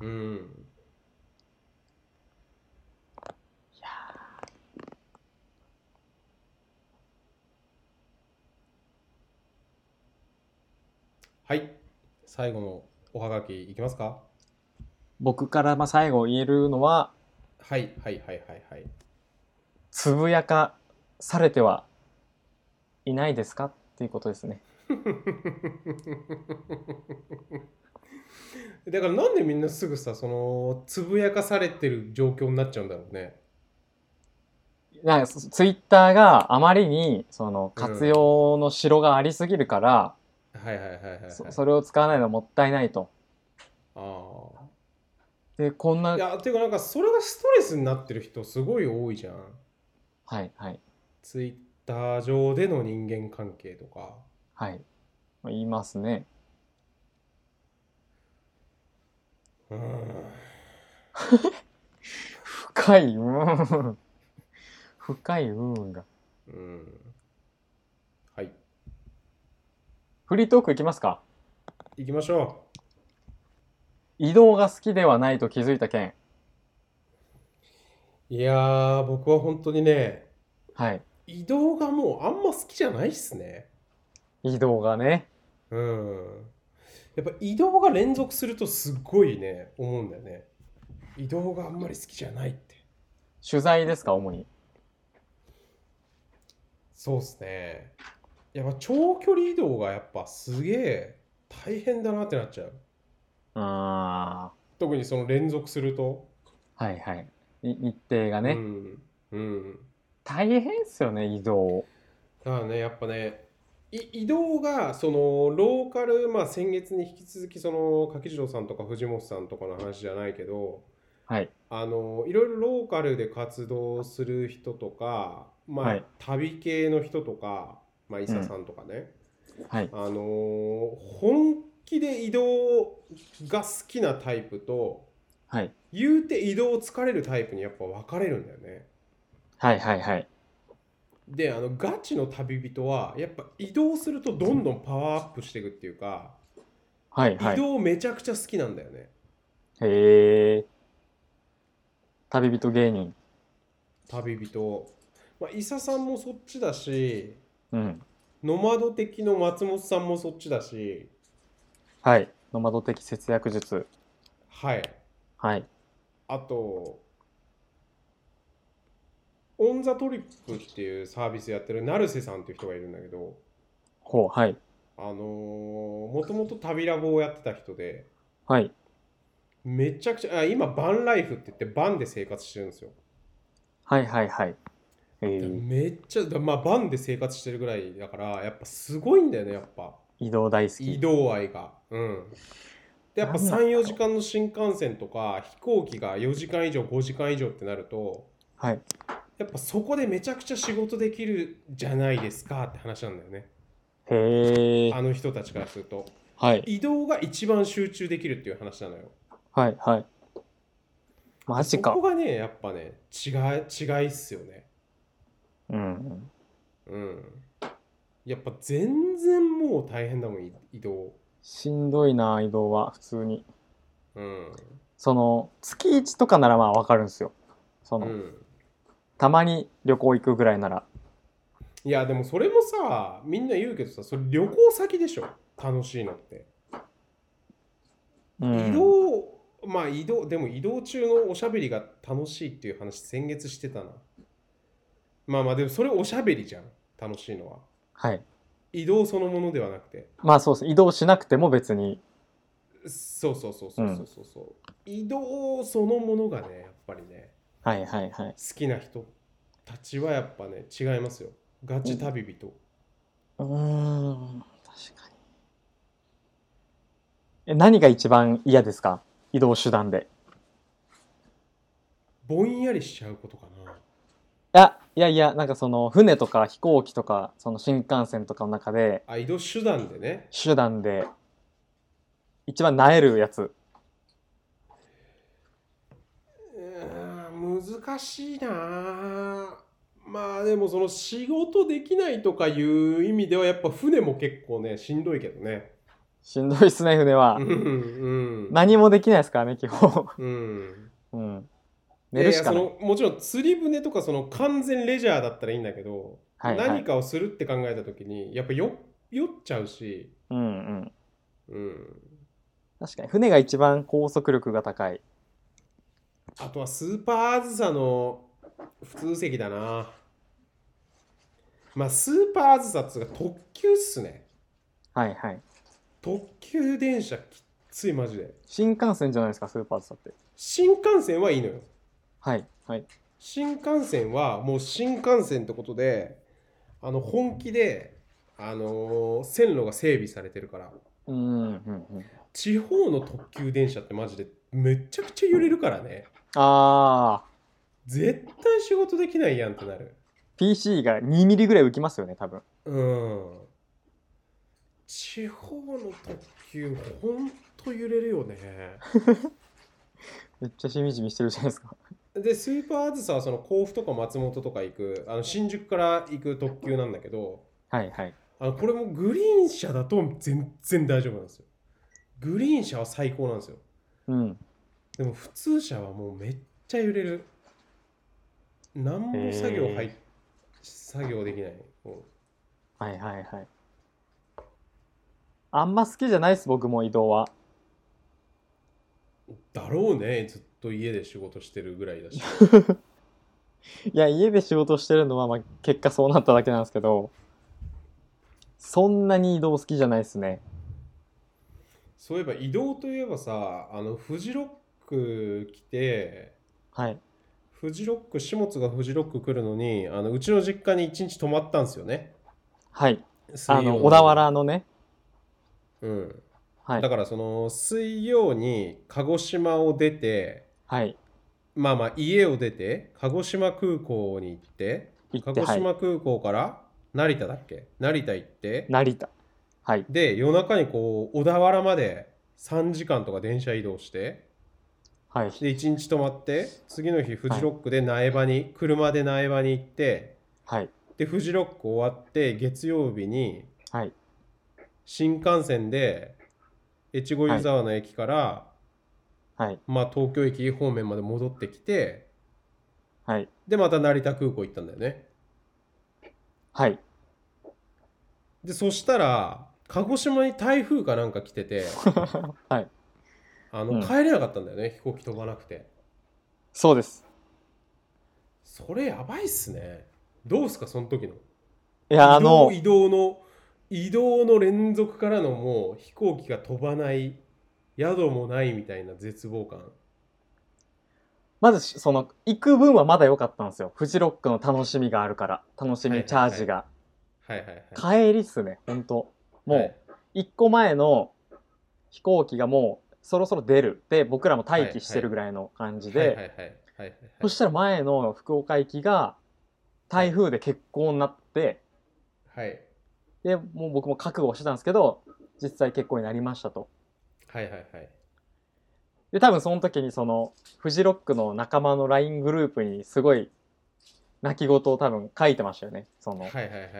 [SPEAKER 2] うん
[SPEAKER 1] いや
[SPEAKER 2] はい最後のおはがきいきますか
[SPEAKER 1] 僕からまあ最後言えるのは
[SPEAKER 2] はいはいはいはいはい
[SPEAKER 1] つぶやかされてはいないですかっていうことですね
[SPEAKER 2] だからなんでみんなすぐさそのつぶやかされてる状況になっちゃうんだろうね
[SPEAKER 1] なんかそツイッターがあまりにその活用の城がありすぎるから、
[SPEAKER 2] はいはいはいはい、はい、
[SPEAKER 1] そそれを使わないのはもったいないと
[SPEAKER 2] あ
[SPEAKER 1] でこんな
[SPEAKER 2] あいやていうかなんかそれがストレスになってる人すごい多いじゃん
[SPEAKER 1] はいはい
[SPEAKER 2] ツイッター上での人間関係とか
[SPEAKER 1] はいまあ言いますね
[SPEAKER 2] うーん
[SPEAKER 1] 深いうーん 深いうーんが
[SPEAKER 2] うんはい
[SPEAKER 1] フリートークいきますか
[SPEAKER 2] 行きましょう
[SPEAKER 1] 移動が好きではないと気づいた件
[SPEAKER 2] いやー僕は本当にね
[SPEAKER 1] はい
[SPEAKER 2] 移動がもうあんま好きじゃないっすね
[SPEAKER 1] 移動がね
[SPEAKER 2] うんやっぱ移動が連続するとすっごいね思うんだよね移動があんまり好きじゃないって
[SPEAKER 1] 取材ですか主に
[SPEAKER 2] そうっすねやっぱ長距離移動がやっぱすげえ大変だなってなっちゃう
[SPEAKER 1] あ
[SPEAKER 2] 特にその連続すると
[SPEAKER 1] ーはいはいい日程がね、
[SPEAKER 2] うんうん
[SPEAKER 1] 大変っすよね移動
[SPEAKER 2] だからねやっぱねい移動がそのローカル、まあ、先月に引き続きその柿次郎さんとか藤本さんとかの話じゃないけど
[SPEAKER 1] はい
[SPEAKER 2] あのいろいろローカルで活動する人とか、まあ
[SPEAKER 1] はい
[SPEAKER 2] 旅系の人とか、まあ、伊佐さんとかね、
[SPEAKER 1] はい
[SPEAKER 2] あのー本気で移動が好きなタイプと
[SPEAKER 1] はい
[SPEAKER 2] 言うて移動疲れるタイプにやっぱ分かれるんだよね。
[SPEAKER 1] はいはいはい
[SPEAKER 2] であのガチの旅人はやっぱ移動するとどんどんパワーアップしていくっていうか、
[SPEAKER 1] はいは
[SPEAKER 2] 移
[SPEAKER 1] い
[SPEAKER 2] 動めちゃくちゃ好きなんだよね。
[SPEAKER 1] へえ旅人芸人
[SPEAKER 2] 旅人。まあ、伊佐さんもそっちだし
[SPEAKER 1] うん
[SPEAKER 2] ノマド的の松本さんもそっちだし
[SPEAKER 1] はい。ノマド的節約術。
[SPEAKER 2] はい。
[SPEAKER 1] はい。
[SPEAKER 2] あと、オン・ザ・トリップっていうサービスやってる成瀬さんっていう人がいるんだけど、
[SPEAKER 1] ほう、はい。
[SPEAKER 2] あのー、もともと旅ラボをやってた人で、
[SPEAKER 1] はい。
[SPEAKER 2] めちゃくちゃ、あ今、バンライフって言って、バンで生活してるんですよ。
[SPEAKER 1] はいはいはい。えー、
[SPEAKER 2] めっちゃ、だまあ、バンで生活してるぐらいだから、やっぱすごいんだよね、やっぱ。
[SPEAKER 1] 移動大好
[SPEAKER 2] 移
[SPEAKER 1] き。
[SPEAKER 2] 動愛が。うん。で、やっぱ
[SPEAKER 1] なんだ
[SPEAKER 2] 3、4時間の新幹線とか、飛行機が4時間以上、5時間以上ってなると、
[SPEAKER 1] はい。
[SPEAKER 2] やっぱそこでめちゃくちゃ仕事できるじゃないですかって話なんだよね。
[SPEAKER 1] へえ。
[SPEAKER 2] あの人たちからすると。
[SPEAKER 1] はい。
[SPEAKER 2] 移動が一番集中できるっていう話なのよ。
[SPEAKER 1] はいはい。マジか
[SPEAKER 2] ここ。がね、やっぱね、違い、違いっすよね。
[SPEAKER 1] うんうん。
[SPEAKER 2] うん。やっぱ全然もう大変だもん、い移動。
[SPEAKER 1] しんどいな、移動は、普通に。
[SPEAKER 2] うん。
[SPEAKER 1] その、月1とかならまあわかるんですよ。その、
[SPEAKER 2] うん。
[SPEAKER 1] たまに旅行行くぐらいなら。
[SPEAKER 2] いや、でもそれもさ、みんな言うけどさ、それ旅行先でしょ。楽しいのって。
[SPEAKER 1] うん、
[SPEAKER 2] 移動、まあ移動、でも移動中のおしゃべりが楽しいっていう話、先月してたな。まあまあ、でもそれおしゃべりじゃん、楽しいのは。
[SPEAKER 1] はい。
[SPEAKER 2] 移動そのものではなくて。
[SPEAKER 1] まあそうです。移動しなくても別に。
[SPEAKER 2] そうそうそうそうそうそうそう、移動そのものがね、やっぱりね、
[SPEAKER 1] はいはいはい。
[SPEAKER 2] 好きな人たちはやっぱね、違いますよ。ガチ旅人。
[SPEAKER 1] うーん、確かに。え、何が一番嫌ですか移動手段で。
[SPEAKER 2] ぼんやりしちゃうことかな。
[SPEAKER 1] いや、いやいや、なんかその、船とか飛行機とか、その新幹線とかの中で、
[SPEAKER 2] あ、移動手段でね。
[SPEAKER 1] 手段で、一番萎えるやつ。
[SPEAKER 2] うーん難しいなあまあでもその仕事できないとかいう意味ではやっぱ船も結構ねしんどいけどね
[SPEAKER 1] しんどいっすね、船は
[SPEAKER 2] うん。うん
[SPEAKER 1] 何もできないですからね、基本。
[SPEAKER 2] うん
[SPEAKER 1] うん。寝るしかない。
[SPEAKER 2] いやいやそのもちろん釣り船とかその完全レジャーだったらいいんだけど、
[SPEAKER 1] はいはい
[SPEAKER 2] 何かをするって考えた時にやっぱ酔酔っちゃうし
[SPEAKER 1] うんうん。
[SPEAKER 2] うん
[SPEAKER 1] 確かに、船が一番高速力が高い。
[SPEAKER 2] あとはスーパーあずさの普通席だなまあスーパーあずさっつうか特急っすね
[SPEAKER 1] はいはい。
[SPEAKER 2] 特急電車きっついマジで
[SPEAKER 1] 新幹線じゃないですか、スーパーズだって。
[SPEAKER 2] 新幹線はいいのよ
[SPEAKER 1] はいはい。
[SPEAKER 2] 新幹線はもう新幹線ってことであの本気で、あのー線路が整備されてるから
[SPEAKER 1] うんうんうん。
[SPEAKER 2] 地方の特急電車ってマジでめっちゃくちゃ揺れるからね
[SPEAKER 1] あー、
[SPEAKER 2] 絶対仕事できないやんってなる
[SPEAKER 1] PC が2ミリぐらい浮きますよね、多分。
[SPEAKER 2] うん地方の特急ほんと揺れるよね
[SPEAKER 1] めっちゃしみじみしてるじゃないですか。
[SPEAKER 2] でスーパーあずさはその甲府とか松本とか行くあの新宿から行く特急なんだけど
[SPEAKER 1] はいはい。
[SPEAKER 2] あのこれもグリーン車だと全然大丈夫なんですよグリーン車は最高なんですよ
[SPEAKER 1] うん。
[SPEAKER 2] でも普通車はもうめっちゃ揺れる何も作業入っ作業できないも
[SPEAKER 1] はいはいはい。あんま好きじゃないです、僕も移動は。
[SPEAKER 2] うだろうねずっと家で仕事してるぐらいだし
[SPEAKER 1] いや、家で仕事してるのは、まあ、結果そうなっただけなんですけど、そんなに移動好きじゃないですね。
[SPEAKER 2] そういえば移動といえばさあのフジロック来て
[SPEAKER 1] はい。
[SPEAKER 2] フジロック、始末がフジロック来るのに、あのうちの実家に一日泊まったんですよね。
[SPEAKER 1] はい。
[SPEAKER 2] 水
[SPEAKER 1] あ
[SPEAKER 2] 曜
[SPEAKER 1] の、
[SPEAKER 2] に
[SPEAKER 1] 小田。原のね。
[SPEAKER 2] うん。
[SPEAKER 1] はい
[SPEAKER 2] だ。からその水曜に鹿児島を出て、
[SPEAKER 1] はい。
[SPEAKER 2] まあまあ家を出て、鹿児島空港に行って、
[SPEAKER 1] 行
[SPEAKER 2] 鹿
[SPEAKER 1] って、
[SPEAKER 2] 児
[SPEAKER 1] はい。
[SPEAKER 2] 島空港から成田だっけ成田行って、
[SPEAKER 1] 成田。はい。
[SPEAKER 2] で、夜中にこう小田原まで3時間とか電車移動して、
[SPEAKER 1] はい。
[SPEAKER 2] で、1日泊まって、次の日フジロックで苗場に、車で苗場に行って、
[SPEAKER 1] はい。
[SPEAKER 2] でフジロック終わって月曜日に
[SPEAKER 1] はい。
[SPEAKER 2] 新幹線で越後湯沢の駅から、
[SPEAKER 1] はい。
[SPEAKER 2] まあ、東京駅方面まで戻ってきて
[SPEAKER 1] はい。
[SPEAKER 2] でまた成田空港行ったんだよね
[SPEAKER 1] はい。
[SPEAKER 2] でそしたら鹿児島に台風かなんか来て て
[SPEAKER 1] はい。
[SPEAKER 2] あ
[SPEAKER 1] う
[SPEAKER 2] の
[SPEAKER 1] ん
[SPEAKER 2] 帰れなかったんだよね、飛行機飛ばなくて
[SPEAKER 1] そうです。
[SPEAKER 2] それやばいっすねどうすかその時の
[SPEAKER 1] いや、あの、
[SPEAKER 2] 移動移動の移動の連続からのもう飛行機が飛ばない宿もないみたいな絶望感
[SPEAKER 1] まずしその行く分はまだ良かったんですよフジロックの楽しみがあるから楽し
[SPEAKER 2] はい
[SPEAKER 1] み
[SPEAKER 2] はいはい
[SPEAKER 1] チャージが、
[SPEAKER 2] はいはいはい
[SPEAKER 1] 帰りっすね本当
[SPEAKER 2] は
[SPEAKER 1] も
[SPEAKER 2] いう
[SPEAKER 1] 一個前の飛行機がもうそろそろ出るで僕らも待機してるぐらいの感じで、
[SPEAKER 2] はいはいはいはいはい
[SPEAKER 1] そしたら前の福岡行きが台風で欠航になって
[SPEAKER 2] はい
[SPEAKER 1] でもう僕も覚悟してたんですけど実際欠航になりましたと
[SPEAKER 2] はいはいはい
[SPEAKER 1] で多分その時にそのフジロックの仲間の LINE グループにすごい泣き言を多分書いてましたよねその、
[SPEAKER 2] はいはいはいはいはい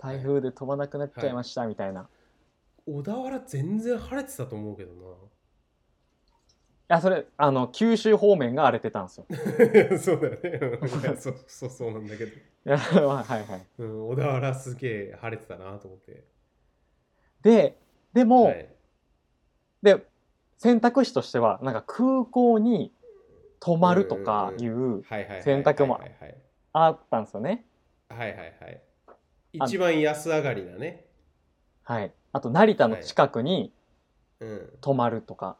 [SPEAKER 1] 台風で飛ばなくなっちゃいましたみたいな、い、
[SPEAKER 2] 小田原全然晴れてたと思うけど
[SPEAKER 1] やそれあの九州方面が荒れてたん ですよ
[SPEAKER 2] なそうだよねうんいやそうそうそうなんだけど、
[SPEAKER 1] いやまあはいはい
[SPEAKER 2] うん、小田原すげえ晴れてたなと思って
[SPEAKER 1] ででも、
[SPEAKER 2] はい
[SPEAKER 1] で選択肢としてはなんか空港に泊まるとかいう
[SPEAKER 2] はいはいはい
[SPEAKER 1] 洗濯も
[SPEAKER 2] はいはい
[SPEAKER 1] あったんですよね
[SPEAKER 2] はいはいはいはい
[SPEAKER 1] あ
[SPEAKER 2] 一番安上がりだね
[SPEAKER 1] はいあと成田の近くに
[SPEAKER 2] うん
[SPEAKER 1] 泊まるとか、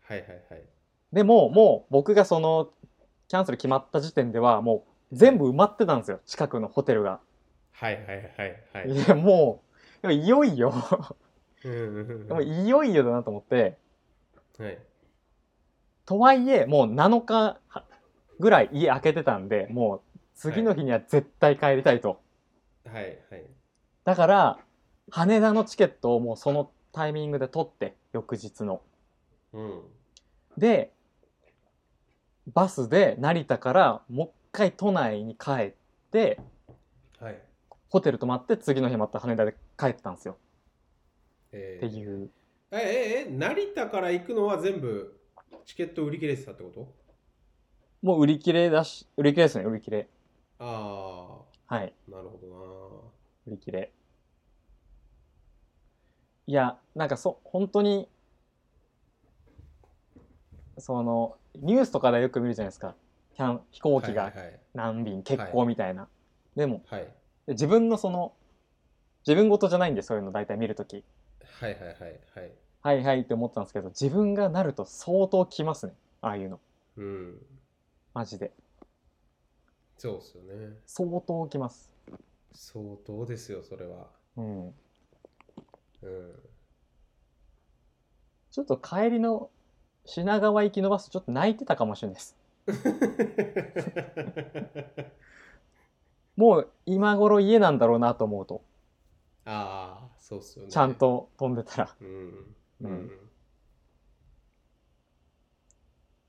[SPEAKER 2] はいはいはい
[SPEAKER 1] でももう僕がそのキャンセル決まった時点ではもう全部埋まってたんですよ近くのホテルが、
[SPEAKER 2] はいはいはいはい
[SPEAKER 1] い、やもうでもいよいよ
[SPEAKER 2] うんうんうん
[SPEAKER 1] でもいよいよだなと思って
[SPEAKER 2] はい
[SPEAKER 1] とはいえもう7日ぐらい家開けてたんでもう次の日には絶対帰りたいと、
[SPEAKER 2] はいはい
[SPEAKER 1] だから羽田のチケットをもうそのタイミングで取って翌日の
[SPEAKER 2] うん
[SPEAKER 1] でバスで成田からもう一回都内に帰って
[SPEAKER 2] はい
[SPEAKER 1] ホテル泊まって次の日また羽田で帰ったんですよ
[SPEAKER 2] え
[SPEAKER 1] って
[SPEAKER 2] ー
[SPEAKER 1] いう
[SPEAKER 2] えええ成田から行くのは全部チケット売り切れてたってこと
[SPEAKER 1] もう売り切れだし売り切れですね売り切れ
[SPEAKER 2] あ
[SPEAKER 1] はい
[SPEAKER 2] あなるほ
[SPEAKER 1] 売り切れいやなんかそ本当にそのニュースとかでよく見るじゃないですかキャン飛
[SPEAKER 2] ど
[SPEAKER 1] 行
[SPEAKER 2] な
[SPEAKER 1] 機
[SPEAKER 2] は
[SPEAKER 1] が
[SPEAKER 2] いはい
[SPEAKER 1] 何便欠航みたいな、でも
[SPEAKER 2] はい
[SPEAKER 1] 自分のその自分事じゃないんでそういうの大体見るとき
[SPEAKER 2] はいはいはいはいはい
[SPEAKER 1] はいはいって思ってたんですけど自分がなると相当きますねああいうの
[SPEAKER 2] うん
[SPEAKER 1] マジで
[SPEAKER 2] そうっすよね
[SPEAKER 1] 相当きます
[SPEAKER 2] 相当ですよそれは
[SPEAKER 1] うん
[SPEAKER 2] うん
[SPEAKER 1] ちょっと帰りの品川行きのバスちょっと泣いてたかもしれないですもう今頃家なんだろうなと思うと
[SPEAKER 2] ああそうっすよね
[SPEAKER 1] ちゃんと飛んでたら
[SPEAKER 2] うん
[SPEAKER 1] う
[SPEAKER 2] うんん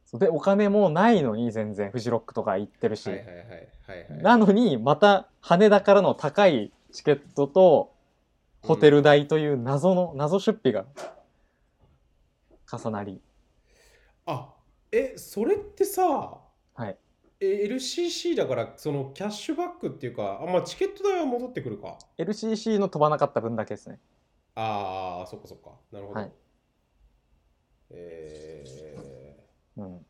[SPEAKER 1] そうでお金もないのに全然フジロックとか行ってるし、
[SPEAKER 2] はいはいはいはいはい
[SPEAKER 1] なのにまた羽田からの高いチケットとホテル代という謎の、謎出費が重なり
[SPEAKER 2] あえそれってさ、
[SPEAKER 1] はい
[SPEAKER 2] え LCC だからそのキャッシュバックっていうかあまあチケット代は戻ってくるか
[SPEAKER 1] LCC の飛ばなかった分だけですね
[SPEAKER 2] ああそっかそっかなるほど、
[SPEAKER 1] はい
[SPEAKER 2] え
[SPEAKER 1] うん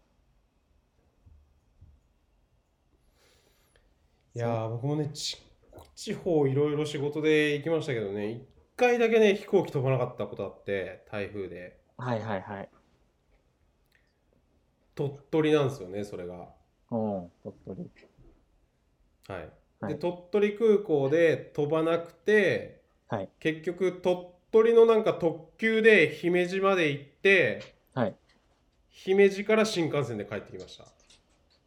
[SPEAKER 2] ーいやー僕もねち地方いろいろ仕事で行きましたけどね一回だけね飛行機飛ばなかったことあって台風で
[SPEAKER 1] はいはいはい
[SPEAKER 2] 鳥取なんですよねそれが
[SPEAKER 1] うん鳥取
[SPEAKER 2] はい、
[SPEAKER 1] はい
[SPEAKER 2] で鳥取空港で飛ばなくて、
[SPEAKER 1] はい
[SPEAKER 2] 結局鳥取のなんか特急で姫路まで行って、
[SPEAKER 1] はい
[SPEAKER 2] 姫路から新幹線で帰ってきました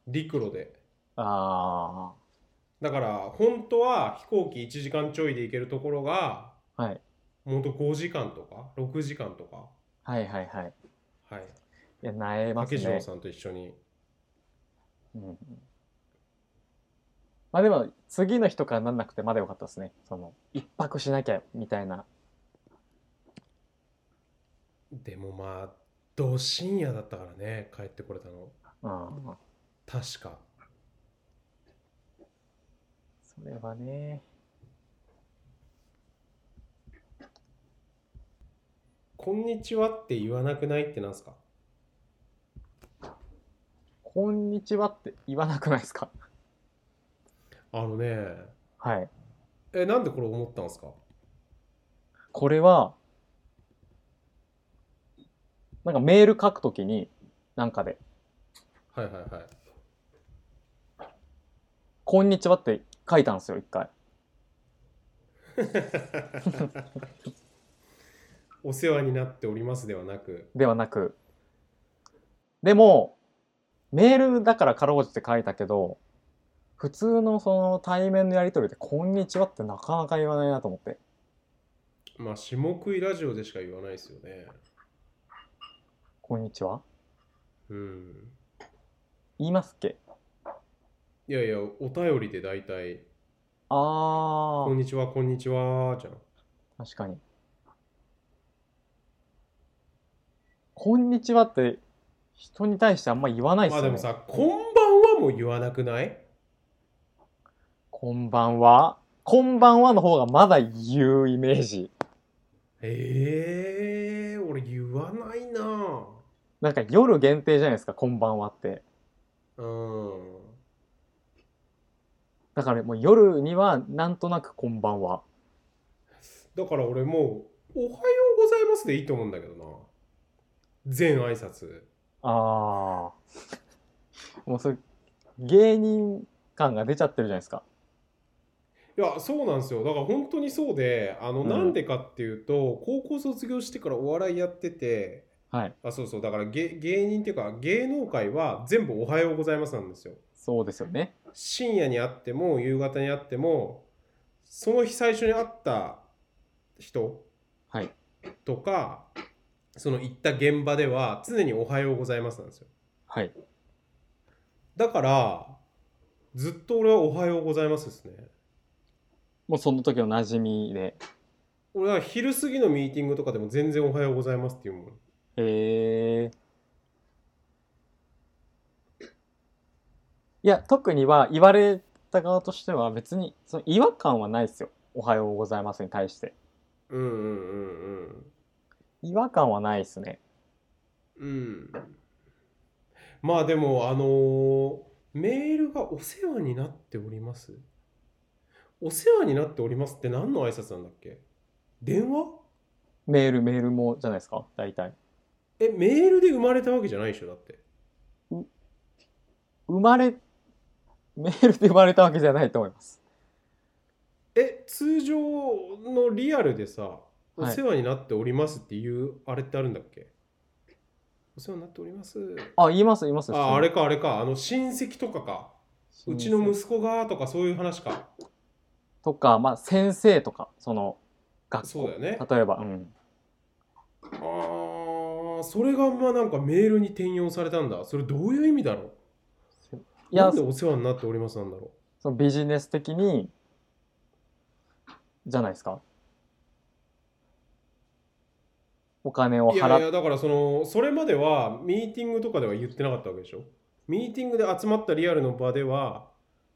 [SPEAKER 2] 陸路で
[SPEAKER 1] あ
[SPEAKER 2] だから本当は飛行機1時間ちょいで行けるところが
[SPEAKER 1] あはい
[SPEAKER 2] ほんと5時間とか6時間とか
[SPEAKER 1] はいはいはい
[SPEAKER 2] はい
[SPEAKER 1] いやなえます
[SPEAKER 2] 竹次郎
[SPEAKER 1] ね
[SPEAKER 2] さんと一緒に
[SPEAKER 1] うんまあでも次の日とかになんなくてまだよかったですねその一泊しなきゃみたいな
[SPEAKER 2] でもまあど深夜だったからね帰ってこれたの
[SPEAKER 1] うん
[SPEAKER 2] 確か
[SPEAKER 1] それはね
[SPEAKER 2] こんにちはって言わなくないってなんすか
[SPEAKER 1] こんにちはって言わなくないですか
[SPEAKER 2] あのね
[SPEAKER 1] はい。
[SPEAKER 2] えなんでこれ思ったんすか
[SPEAKER 1] これは、なんかメール書くときに、なんかで、
[SPEAKER 2] はいはいはい
[SPEAKER 1] こんにちはって書いたんですよ、一回。
[SPEAKER 2] お世話になっておりますではなく
[SPEAKER 1] ではなく。でも、メールだからかろうじて書いたけど、普通のその対面のやりとりで、こんにちはってなかなか言わないなと思って。
[SPEAKER 2] まあ下食いラジオでしか言わないですよね
[SPEAKER 1] こんにちは
[SPEAKER 2] うん
[SPEAKER 1] 言いますっけ
[SPEAKER 2] いやいやお便りで大体「
[SPEAKER 1] あ
[SPEAKER 2] こん
[SPEAKER 1] ー、
[SPEAKER 2] にちはこんにちは」じゃん
[SPEAKER 1] 確かに。こんにちはって人に対してあんま言わないっす
[SPEAKER 2] ま
[SPEAKER 1] よ
[SPEAKER 2] あ
[SPEAKER 1] ね。
[SPEAKER 2] でもさ「こんばんは」も言わなくない
[SPEAKER 1] こんばんは。こんばんはの方がまだ言うイメージ。
[SPEAKER 2] ええー、俺言わないな
[SPEAKER 1] なんか夜限定じゃないですか、こんばんはって。
[SPEAKER 2] うん
[SPEAKER 1] だからもう夜にはなんとなくこんばんは。
[SPEAKER 2] だから俺もう「おはようございます」でいいと思うんだけどな全挨拶
[SPEAKER 1] ああ。 もうそれ、芸人感が出ちゃってるじゃないですか。
[SPEAKER 2] いやそうなんですよだから本当にそうであの、
[SPEAKER 1] うん
[SPEAKER 2] なんでかっていうと高校卒業してからお笑いやってて
[SPEAKER 1] はい。
[SPEAKER 2] あそうそうだから芸芸人っていうか芸能界は全部「おはようございます」なんですよ
[SPEAKER 1] そうですよね。
[SPEAKER 2] 深夜に会っても夕方に会ってもその日最初に会った人
[SPEAKER 1] はい。
[SPEAKER 2] とかその行った現場では常に「おはようございます」なんですよ
[SPEAKER 1] はい。
[SPEAKER 2] だからずっと俺は「おはようございます」ですね
[SPEAKER 1] もうその時の馴染みで。
[SPEAKER 2] 俺は昼過ぎのミーティングとかでも全然「おはようございます」っていうもん
[SPEAKER 1] へえ。いや、特には言われた側としては別にその違和感はないですよ。おはようございますに対して。
[SPEAKER 2] うんうんうんうん
[SPEAKER 1] 違和感はないですね。
[SPEAKER 2] うんまあでもあのーメールが「お世話になっております」お世話になっておりますって何の挨拶なんだっけ電話
[SPEAKER 1] メール、メールもじゃないですか。大体。
[SPEAKER 2] えメールで生まれたわけじゃないでしょだって
[SPEAKER 1] 生まれ、メールで生まれたわけじゃないと思います。
[SPEAKER 2] え通常のリアルでさ「お
[SPEAKER 1] はい
[SPEAKER 2] 世話になっております」っていうあれってあるんだっけお世話になっております
[SPEAKER 1] あ、言います、言います。
[SPEAKER 2] ああれかあれかあの親戚とかか
[SPEAKER 1] 普通
[SPEAKER 2] う
[SPEAKER 1] に
[SPEAKER 2] ちの息子がとかそういう話か
[SPEAKER 1] とか、まあ、先生とか、その、学
[SPEAKER 2] そう
[SPEAKER 1] 校。
[SPEAKER 2] だよね
[SPEAKER 1] 例えば、うん。
[SPEAKER 2] ああそれがまあなんかメールに転用されたんだそれどういう意味だろう
[SPEAKER 1] いや
[SPEAKER 2] なんで、お世話になっておりますなんだろ
[SPEAKER 1] そのビジネス的に、じゃないですか。お金を
[SPEAKER 2] ういやい
[SPEAKER 1] 払っ
[SPEAKER 2] やだからそのそれまではミーティングとかでは言ってなかったわけでしょミーティングで集まったリアルの場では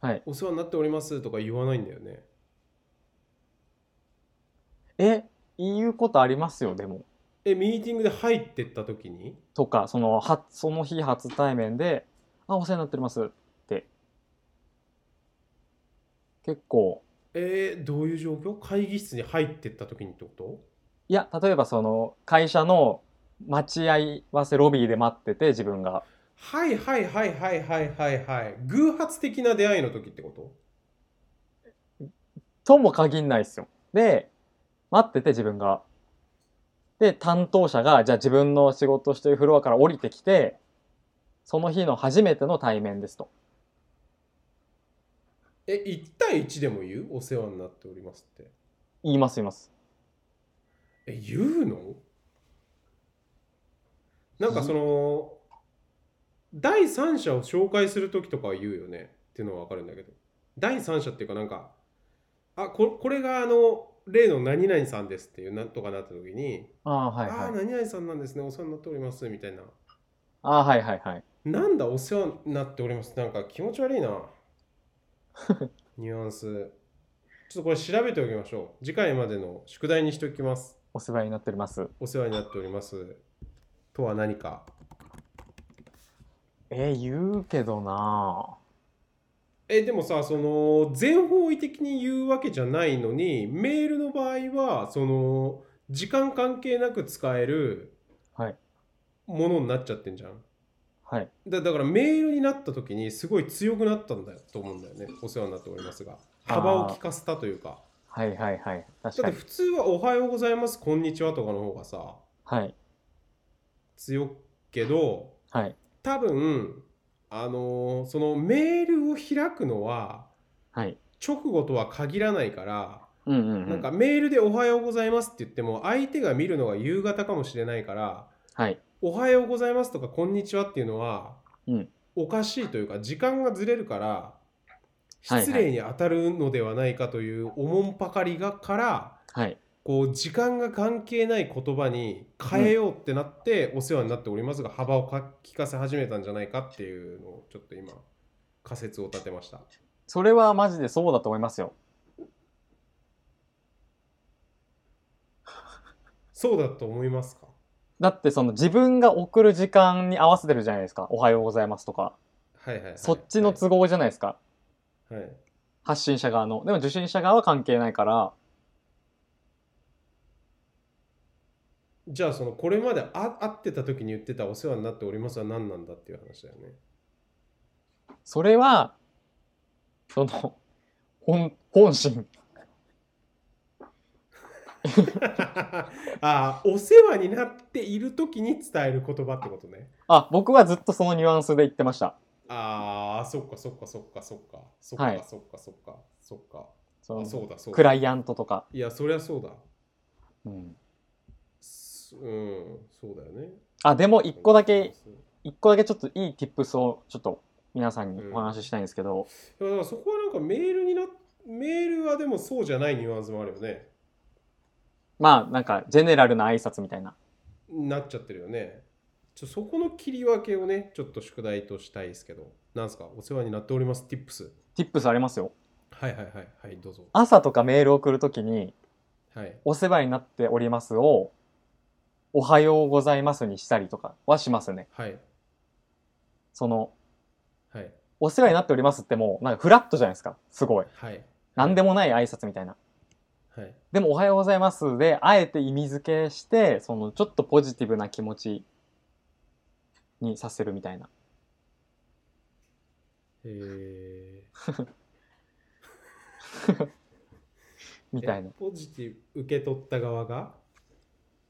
[SPEAKER 1] はい
[SPEAKER 2] お世話になっておりますとか言わないんだよね
[SPEAKER 1] え、言うことありますよ、でも。
[SPEAKER 2] えミーティングで入ってった時に
[SPEAKER 1] とか、その、はその日初対面で、あ、お世話になっておりますって。結構、
[SPEAKER 2] えー、どういう状況会議室に入ってった時にってこと
[SPEAKER 1] いや、例えばその、会社の待合わせロビーで待ってて、自分が。
[SPEAKER 2] はいはいはいはいはいはいはい偶発的な出会いの時ってこと
[SPEAKER 1] とも限んないですよ。で、待ってて自分が。で、担当者が、じゃあ自分の仕事してるフロアから降りてきて、その日の初めての対面ですと。
[SPEAKER 2] え1対1でも言うお世話になっておりますって
[SPEAKER 1] 言います、言います。
[SPEAKER 2] え言うのなんかその第三者を紹介する時とかは言うよねっていうのは分かるんだけど第三者っていうかなんかあここれがあの例の何々さんですっていうなんとかなった時に、
[SPEAKER 1] ああ、はい
[SPEAKER 2] ああ
[SPEAKER 1] はい。
[SPEAKER 2] 何々さんなんですねお世話になっておりますみたいな
[SPEAKER 1] ああ、はいはいはい。
[SPEAKER 2] なんだお世話になっておりますなんか気持ち悪 いなニュアンスちょっとこれ調べておきましょう次回までの宿題にしておきます
[SPEAKER 1] お世話になっております。
[SPEAKER 2] お世話になっております。とは何か。
[SPEAKER 1] えー、言うけどな
[SPEAKER 2] え、でもさ、その、全方位的に言うわけじゃないのに、メールの場合は、その、時間関係なく使える
[SPEAKER 1] はい。
[SPEAKER 2] ものになっちゃってんじゃん。
[SPEAKER 1] はい。
[SPEAKER 2] だだからメールになった時にすごい強くなったんだよと思うんだよねお世話になっておりますが
[SPEAKER 1] あー
[SPEAKER 2] 幅を利かせたというか
[SPEAKER 1] はいはいはい。確
[SPEAKER 2] だ
[SPEAKER 1] か
[SPEAKER 2] って
[SPEAKER 1] に。
[SPEAKER 2] 普通は「おはようございますこんにちは」とかの方がさ
[SPEAKER 1] はい。
[SPEAKER 2] 強けど
[SPEAKER 1] はい。
[SPEAKER 2] 多分あのーそのメールを開くのは
[SPEAKER 1] はい。
[SPEAKER 2] 直後とは限らないから
[SPEAKER 1] うんうん、うん。
[SPEAKER 2] なんかメールで「おはようございます」って言っても相手が見るのが夕方かもしれないから
[SPEAKER 1] はい。
[SPEAKER 2] 「おはようございます」とか「こんにちは」っていうのは
[SPEAKER 1] うん
[SPEAKER 2] おかしいというか時間がずれるから
[SPEAKER 1] いはい
[SPEAKER 2] 失礼に当たるのではないかというおもんぱかりがから
[SPEAKER 1] はい。
[SPEAKER 2] こう時間が関係ない言葉に変えようってなってお世話になっておりますが幅をか利かせ始めたんじゃないかっていうのをちょっと今仮説を立てました。
[SPEAKER 1] それはマジでそうだと思いますよ。
[SPEAKER 2] そうだと思いますか
[SPEAKER 1] だってその自分が送る時間に合わせてるじゃないですか。おはようございますとか。
[SPEAKER 2] はいはい、はい、
[SPEAKER 1] そっちの都合じゃないですか。
[SPEAKER 2] はい
[SPEAKER 1] 発信者側の。でも受信者側は関係ないから。
[SPEAKER 2] じゃあそのこれまであ会ってた時に言ってたお世話になっておりますは何なんだっていう話だよね。
[SPEAKER 1] それは、その、本、本心。
[SPEAKER 2] ああお世話になっている時に伝える言葉ってことね。
[SPEAKER 1] あ、僕はずっとそのニュアンスで言ってました。
[SPEAKER 2] ああそっかそっかそっかそっかそっ
[SPEAKER 1] はい
[SPEAKER 2] かそっかそっかそっか
[SPEAKER 1] そ
[SPEAKER 2] あ
[SPEAKER 1] の
[SPEAKER 2] そうだそう
[SPEAKER 1] ク
[SPEAKER 2] だ。
[SPEAKER 1] ライアントとか。
[SPEAKER 2] いやそりゃそうだ。
[SPEAKER 1] うん。
[SPEAKER 2] すうんそうだよね。
[SPEAKER 1] あ、でも一個だけ、一個だけちょっといい tips をちょっと皆さんにお話ししたいんですけど、
[SPEAKER 2] いやだからそこはなんかメールになメールはでもそうじゃないニュアンスもあるよね。
[SPEAKER 1] まあなんかジェネラルな挨拶みたいな。
[SPEAKER 2] なっちゃってるよね。ちょそこの切り分けをねちょっと宿題としたいですけど。なんすかお世話になっております tips。
[SPEAKER 1] tips ありますよ。
[SPEAKER 2] はいはいはいはいどうぞ。
[SPEAKER 1] 朝とかメール送るときに、
[SPEAKER 2] はい。
[SPEAKER 1] お世話になっておりますを、おはようございますにしたりとかはしますね。
[SPEAKER 2] はい
[SPEAKER 1] その、
[SPEAKER 2] はい
[SPEAKER 1] お世話になっておりますってもうなんかフラットじゃないですか。すごい。
[SPEAKER 2] はい
[SPEAKER 1] なんでもない挨拶みたいな。
[SPEAKER 2] はい
[SPEAKER 1] でもおはようございますで、あえて意味付けして、そのちょっとポジティブな気持ちにさせるみたいな。
[SPEAKER 2] え
[SPEAKER 1] みたいな。
[SPEAKER 2] ポジティブ受け取った側が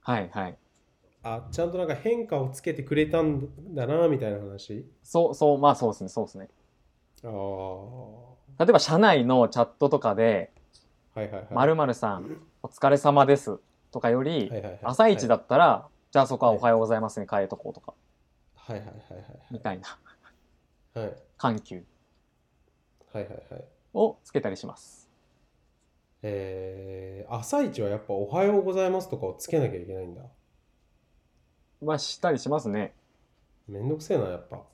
[SPEAKER 1] はいはい。
[SPEAKER 2] あちゃんとなんか変化をつけてくれたんだなみたいな話
[SPEAKER 1] そうそう、まあそうですね、そうですね。
[SPEAKER 2] ああは
[SPEAKER 1] 例えば社内のチャットとかで、
[SPEAKER 2] いはいはい
[SPEAKER 1] 〇〇さん、お疲れ様ですとかより、
[SPEAKER 2] はいはいはい
[SPEAKER 1] 朝一だったら、じゃあそこはおはようございますに変えとこうとか、
[SPEAKER 2] はいはいはい
[SPEAKER 1] みたいな
[SPEAKER 2] はいはい
[SPEAKER 1] 緩急
[SPEAKER 2] はいはいはい
[SPEAKER 1] をつけたりします。
[SPEAKER 2] えー、朝一はやっぱ「おはようございます」とかをつけなきゃいけないんだ
[SPEAKER 1] まあしたりしますね。
[SPEAKER 2] めんどくせえなやっぱ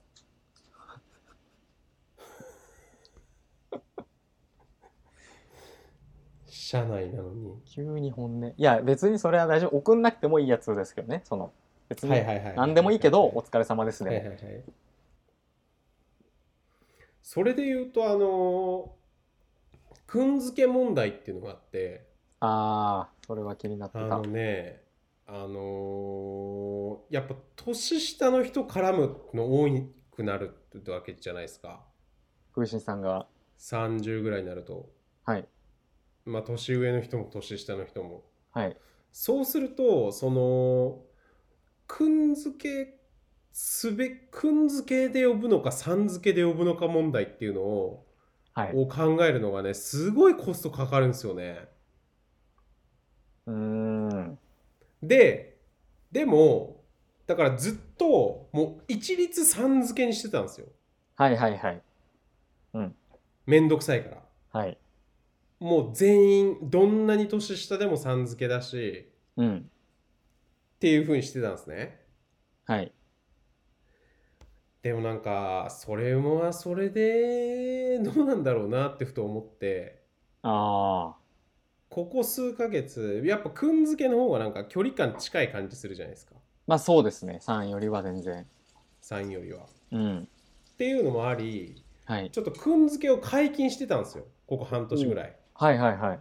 [SPEAKER 2] 社内なのに
[SPEAKER 1] 急に本音。いや、別にそれは大丈夫。送んなくてもいいやつですけどね。その、別
[SPEAKER 2] はい
[SPEAKER 1] に
[SPEAKER 2] はいはい
[SPEAKER 1] 何でもいいけど、
[SPEAKER 2] はは
[SPEAKER 1] お疲れ様です
[SPEAKER 2] はい
[SPEAKER 1] ね。
[SPEAKER 2] はいはい。それで言うと、あのー、くんづけ問題っていうのがあって、
[SPEAKER 1] あー、それは気になって
[SPEAKER 2] あ
[SPEAKER 1] た。
[SPEAKER 2] のね、あのーやっぱ年下の人絡むの多くなるってわけじゃないですか。
[SPEAKER 1] 風神さんが。
[SPEAKER 2] 30ぐらいになると。
[SPEAKER 1] はい。
[SPEAKER 2] まあ、年上の人も年下の人も。
[SPEAKER 1] はい。
[SPEAKER 2] そうすると、その、くんづけ、すべ、くんづけで呼ぶのか、さんづけで呼ぶのか問題っていうのを、
[SPEAKER 1] はい。
[SPEAKER 2] を考えるのがねすごいコストかかるんですよね。
[SPEAKER 1] うーん。
[SPEAKER 2] ででもだからずっともう一律さん付けにしてたんですよ
[SPEAKER 1] はいはいはい。
[SPEAKER 2] めんどくさいから。
[SPEAKER 1] はい。
[SPEAKER 2] もう全員どんなに年下でもさん付けだし
[SPEAKER 1] うん。
[SPEAKER 2] っていう風にしてたんですね。
[SPEAKER 1] はい。
[SPEAKER 2] でもなんかそれはそれでどうなんだろうなってふと思って
[SPEAKER 1] あ
[SPEAKER 2] ここ数ヶ月やっぱくんづけの方がなんか距離感近い感じするじゃないですか
[SPEAKER 1] まあそうですね。3よりは全然。
[SPEAKER 2] 3よりは。っ
[SPEAKER 1] うん。
[SPEAKER 2] ていうのもあり
[SPEAKER 1] はい。
[SPEAKER 2] ちょっとくんづけを解禁してたんですよここ半年ぐらい、
[SPEAKER 1] はいはいはい。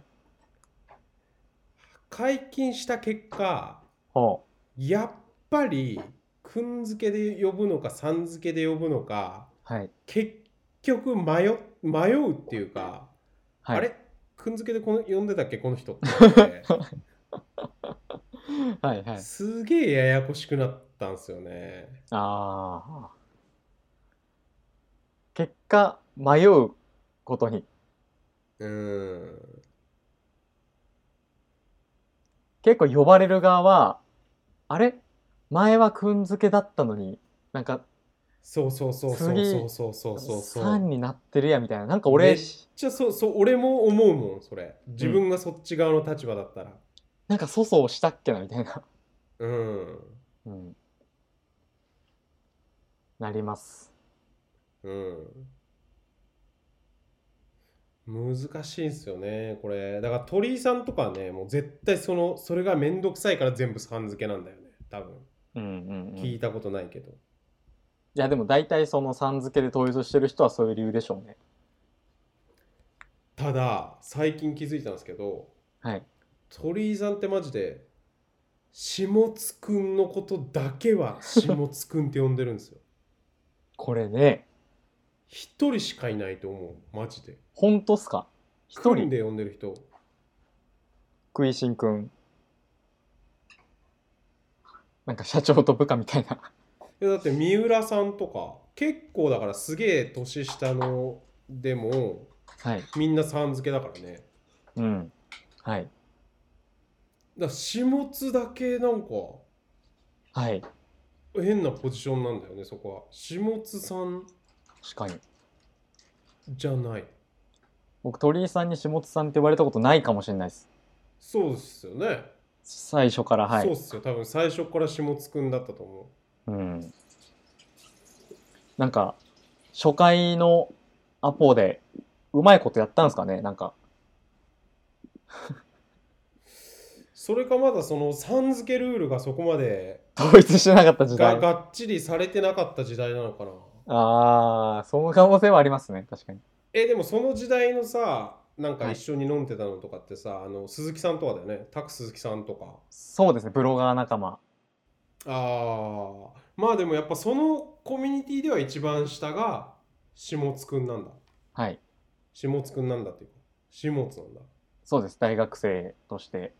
[SPEAKER 2] 解禁した結果
[SPEAKER 1] ほう。
[SPEAKER 2] やっぱりくんづけで呼ぶのかさん付けで呼ぶのか
[SPEAKER 1] はい。
[SPEAKER 2] 結局迷迷うっていうか、
[SPEAKER 1] はい、
[SPEAKER 2] あれくんづけでこの呼んでたっけこの人って思って
[SPEAKER 1] はいはい。
[SPEAKER 2] すげえややこしくなったんですよね。
[SPEAKER 1] ああ。結果、迷うことに。
[SPEAKER 2] うん。
[SPEAKER 1] 結構呼ばれる側は、あれ前はくんづけだったのに、なんか、
[SPEAKER 2] そうそうそうそうそうそうそうそうそう。
[SPEAKER 1] 3
[SPEAKER 2] めっ
[SPEAKER 1] になってるやみたいな。なんか俺
[SPEAKER 2] ね、ちゃそうそう俺も思うもんそれ。自分がそっち側の立場だったら。
[SPEAKER 1] なんか粗相したっけなみたいな。
[SPEAKER 2] うん。
[SPEAKER 1] うん。なります。
[SPEAKER 2] うん。難しいんすよねこれだから鳥居さんとかはねもう絶対そのそれがめんどくさいから全部さん付けなんだよね多分
[SPEAKER 1] うんうん、うん。
[SPEAKER 2] 聞
[SPEAKER 1] い
[SPEAKER 2] いたことないけど、
[SPEAKER 1] や、でも大体そのさん付けで統一してる人はそういう理由でしょうね。
[SPEAKER 2] ただ最近気づいたんですけど
[SPEAKER 1] はい。
[SPEAKER 2] 鳥居さんってマジで下津くんのことだけは下津くんって呼んでるんですよ
[SPEAKER 1] これね、
[SPEAKER 2] 一人しかいないと思うマジで
[SPEAKER 1] 本当っすか一
[SPEAKER 2] くん
[SPEAKER 1] 人
[SPEAKER 2] で呼んでる人
[SPEAKER 1] 食いしんくん。なんか社長と部下みたいな。
[SPEAKER 2] いやだって三浦さんとか結構だからすげえ年下のでも
[SPEAKER 1] はい。
[SPEAKER 2] みんなさん付けだからね
[SPEAKER 1] うん。はい。
[SPEAKER 2] だから下津だけなんか
[SPEAKER 1] はい。
[SPEAKER 2] 変なポジションなんだよねそこは下津さん
[SPEAKER 1] 確かに。
[SPEAKER 2] じゃない
[SPEAKER 1] 僕、鳥居さんに下津さんって言われたことないかもしれないです。
[SPEAKER 2] そうですよね、
[SPEAKER 1] 最初から、は
[SPEAKER 2] そうっ
[SPEAKER 1] い。
[SPEAKER 2] すよ多分最初から下津くんだったと思う
[SPEAKER 1] うん。なんか、初回のアポで、うまいことやったんですかねなんか。
[SPEAKER 2] それかまだそのさん付けルールがそこまで
[SPEAKER 1] 統一してなかった時代
[SPEAKER 2] が。がっちりされてなかった時代なのかな
[SPEAKER 1] ああ、その可能性はありますね。確かに。
[SPEAKER 2] えでもその時代のさなん
[SPEAKER 1] は
[SPEAKER 2] か
[SPEAKER 1] い
[SPEAKER 2] 一緒に飲んでたのとかってさ、あの鈴木さんとかだよねタク鈴木さんとか
[SPEAKER 1] そうですね。ブロガー仲間。
[SPEAKER 2] ああまあでもやっぱそのコミュニティでは一番下が下津くんなんだ
[SPEAKER 1] はい。
[SPEAKER 2] 下津くんなんだっていうか下津なんだ
[SPEAKER 1] そうです。大学生として。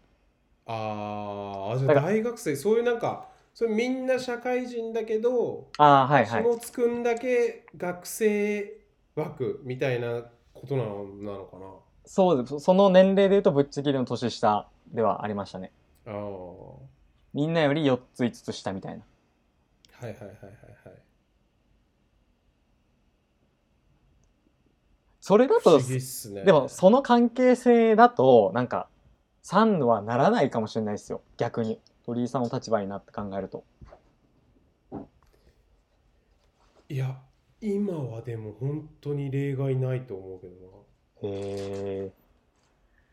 [SPEAKER 2] あーあじゃ
[SPEAKER 1] だ
[SPEAKER 2] あ
[SPEAKER 1] から
[SPEAKER 2] 大学生そういうなんかそれみんな社会人だけど
[SPEAKER 1] ああ、はいはい。
[SPEAKER 2] 下津くんだけ学生枠みたいなことなのなのかな
[SPEAKER 1] そうです。その年齢で言うとぶっちぎりの年下ではありましたね。
[SPEAKER 2] ああは
[SPEAKER 1] みんなより4つ5つ下みたいな。
[SPEAKER 2] いはいはいはいはい
[SPEAKER 1] それだ
[SPEAKER 2] 不
[SPEAKER 1] と、
[SPEAKER 2] 思議っすね
[SPEAKER 1] でもその関係性だと、なんか、3はならないかもしれないですよ。逆に。鳥居さんの立場になって考えると。
[SPEAKER 2] いや今はでも本当に例外ないと思うけどな
[SPEAKER 1] へえ。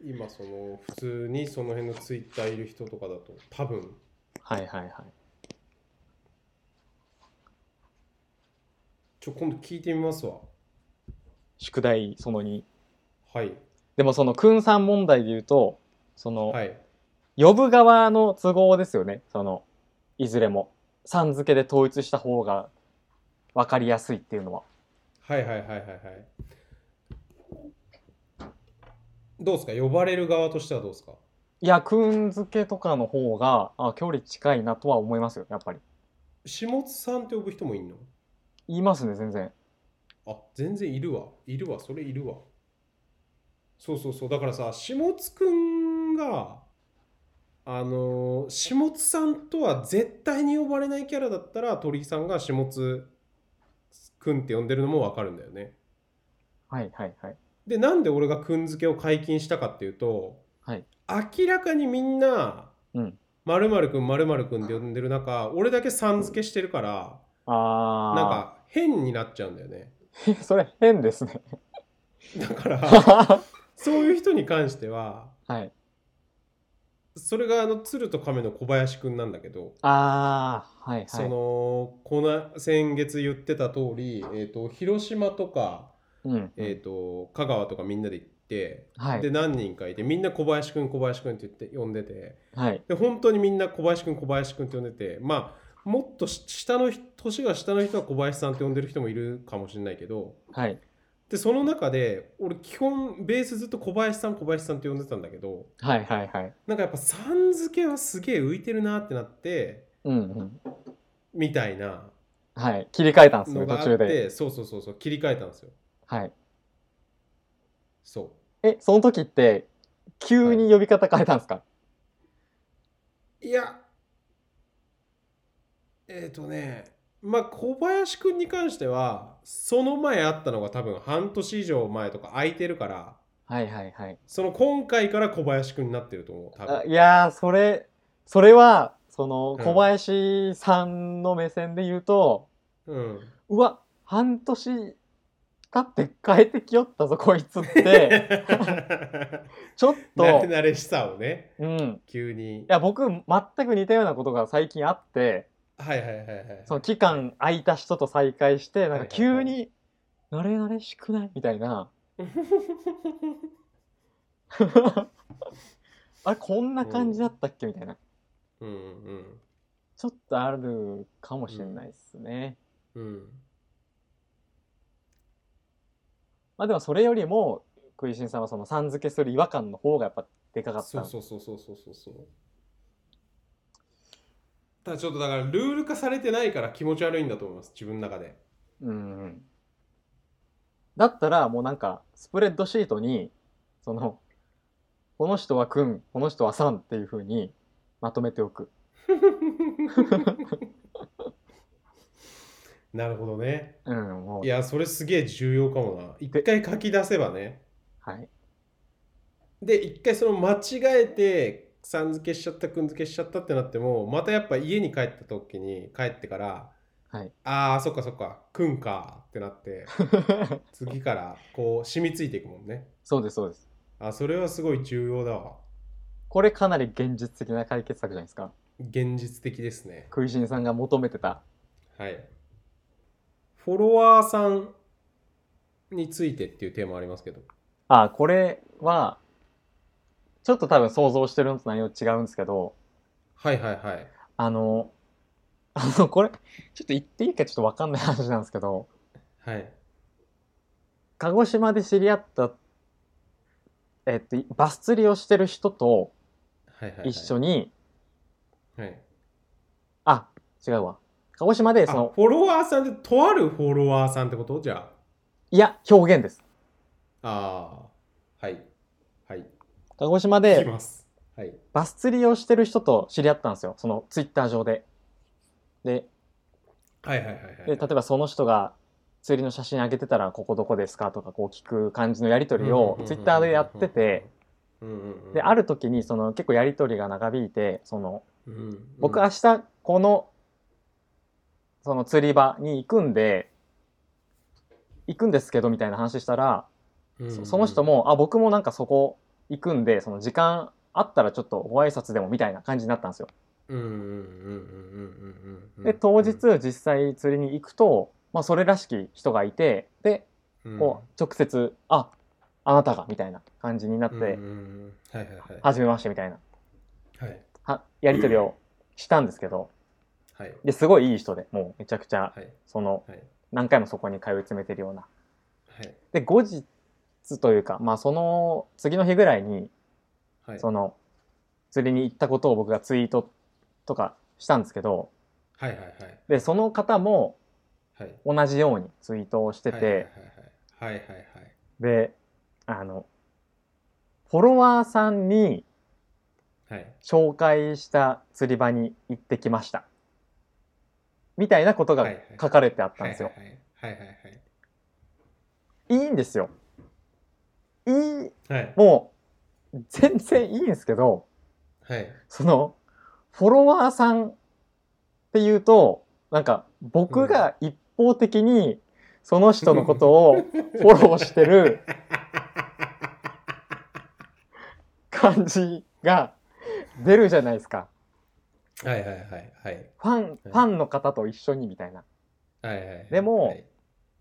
[SPEAKER 2] 今その普通にその辺のツイッターいる人とかだと多分
[SPEAKER 1] はいはいはい。
[SPEAKER 2] ちょ今度聞いてみますわ
[SPEAKER 1] 宿題その2。
[SPEAKER 2] はい
[SPEAKER 1] でもその、くんさん問題で言うと、その、
[SPEAKER 2] はい
[SPEAKER 1] 呼ぶ側の都合ですよねそのいずれもさん付けで統一した方が分かりやすいっていうのは
[SPEAKER 2] はいはいはいはいはいどうですか呼ばれる側としてはどうですか
[SPEAKER 1] いやくん付けとかの方があ距離近いなとは思いますよやっぱり
[SPEAKER 2] 下津さんって呼ぶ人もいんの
[SPEAKER 1] 言いますね全然
[SPEAKER 2] あ全然いるわいるわそれいるわそうそうそうだからさ下津くんがあのー下津さんとは絶対に呼ばれないキャラだったら鳥居さんが下津くんって呼んでるのもわかるんだよね
[SPEAKER 1] はいはいはい
[SPEAKER 2] でなんで俺がくん付けを解禁したかっていうと、
[SPEAKER 1] はい
[SPEAKER 2] 明らかにみんな
[SPEAKER 1] うん
[SPEAKER 2] 〇〇くん〇〇くんって呼んでる中俺だけさん付けしてるから
[SPEAKER 1] あ
[SPEAKER 2] なんか変になっちゃうんだよね
[SPEAKER 1] なんか それ変ですね
[SPEAKER 2] だから
[SPEAKER 1] は
[SPEAKER 2] そういう人に関しては、
[SPEAKER 1] い
[SPEAKER 2] それがあの鶴と亀の小林くんなんだけど、
[SPEAKER 1] ああ、はいはい。
[SPEAKER 2] そのこの先月言ってた通り、えっと広島とか、
[SPEAKER 1] うん。
[SPEAKER 2] えっと香川とかみんなで行って、
[SPEAKER 1] はい
[SPEAKER 2] で何人かいてみんな小林くん小林くんって言って呼んでて
[SPEAKER 1] はい。
[SPEAKER 2] で本当にみんな小林くん小林くんって呼んでてまあもっとし下の人年が下の人は小林さんって呼んでる人もいるかもしれないけど
[SPEAKER 1] はい。
[SPEAKER 2] でその中で俺基本ベースずっと小林さん小林さんって呼んでたんだけど
[SPEAKER 1] はいはいはい。
[SPEAKER 2] なんかやっぱさん付けはすげえ浮いてるなってなって
[SPEAKER 1] うんうん。
[SPEAKER 2] みたいな
[SPEAKER 1] はい。切り替えたんです
[SPEAKER 2] の
[SPEAKER 1] ね、
[SPEAKER 2] が
[SPEAKER 1] 途
[SPEAKER 2] あ
[SPEAKER 1] 中
[SPEAKER 2] っ
[SPEAKER 1] で。
[SPEAKER 2] てそうそうそうそう切り替えたんですよ
[SPEAKER 1] はい。
[SPEAKER 2] そ
[SPEAKER 1] え、その時って、急に呼び方変えたんですか、
[SPEAKER 2] ういやえっ、とねまあ小林くんに関してはその前あったのが多分半年以上前とか空いてるから
[SPEAKER 1] はい、はいはい
[SPEAKER 2] その今回から小林くんになってると思う
[SPEAKER 1] は
[SPEAKER 2] 多
[SPEAKER 1] いあ
[SPEAKER 2] 分
[SPEAKER 1] いやー、それ、それは、その、
[SPEAKER 2] うん
[SPEAKER 1] 小林さんの目線で言うと、
[SPEAKER 2] うん
[SPEAKER 1] うわ、半年経って変えてきよったぞ、こいつっ て、ちょっ
[SPEAKER 2] 慣
[SPEAKER 1] と
[SPEAKER 2] れ、慣れしさをね
[SPEAKER 1] うん。
[SPEAKER 2] 急に
[SPEAKER 1] いや僕全く似たようなことが最近あって
[SPEAKER 2] はいはいはいはい
[SPEAKER 1] その期間空いた人と再会してなんか急に「慣れ慣れしくない?」みたいなあれこんな感じだったっけみたいな
[SPEAKER 2] うんうん
[SPEAKER 1] ちょっとあるかもしれないですね。
[SPEAKER 2] うん
[SPEAKER 1] まあでもそれよりも食いしんさんはそのさん付けする違和感の方がやっぱでかかった
[SPEAKER 2] そ
[SPEAKER 1] ん
[SPEAKER 2] う
[SPEAKER 1] です
[SPEAKER 2] そうそうそうそうそうそうただちょっとだからルール化されてないから気持ち悪いんだと思います自分の中で
[SPEAKER 1] うんだったらもうなんかスプレッドシートにそのこの人はくんこの人はさんっていうふうにまとめておく
[SPEAKER 2] なるほどね
[SPEAKER 1] うんもう
[SPEAKER 2] いやそれすげえ重要かもな一回書き出せばね
[SPEAKER 1] はい
[SPEAKER 2] で一回その間違えてさん付けしちゃったくん付けしちゃったってなってもまたやっぱ家に帰った時に帰ってから
[SPEAKER 1] はい
[SPEAKER 2] あーそっかそっかくんかってなって 次からこう染みついていくもんね
[SPEAKER 1] そうですそうです
[SPEAKER 2] あそれはすごい重要だわ
[SPEAKER 1] これかなり現実的な解決策じゃないですか
[SPEAKER 2] 現実的ですね
[SPEAKER 1] 食いしんさんが求めてた
[SPEAKER 2] はいフォロワーさんについてっていうテーマありますけど
[SPEAKER 1] あこれはちょっと多分想像してるのと内容違うんですけど
[SPEAKER 2] はいはいはい
[SPEAKER 1] あの あのこれちょっと言っていいかちょっとわかんない話なんですけど
[SPEAKER 2] はい
[SPEAKER 1] 鹿児島で知り合った、えっと、バス釣りをしてる人と
[SPEAKER 2] はいはい、はい、
[SPEAKER 1] 一緒
[SPEAKER 2] に、
[SPEAKER 1] に、
[SPEAKER 2] はい、
[SPEAKER 1] あ違うわ鹿児島で
[SPEAKER 2] あ
[SPEAKER 1] そ
[SPEAKER 2] フ
[SPEAKER 1] の
[SPEAKER 2] ォロワーさんってとあるフォロワーさんってことじゃ
[SPEAKER 1] いや表現です
[SPEAKER 2] あああはいはい
[SPEAKER 1] 鹿児島
[SPEAKER 2] 聞
[SPEAKER 1] で
[SPEAKER 2] きますはい
[SPEAKER 1] バス釣りをしてる人と知り合ったんですよそのツイッター上でで
[SPEAKER 2] はいはいはいはい
[SPEAKER 1] で例えばその人が釣りの写真上げてたらここどこですかとかこう聞く感じのやり取りをツイッターでやってて
[SPEAKER 2] うんうんうん
[SPEAKER 1] である時にその結構やり取りが長引いてその
[SPEAKER 2] うんうん
[SPEAKER 1] 僕明日このその釣り場に行くんで行くんですけどみたいな話したら、
[SPEAKER 2] うんうんうん
[SPEAKER 1] そその人もあ僕もなんかそこ行くんでその時間あったらちょっとご挨拶でもみたいな感じになったんですよ。
[SPEAKER 2] うんうんうんうんうんうんうん
[SPEAKER 1] で当日実際釣りに行くと、まあ、それらしき人がいてで
[SPEAKER 2] うん
[SPEAKER 1] こう直接「ああなたが」みたいな感じになっ
[SPEAKER 2] うんうん
[SPEAKER 1] て
[SPEAKER 2] うんはいはいはい
[SPEAKER 1] 「はじめまして」みたいな
[SPEAKER 2] はい
[SPEAKER 1] はやり取りをしたんですけど
[SPEAKER 2] はい
[SPEAKER 1] ですごいいい人でもうめちゃくちゃ
[SPEAKER 2] はい
[SPEAKER 1] その
[SPEAKER 2] はい
[SPEAKER 1] 何回もそこに通い詰めてるような
[SPEAKER 2] はい
[SPEAKER 1] で後日というか、まあ、その次の日ぐらいに
[SPEAKER 2] はい
[SPEAKER 1] その釣りに行ったことを僕がツイートとかしたんですけど
[SPEAKER 2] はいはいはい
[SPEAKER 1] でその方も
[SPEAKER 2] はい
[SPEAKER 1] 同じようにツイートをしてて、
[SPEAKER 2] はいはいはいはいはい
[SPEAKER 1] であのフォロワーさんに
[SPEAKER 2] はいはい
[SPEAKER 1] 紹介した釣り場に行ってきましたみたいなことが
[SPEAKER 2] はいはい
[SPEAKER 1] 書かれてあった
[SPEAKER 2] は
[SPEAKER 1] ん
[SPEAKER 2] い
[SPEAKER 1] ですよ。い
[SPEAKER 2] はいはい
[SPEAKER 1] いんですよ。いい
[SPEAKER 2] はいはい
[SPEAKER 1] もう全然いいんですけど。
[SPEAKER 2] はい
[SPEAKER 1] そのフォロワーさんっていうとなんか僕が一方的にその人のこと をフォローしてる感じが出るじゃないですか。
[SPEAKER 2] はいはいはいはい
[SPEAKER 1] ファン、ファンの方と一緒にみたいな。
[SPEAKER 2] はいはいはい
[SPEAKER 1] でも
[SPEAKER 2] はい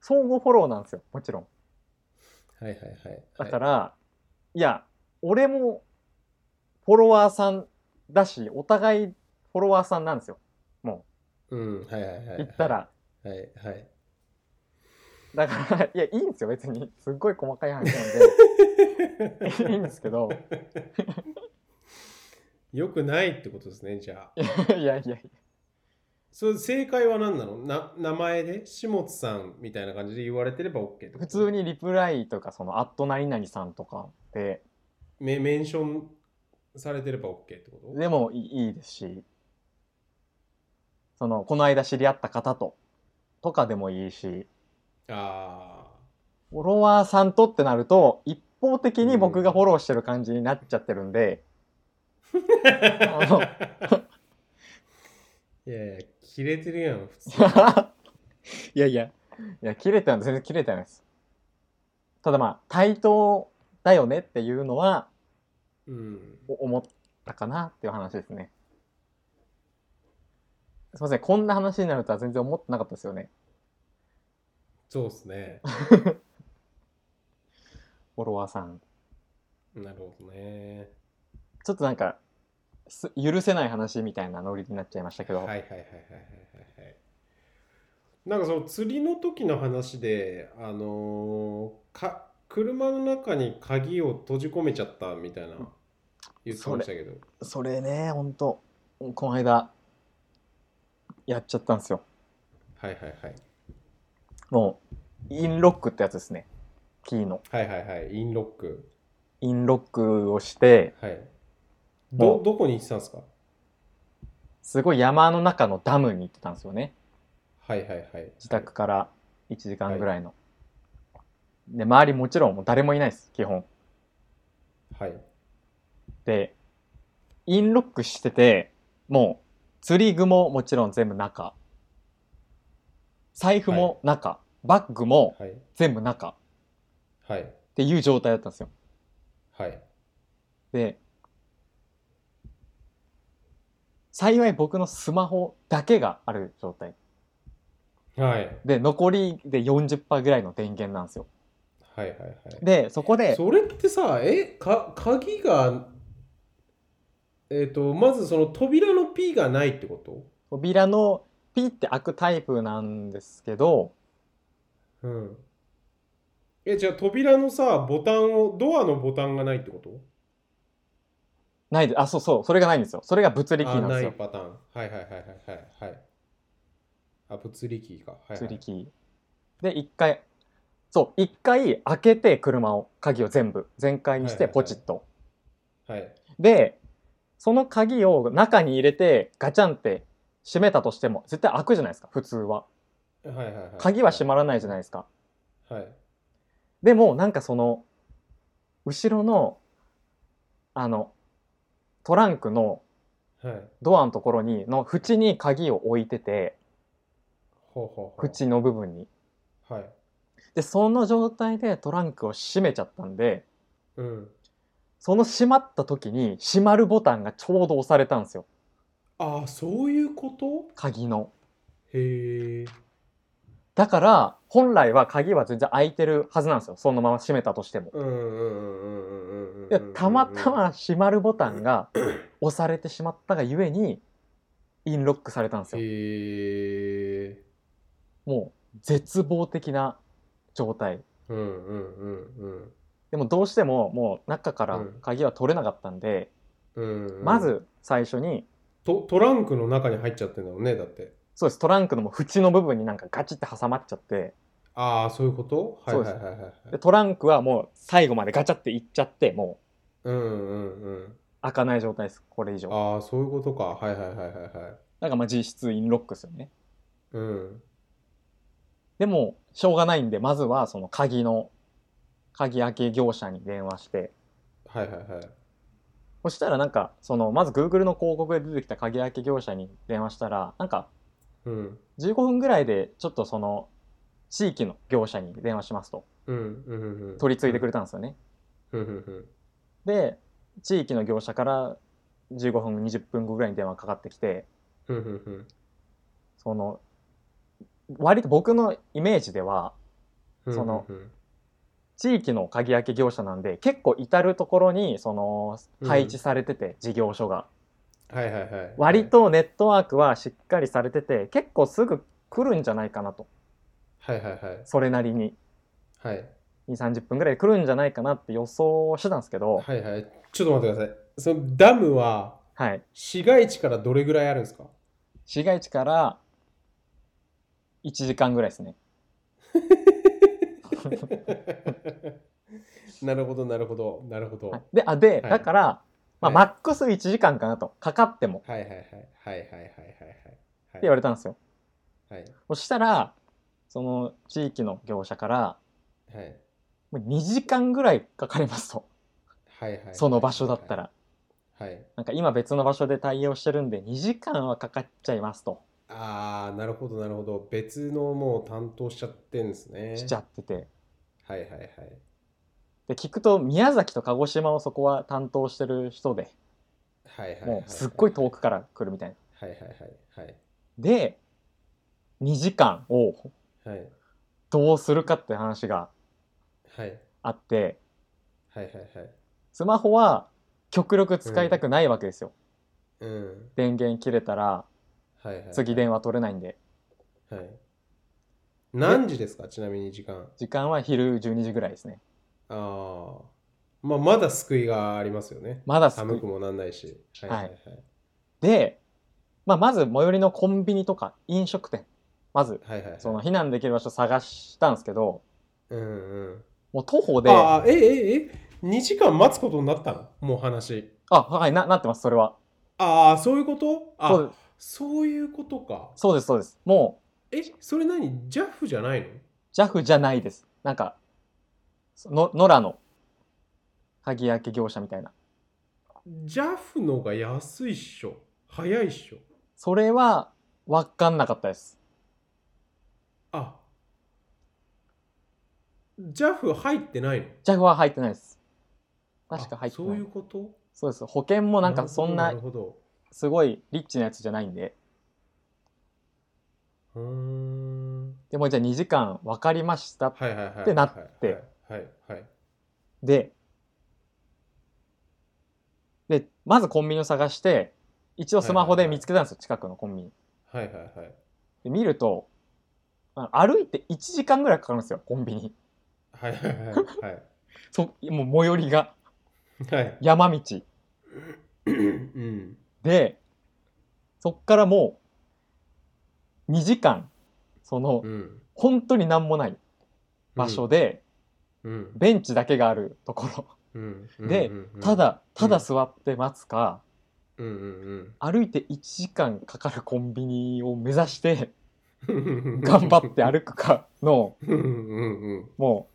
[SPEAKER 1] 相互フォローなんですよ、もちろん。
[SPEAKER 2] はいはいはい
[SPEAKER 1] だからら、い、や、俺もフォロワーさんだし、お互いフォロワーさんなんですよ。
[SPEAKER 2] うんはいはいはいはい
[SPEAKER 1] 言ったら。
[SPEAKER 2] はいはい
[SPEAKER 1] だから、いや、いいんですよ、別に。すっごい細かい話なん で、いいんですけど。
[SPEAKER 2] よくないってことですねじゃあ
[SPEAKER 1] いやいやい
[SPEAKER 2] それ正解は何なのな名前で下津さんみたいな感じで言われてれば OK ってこ
[SPEAKER 1] や、
[SPEAKER 2] と
[SPEAKER 1] 普通にリプライとか、その、アット何々さんとかで、
[SPEAKER 2] メメンションされてれば OK ってこと
[SPEAKER 1] でもいいいいですし、その、この間知り合った方と、とかでもいいし、
[SPEAKER 2] あ
[SPEAKER 1] フォロワーさんとってなると、一方的に僕がフォローしてる感じになっちゃってるんで、
[SPEAKER 2] あいやいや切れてるやん普通
[SPEAKER 1] いやいや、いや、切れては全然切れてないです。ただまあ、対等だよねっていうのは、
[SPEAKER 2] うん
[SPEAKER 1] お思ったかなっていう話ですね。すいません、こんな話になるとは全然思ってなかったですよね。
[SPEAKER 2] そうっすね
[SPEAKER 1] フォロワーさん。
[SPEAKER 2] なるほどね
[SPEAKER 1] ちょっとなんか、す許せない話みたいなノリになっちゃいましたけど。
[SPEAKER 2] はいはいはいはいはいはいはいなんかその釣りの時の話であのーか車の中に鍵を閉じ込めちゃったみたいな言ってましたけど
[SPEAKER 1] それね、ほんと、この間、やっちゃったんですよ。
[SPEAKER 2] はいはいはい
[SPEAKER 1] もう、インロックってやつですね。キーの。
[SPEAKER 2] はいはいはいインロック
[SPEAKER 1] インロックをして、
[SPEAKER 2] はい
[SPEAKER 1] も
[SPEAKER 2] ど
[SPEAKER 1] う
[SPEAKER 2] どこに行ってたんですか
[SPEAKER 1] すごい山の中のダムに行ってたんですよね。
[SPEAKER 2] はいはいはい
[SPEAKER 1] 自宅から1時間ぐらいの。で、周りもちろんもう誰もいないです、基本。
[SPEAKER 2] はい
[SPEAKER 1] で、インロックしてて、もう、釣り具ももちろん全部中。財布も中。バッグも
[SPEAKER 2] はい
[SPEAKER 1] 全部中。っ
[SPEAKER 2] はい
[SPEAKER 1] ていう状態だったんですよ。
[SPEAKER 2] はい
[SPEAKER 1] で、幸い僕のスマホだけがある状態。
[SPEAKER 2] はい
[SPEAKER 1] で、残りで40%ぐらいの電源なんですよ。
[SPEAKER 2] はいはいはい
[SPEAKER 1] で、そこで、
[SPEAKER 2] それってさえか鍵がえっ、とまずその扉の P がないってこと
[SPEAKER 1] 扉のピッて開くタイプなんですけど、
[SPEAKER 2] うん。え、じゃあ扉のさ、ボタンを、ドアのボタンがないってこと
[SPEAKER 1] ないで、あ、そうそう、それがないんですよ。それが物理キー
[SPEAKER 2] あ、
[SPEAKER 1] なんで
[SPEAKER 2] な
[SPEAKER 1] す
[SPEAKER 2] い
[SPEAKER 1] よ。
[SPEAKER 2] パターン。はいはいはいはいはい。はい、あ、物理キーか。はい、はい。
[SPEAKER 1] 物理キー。で、一回、そう、一回開けて車を、鍵を全部、全開にし
[SPEAKER 2] はいはい
[SPEAKER 1] て
[SPEAKER 2] はい
[SPEAKER 1] ポチッと。
[SPEAKER 2] はい。
[SPEAKER 1] で、その鍵を中に入れてガチャンって閉めたとしても、絶対開くじゃないですか、普通は。
[SPEAKER 2] はいはいはい。
[SPEAKER 1] 鍵は閉まらないじゃないですか。
[SPEAKER 2] はい。
[SPEAKER 1] でも、なんかその、後ろの、あの、トランクの
[SPEAKER 2] はい。
[SPEAKER 1] ドアのところに、の縁に鍵を置いてて、
[SPEAKER 2] ほうほうほう。。
[SPEAKER 1] 縁の部分に。
[SPEAKER 2] はい。
[SPEAKER 1] で、その状態でトランクを閉めちゃったんで、
[SPEAKER 2] うん。
[SPEAKER 1] その閉まった時に閉まるボタンがちょうど押されたんですよ。
[SPEAKER 2] あ、そういうこと
[SPEAKER 1] 鍵の。
[SPEAKER 2] へえ。
[SPEAKER 1] だから、本来は鍵は全然開いてるはずなんですよ。そのまま閉めたとしても。
[SPEAKER 2] うんうんうんうんうんうんうんうんうん。
[SPEAKER 1] いやたまたま閉まるボタンが押されてしまったがゆえに、インロックされたんですよ。
[SPEAKER 2] へえ。
[SPEAKER 1] もう、絶望的な状態。
[SPEAKER 2] うんうんうん
[SPEAKER 1] でもどうしても、もう中から鍵は取れなかったんで、
[SPEAKER 2] うん。うん、
[SPEAKER 1] まず最初に、
[SPEAKER 2] トトランクの中に入っちゃってんだもんねだって
[SPEAKER 1] そうです、トランクのもう縁の部分になんかガチって挟まっちゃって、
[SPEAKER 2] ああそういうことはい
[SPEAKER 1] そう
[SPEAKER 2] はい
[SPEAKER 1] です
[SPEAKER 2] はいはいはい
[SPEAKER 1] でトランクはもう最後までガチャっていっちゃって、もう、
[SPEAKER 2] うんうんうん
[SPEAKER 1] 開かない状態ですこれ以上
[SPEAKER 2] ああそういうことかはいはいはいはいはい
[SPEAKER 1] なんかまあ実質インロックですよね
[SPEAKER 2] うん
[SPEAKER 1] でもしょうがないんでまずはその鍵の鍵開け業者に電話して
[SPEAKER 2] はいはいはい
[SPEAKER 1] そしたらなんかそのまず Google の広告で出てきた鍵開け業者に電話したらなんか
[SPEAKER 2] うん
[SPEAKER 1] 15分ぐらいでちょっとその地域の業者に電話しますと
[SPEAKER 2] うんうんうん
[SPEAKER 1] 取り継いでく
[SPEAKER 2] れ
[SPEAKER 1] れたんですよね
[SPEAKER 2] うんうん
[SPEAKER 1] で地域の業者から15分、20分後ぐらいに電話かかってきて、
[SPEAKER 2] ふんふんふん
[SPEAKER 1] その、割と僕のイメージでは、
[SPEAKER 2] ふん
[SPEAKER 1] その
[SPEAKER 2] ふんふん
[SPEAKER 1] 地域の鍵開け業者なんで、結構至るところに、その、
[SPEAKER 2] うん
[SPEAKER 1] 配置されてて、事業所が。
[SPEAKER 2] はいはいはい
[SPEAKER 1] 割とネットワークはしっかりされてて、結構すぐ来るんじゃないかなと。
[SPEAKER 2] はいはいはい
[SPEAKER 1] それなりに。
[SPEAKER 2] はい
[SPEAKER 1] 2、30分ぐらいで来るんじゃないかなって予想をしてたんですけど、
[SPEAKER 2] はいはいちょっと待ってくださいそのダムは
[SPEAKER 1] はい。
[SPEAKER 2] 市街地からどれぐらいあるんですか
[SPEAKER 1] 市街地から1時間ぐらいですね。
[SPEAKER 2] なるほどなるほどなるほど、
[SPEAKER 1] はいで、あ、で、
[SPEAKER 2] はい
[SPEAKER 1] だから、まあ、
[SPEAKER 2] はい
[SPEAKER 1] マックス1時間かなと。かかっても。っ
[SPEAKER 2] はいはいはいはいはいはい
[SPEAKER 1] て
[SPEAKER 2] はい
[SPEAKER 1] 言われたんですよ。
[SPEAKER 2] はい
[SPEAKER 1] そしたら、その地域の業者から、
[SPEAKER 2] はい
[SPEAKER 1] もう2時間ぐらいかかりますと。
[SPEAKER 2] はいはい
[SPEAKER 1] その場所だったら。
[SPEAKER 2] はい
[SPEAKER 1] なんか今別の場所で対応してるんで、2時間はかかっちゃいますと。
[SPEAKER 2] ああなるほどなるほど別のもう担当しちゃってんですね
[SPEAKER 1] しちゃってて。
[SPEAKER 2] はいはいはい
[SPEAKER 1] で、聞くと、宮崎と鹿児島をそこは担当してる人で、
[SPEAKER 2] はいはいはい
[SPEAKER 1] もうすっごい遠くから来るみたいな。
[SPEAKER 2] はいはいはい
[SPEAKER 1] で、2時間を
[SPEAKER 2] はいはい
[SPEAKER 1] どうするかって話が
[SPEAKER 2] はい
[SPEAKER 1] あって、
[SPEAKER 2] はいはいはい
[SPEAKER 1] スマホは極力使いたくないわけですよ。
[SPEAKER 2] うん
[SPEAKER 1] 電源切れたら
[SPEAKER 2] はいはいはい
[SPEAKER 1] 次電話取れないんで。
[SPEAKER 2] はい何時ですかちなみに時間
[SPEAKER 1] 時間は昼12時ぐらいですね。
[SPEAKER 2] ああまあまだ救いがありますよね
[SPEAKER 1] まだす
[SPEAKER 2] 寒くもなんないしはいはいはい
[SPEAKER 1] で、まあ、まず最寄りのコンビニとか飲食店、まず
[SPEAKER 2] はいはいはい
[SPEAKER 1] その避難できる場所探したんですけど、
[SPEAKER 2] うんうん
[SPEAKER 1] もう徒歩で、あ
[SPEAKER 2] ああえええ2時間待つことになったのもう話
[SPEAKER 1] はいな、なってます、それは。
[SPEAKER 2] ああそういうことあ
[SPEAKER 1] そうです
[SPEAKER 2] そういうことか
[SPEAKER 1] そうです、そうです。も
[SPEAKER 2] えそれ何 JAF じゃないの
[SPEAKER 1] う JAF じゃないです。なんか、の野良の鍵開け業者みたいな。
[SPEAKER 2] ?JAF のが安いっしょ早いっしょ
[SPEAKER 1] それは分かんなかったです。
[SPEAKER 2] あ JAF 入ってないの
[SPEAKER 1] JAF は入ってないです。確か入って
[SPEAKER 2] あ
[SPEAKER 1] な
[SPEAKER 2] そう
[SPEAKER 1] い。
[SPEAKER 2] い
[SPEAKER 1] そう
[SPEAKER 2] うこと
[SPEAKER 1] です。保険もなんかそん
[SPEAKER 2] な
[SPEAKER 1] な
[SPEAKER 2] るほど
[SPEAKER 1] すごいリッチなやつじゃないんで。
[SPEAKER 2] なるほどうーん
[SPEAKER 1] でもうじゃあ2時間分かりました。
[SPEAKER 2] はいはいはい
[SPEAKER 1] ってなって
[SPEAKER 2] はいはいはい
[SPEAKER 1] で、で、まずコンビニを探して、一応スマホで見つけたんですよ、近くのコンビニ。
[SPEAKER 2] はいはいはい
[SPEAKER 1] で、見ると、あの歩いて1時間ぐらいかかるんですよ、コンビニ。
[SPEAKER 2] はいはいはいはい
[SPEAKER 1] そもう最寄りが
[SPEAKER 2] はい
[SPEAKER 1] 山道。
[SPEAKER 2] うん
[SPEAKER 1] で、そっからもう2時間、その、
[SPEAKER 2] うん
[SPEAKER 1] 本当になんもない場所で、
[SPEAKER 2] うん
[SPEAKER 1] ベンチだけがあるところ。
[SPEAKER 2] うん
[SPEAKER 1] で
[SPEAKER 2] うんうんうん
[SPEAKER 1] ただ、ただ座って待つか、
[SPEAKER 2] うんうん
[SPEAKER 1] 歩いて1時間かかるコンビニを目指して、
[SPEAKER 2] うん
[SPEAKER 1] 頑張って歩くかの、
[SPEAKER 2] うんうんうん
[SPEAKER 1] も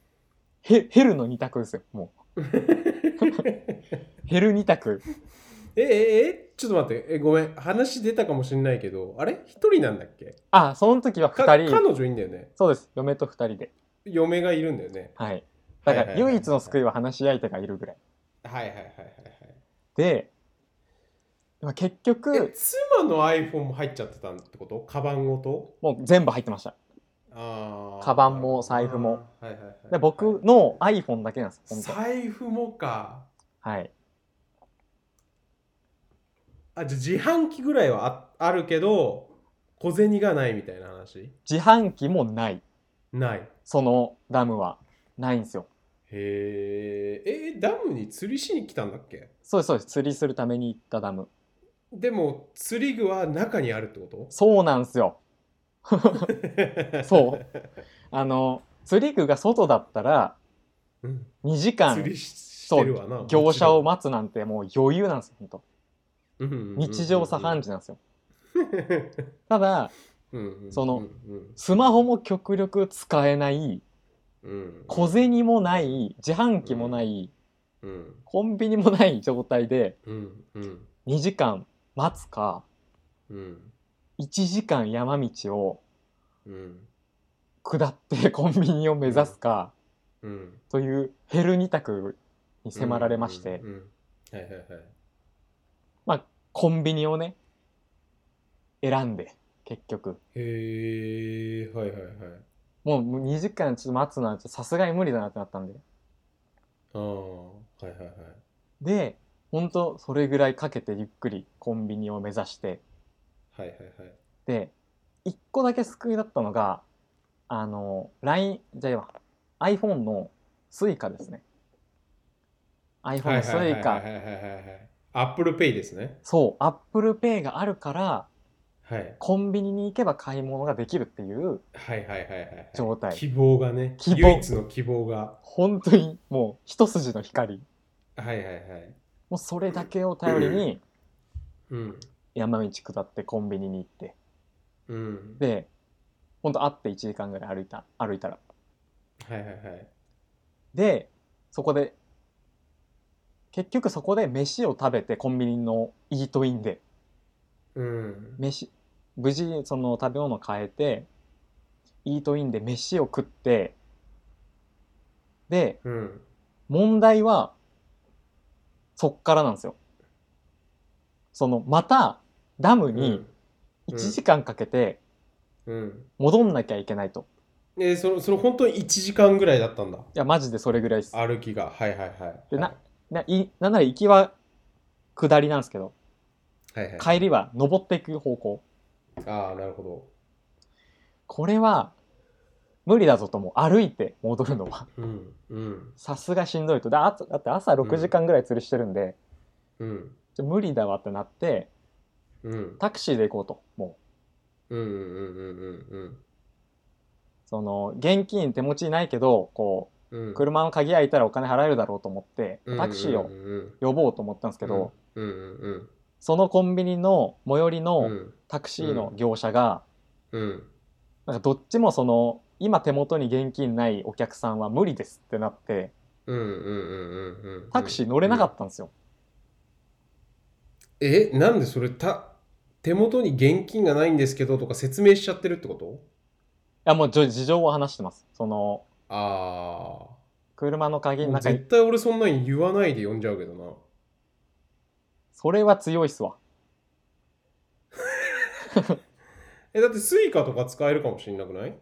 [SPEAKER 1] う、へ、ヘルの二択ですよ。もう、ヘル二択。
[SPEAKER 2] えええちょっと待ってえごめん話出たかもしれないけどあれ一人なんだっけ
[SPEAKER 1] あ、その時は
[SPEAKER 2] か
[SPEAKER 1] 二
[SPEAKER 2] 彼
[SPEAKER 1] 人、
[SPEAKER 2] 女いんだよね
[SPEAKER 1] そうです。嫁と二人で。
[SPEAKER 2] 嫁がいるんだよね
[SPEAKER 1] はい。だから、唯一の救い
[SPEAKER 2] は
[SPEAKER 1] は話し相手がいるぐらい。
[SPEAKER 2] はいはいはい
[SPEAKER 1] で、まあ結
[SPEAKER 2] はいはいえ
[SPEAKER 1] 局、
[SPEAKER 2] 妻の iPhone も入っちゃってたってことカバンごと
[SPEAKER 1] もう全部入ってました。
[SPEAKER 2] あー
[SPEAKER 1] カバンも財布も
[SPEAKER 2] はいはいはい
[SPEAKER 1] で僕の iPhone だけなんです。本当
[SPEAKER 2] 財布もか
[SPEAKER 1] はい。
[SPEAKER 2] あじゃあ自販機ぐらいはああるけど小銭がないみたいな話
[SPEAKER 1] 自販機もない。
[SPEAKER 2] ない
[SPEAKER 1] そのダムは。ないんですよ。
[SPEAKER 2] へええダムに釣りしに来たんだっけ
[SPEAKER 1] そうです、そうです。釣りするために行ったダム。
[SPEAKER 2] でも釣り具は中にあるってこ
[SPEAKER 1] そうなんですよ。
[SPEAKER 2] と
[SPEAKER 1] そあの、釣り具が外だったら、
[SPEAKER 2] う、ん、
[SPEAKER 1] 2時間
[SPEAKER 2] 釣りししてるわな
[SPEAKER 1] 業者を
[SPEAKER 2] も
[SPEAKER 1] 待つなんてもう余裕なんですよ本当
[SPEAKER 2] ちろんうんうんうんうん
[SPEAKER 1] 日常茶飯事なんですよただ
[SPEAKER 2] うんうんうん
[SPEAKER 1] その
[SPEAKER 2] うん
[SPEAKER 1] スマホも極力使えない
[SPEAKER 2] うん
[SPEAKER 1] 小銭もない自販機もない
[SPEAKER 2] うん
[SPEAKER 1] コンビニもない状態で
[SPEAKER 2] うんうん
[SPEAKER 1] 2時間待つか
[SPEAKER 2] うん
[SPEAKER 1] 1時間山道を
[SPEAKER 2] うん
[SPEAKER 1] 下ってコンビニを目指すか
[SPEAKER 2] うん
[SPEAKER 1] というヘル2択に迫られまして
[SPEAKER 2] うんうんはいはいはい
[SPEAKER 1] まあコンビニをね、選んで、結局。
[SPEAKER 2] へえ、はいはいはい。
[SPEAKER 1] もうもう2時間ちょっと待つのはちょっとさすがに無理だなってなったんで。
[SPEAKER 2] ああ、はいはいはい。
[SPEAKER 1] で、ほんとそれぐらいかけてゆっくりコンビニを目指して、
[SPEAKER 2] はいはいはい。
[SPEAKER 1] で、一個だけ救いだったのが、あの、LINE、じゃあ今、iPhone の Suica ですね。iPhone
[SPEAKER 2] はい
[SPEAKER 1] の
[SPEAKER 2] はいはい
[SPEAKER 1] Suica
[SPEAKER 2] は。いはいはいはい。アップルペイですね。
[SPEAKER 1] そう、Apple Pay があるから、
[SPEAKER 2] はい。
[SPEAKER 1] コンビニに行けば買い物ができるっていう、
[SPEAKER 2] はいはいはいはいはい。
[SPEAKER 1] 状態
[SPEAKER 2] 希望がね。
[SPEAKER 1] 希望
[SPEAKER 2] 唯一の希望が。
[SPEAKER 1] 本当にもう一筋の光。
[SPEAKER 2] はいはいはい。
[SPEAKER 1] もうそれだけを頼りに、
[SPEAKER 2] うん。
[SPEAKER 1] 山道下ってコンビニに行って。
[SPEAKER 2] うん。
[SPEAKER 1] で、ほんと会って1時間ぐらい歩いた、歩いたら。
[SPEAKER 2] はいはいはい。
[SPEAKER 1] で、そこで、結局そこで飯を食べてコンビニのイートインで、
[SPEAKER 2] うん。
[SPEAKER 1] 飯、無事その食べ物変えて、イートインで飯を食って、で、
[SPEAKER 2] うん。
[SPEAKER 1] 問題は、そっからなんですよ。その、また、ダムに
[SPEAKER 2] うん
[SPEAKER 1] 1時間かけて
[SPEAKER 2] うん。
[SPEAKER 1] 戻んなきゃいけないと。
[SPEAKER 2] で、その、その本当に1時間ぐらいだったんだ。
[SPEAKER 1] いや、マジでそれぐらいです。
[SPEAKER 2] 歩きが。はいはいはい。
[SPEAKER 1] でなないなんなら行きは下りなんですけど、
[SPEAKER 2] はいは
[SPEAKER 1] 帰
[SPEAKER 2] い。
[SPEAKER 1] りは登っていく方向。
[SPEAKER 2] ああ、なるほど。
[SPEAKER 1] これは、無理だぞともう歩いて戻るのは。
[SPEAKER 2] うんうん
[SPEAKER 1] さすがしんどいと。だあだって朝6時間ぐらい釣りしてるんで、
[SPEAKER 2] うん
[SPEAKER 1] ちょ無理だわってなって、
[SPEAKER 2] うん
[SPEAKER 1] タクシーで行こうと。も
[SPEAKER 2] うんうんうんうん
[SPEAKER 1] う、その、現金手持ちないけど、こ
[SPEAKER 2] うんう
[SPEAKER 1] う、
[SPEAKER 2] ん
[SPEAKER 1] 車の鍵開いたらお金払えるだろうと思って、タクシー
[SPEAKER 2] う
[SPEAKER 1] を
[SPEAKER 2] んうん
[SPEAKER 1] 呼ぼうと思ったんですけど、
[SPEAKER 2] うんうんうん
[SPEAKER 1] そのコンビニの最寄り
[SPEAKER 2] う
[SPEAKER 1] の
[SPEAKER 2] ん
[SPEAKER 1] タクシーの業者が、
[SPEAKER 2] うん
[SPEAKER 1] なんかどっちもその今手元に現金ないお客さんは無理ですってなって
[SPEAKER 2] うんうんうんうんうん
[SPEAKER 1] タクシー乗れなかったんですよ。
[SPEAKER 2] えなんでそれた手元に現金がないんですけどとか説明しちゃってるってこと
[SPEAKER 1] いやもうじょ事情を話してます。その
[SPEAKER 2] あ
[SPEAKER 1] 車の鍵の
[SPEAKER 2] あ
[SPEAKER 1] 中に
[SPEAKER 2] 絶対俺そんなに言わないで呼んじゃうけどな
[SPEAKER 1] それは強いっすわ。
[SPEAKER 2] えだってスイカとか使えるかもしれなくない
[SPEAKER 1] い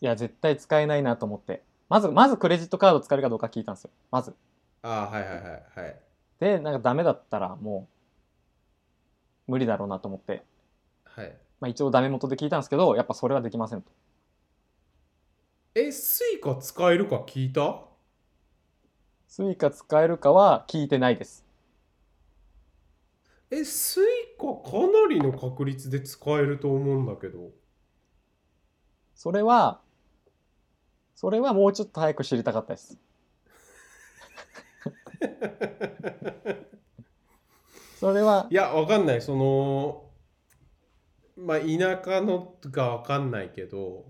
[SPEAKER 1] や絶対使えないなと思ってまずまずクレジットカード使えるかどうか聞いたんですよ。まず。
[SPEAKER 2] ああはいはいはいはい
[SPEAKER 1] でなんかダメだったらもう無理だろうなと思って、
[SPEAKER 2] はい
[SPEAKER 1] まあ、一応ダメ元で聞いたんですけどやっぱそれはできませんと。
[SPEAKER 2] えスイカ使えるか聞いた
[SPEAKER 1] スイカ使えるかは聞いてないです。
[SPEAKER 2] え、スイカかなりの確率で使えると思うんだけど。
[SPEAKER 1] それはそれはもうちょっと早く知りたかったです。それはい
[SPEAKER 2] や、わかんない。その、まあ、田舎のがわかんないけど、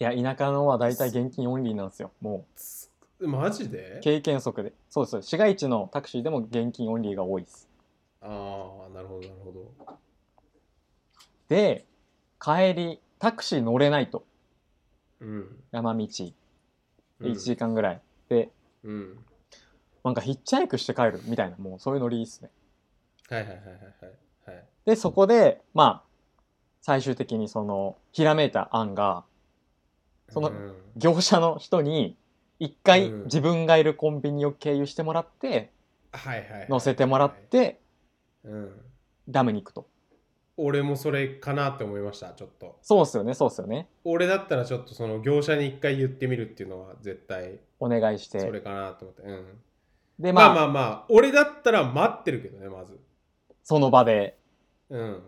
[SPEAKER 1] いや田舎のは大体現金オンリーなんですよも
[SPEAKER 2] つマジで
[SPEAKER 1] う経験則でそうですそうです市街地のタクシーでも現金オンリーが多いです
[SPEAKER 2] ああ、なるほど、なるほど。
[SPEAKER 1] で帰りタクシー乗れないと
[SPEAKER 2] うん。
[SPEAKER 1] 山道
[SPEAKER 2] うん
[SPEAKER 1] 1時間ぐらい、で
[SPEAKER 2] うん。
[SPEAKER 1] なんかヒッチハイクして帰るみたいなもうそういうノリですね
[SPEAKER 2] はいはいはいはいはい。はい、
[SPEAKER 1] でそこでまあ最終的にそのひらめいた案がその
[SPEAKER 2] うん
[SPEAKER 1] 業者の人に一回
[SPEAKER 2] うん
[SPEAKER 1] 自分がいるコンビニを経由してもらって
[SPEAKER 2] はいはいはい。
[SPEAKER 1] 乗せてもらって
[SPEAKER 2] うん。
[SPEAKER 1] ダムに行くと
[SPEAKER 2] 俺もそれかなって思いました、ちょっと。
[SPEAKER 1] そうっすよねそうっすよね
[SPEAKER 2] 俺だったらちょっとその業者に一回言ってみるっていうのは絶対
[SPEAKER 1] お願いして
[SPEAKER 2] それかなと思って。うん。
[SPEAKER 1] で
[SPEAKER 2] まあまあまあ、俺だったら待ってるけどね、まず。
[SPEAKER 1] その場で。
[SPEAKER 2] うん。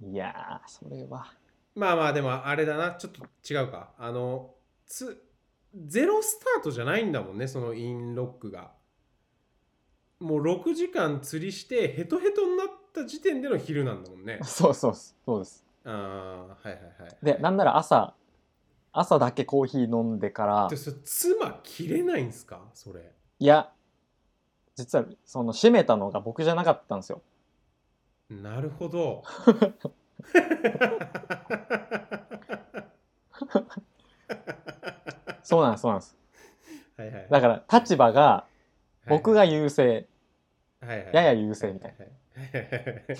[SPEAKER 1] いやー、それは。。
[SPEAKER 2] まあまあ、でもあれだな、ちょっと違うか。あの、つ、ゼロスタートじゃないんだもんね、そのインロックが。もう6時間釣りして、ヘトヘトになった時点での昼なんだもんね
[SPEAKER 1] そうそうです。そうです。
[SPEAKER 2] ああ、はいはいはい。
[SPEAKER 1] で、なんなら朝、朝だけコーヒー飲んでから
[SPEAKER 2] で、それ妻切れないんすかそれ。
[SPEAKER 1] いや、実はその閉めたのが僕じゃなかったんですよ。
[SPEAKER 2] なるほど。
[SPEAKER 1] そうなんです、そうなんです。
[SPEAKER 2] はいはい、
[SPEAKER 1] だから立場が僕が優勢。
[SPEAKER 2] はいはい、
[SPEAKER 1] やや優勢みたい
[SPEAKER 2] な。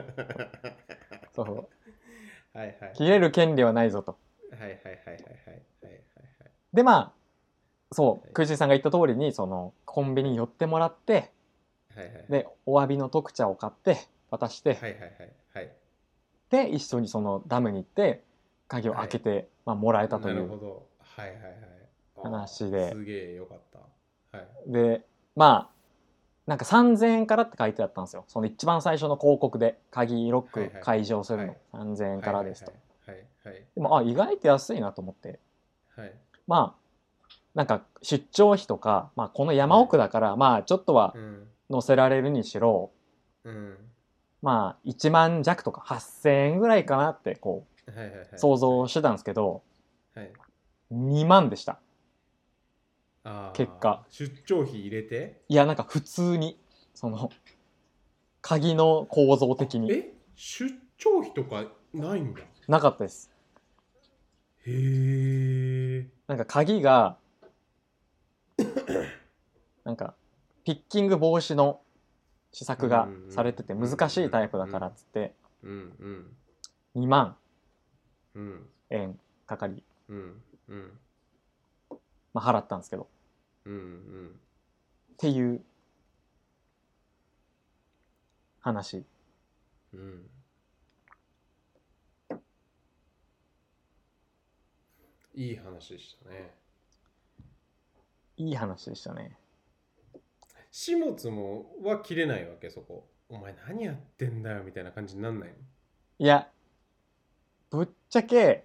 [SPEAKER 1] そう。
[SPEAKER 2] はいはい。
[SPEAKER 1] 切れる権利はないぞと。
[SPEAKER 2] はいはいはいはいはいはいはい
[SPEAKER 1] で、まあ、そ
[SPEAKER 2] は
[SPEAKER 1] う、
[SPEAKER 2] い
[SPEAKER 1] クイジンさんが言った通りに、その、コンビニに寄ってもらって、
[SPEAKER 2] はいはい。
[SPEAKER 1] で、お詫びの特茶を買って、渡して、
[SPEAKER 2] はいはいはいはい。
[SPEAKER 1] で、一緒にそのダムに行って、鍵を開けて、まあ、もらえたとい
[SPEAKER 2] なるほ
[SPEAKER 1] う。
[SPEAKER 2] ど。はいはいはい。あー
[SPEAKER 1] 話です
[SPEAKER 2] げえよかった。はい。
[SPEAKER 1] で、まあ、なんか3000円からって書いてあったんですよ。その一番最初の広告で、鍵ロッ
[SPEAKER 2] はい
[SPEAKER 1] ク
[SPEAKER 2] はい
[SPEAKER 1] 解錠するの、
[SPEAKER 2] はい
[SPEAKER 1] 3000円からですと。
[SPEAKER 2] はいはい
[SPEAKER 1] でも、あ、意外と安いなと思って、
[SPEAKER 2] はい。はい。
[SPEAKER 1] まあ、なんか出張費とか、まあ、この山奥だから、まあ、ちょっとは
[SPEAKER 2] うん。
[SPEAKER 1] 乗せられるにしろ、
[SPEAKER 2] うん。
[SPEAKER 1] まあ、1万弱とか8,000円ぐらいかなって、こ、。
[SPEAKER 2] はいはいはいう
[SPEAKER 1] 想像してたんですけど、
[SPEAKER 2] はい。
[SPEAKER 1] 2万でした。
[SPEAKER 2] あー
[SPEAKER 1] 結果。
[SPEAKER 2] 出張費入れて
[SPEAKER 1] いや、なんか普通に、その、鍵の構造的に
[SPEAKER 2] え出張費とかないんだ。
[SPEAKER 1] なかったです。
[SPEAKER 2] へえ。
[SPEAKER 1] なんか鍵 が、なんか、ピッキング防止の施策がされてて
[SPEAKER 2] うんうんうん
[SPEAKER 1] 難しいタイプだからっつって、
[SPEAKER 2] うんうん
[SPEAKER 1] 2万
[SPEAKER 2] うん
[SPEAKER 1] 円かかり、
[SPEAKER 2] うんうん
[SPEAKER 1] まあ、払ったんですけど、っ
[SPEAKER 2] うんうん。
[SPEAKER 1] ていう話。
[SPEAKER 2] うんいい話でしたね。
[SPEAKER 1] いい話でしたね。
[SPEAKER 2] 始末もは切れないわけそこ。お前何やってんだよみたいな感じになんない
[SPEAKER 1] いや、ぶっちゃけ、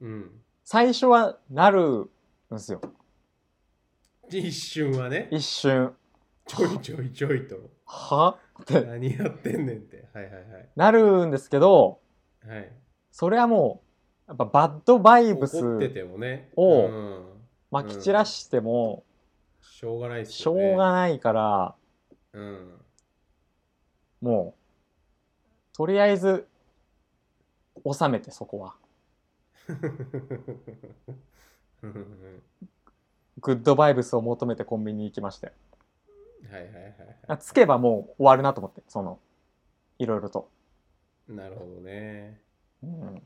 [SPEAKER 2] のうん。
[SPEAKER 1] 最初はなるんですよ。
[SPEAKER 2] 一瞬はね、
[SPEAKER 1] 一瞬、
[SPEAKER 2] ちょいちょいちょいと。
[SPEAKER 1] はって
[SPEAKER 2] 何やってんねんって。はいはい
[SPEAKER 1] なるんですけど、
[SPEAKER 2] はい。はい、
[SPEAKER 1] それはもう、やっぱバッドバイブス
[SPEAKER 2] 怒っててもね。
[SPEAKER 1] を
[SPEAKER 2] うん、
[SPEAKER 1] まき散らしても
[SPEAKER 2] しょうがないっす
[SPEAKER 1] しょ
[SPEAKER 2] よね。
[SPEAKER 1] うがないから、
[SPEAKER 2] うん。
[SPEAKER 1] もう、とりあえず、収めてそこは。グッドバイブスを求めてコンビニに行きましたよ
[SPEAKER 2] はいはいはいはい。
[SPEAKER 1] あつけばもう終わるなと思って、その、いろいろと。
[SPEAKER 2] なるほどね。
[SPEAKER 1] うん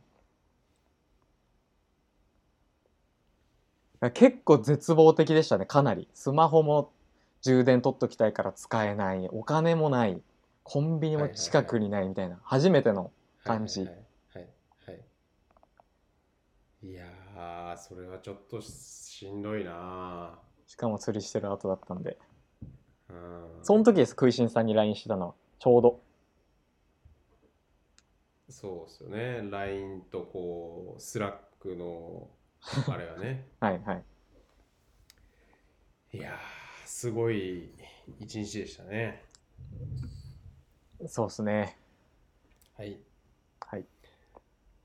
[SPEAKER 1] 結構絶望的でしたねかなりスマホも充電取っときたいから使えないお金もないコンビニも近くにないみたいな、初めての感じ
[SPEAKER 2] はいはいはい、はいはい、いやーそれはちょっとしんどいな
[SPEAKER 1] しかも釣りしてる後だったんで
[SPEAKER 2] ーうん
[SPEAKER 1] その時です食いしんさんに LINE してたのはちょうど
[SPEAKER 2] そうっすよね LINE とこうスラックのあれがね
[SPEAKER 1] はいはい
[SPEAKER 2] いやーすごい一日でしたね
[SPEAKER 1] そうですね
[SPEAKER 2] はい
[SPEAKER 1] はい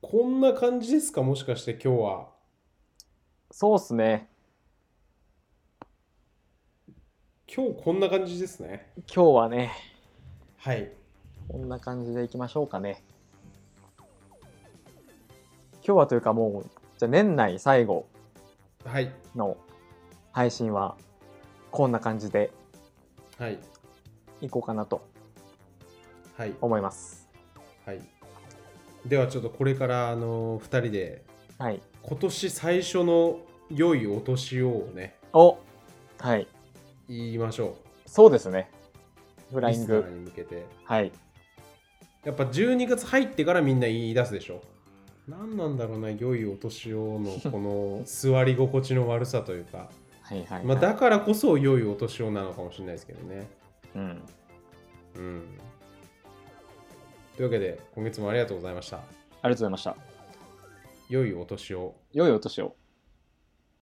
[SPEAKER 2] こんな感じですかもしかして今日は
[SPEAKER 1] そうっすね
[SPEAKER 2] 今日こんな感じですね
[SPEAKER 1] 今日はね
[SPEAKER 2] はい
[SPEAKER 1] こんな感じでいきましょうかね今日はというかもうじゃあ年内最後
[SPEAKER 2] はい
[SPEAKER 1] の配信はこんな感じで
[SPEAKER 2] はい
[SPEAKER 1] いこうかなと
[SPEAKER 2] はい
[SPEAKER 1] 思います。
[SPEAKER 2] はいではちょっとこれからあの2人で
[SPEAKER 1] はい。
[SPEAKER 2] 今年最初の良いお年をね
[SPEAKER 1] おはい。
[SPEAKER 2] 言いましょ
[SPEAKER 1] そうですね。フ
[SPEAKER 2] う
[SPEAKER 1] ライン
[SPEAKER 2] リスナ
[SPEAKER 1] グ。
[SPEAKER 2] ーに向けて
[SPEAKER 1] はい。
[SPEAKER 2] やっぱ12月入ってからみんな言い出すでしょ何なんだろうな良いお年をのこの座り心地の悪さというか、
[SPEAKER 1] はいはい、はい。
[SPEAKER 2] まあ、だからこそ良いお年をなのかもしれないですけどね
[SPEAKER 1] うん。
[SPEAKER 2] うんというわけで今月もありがとうございました
[SPEAKER 1] ありがとうございました。
[SPEAKER 2] 良いお年を
[SPEAKER 1] 良いお年を。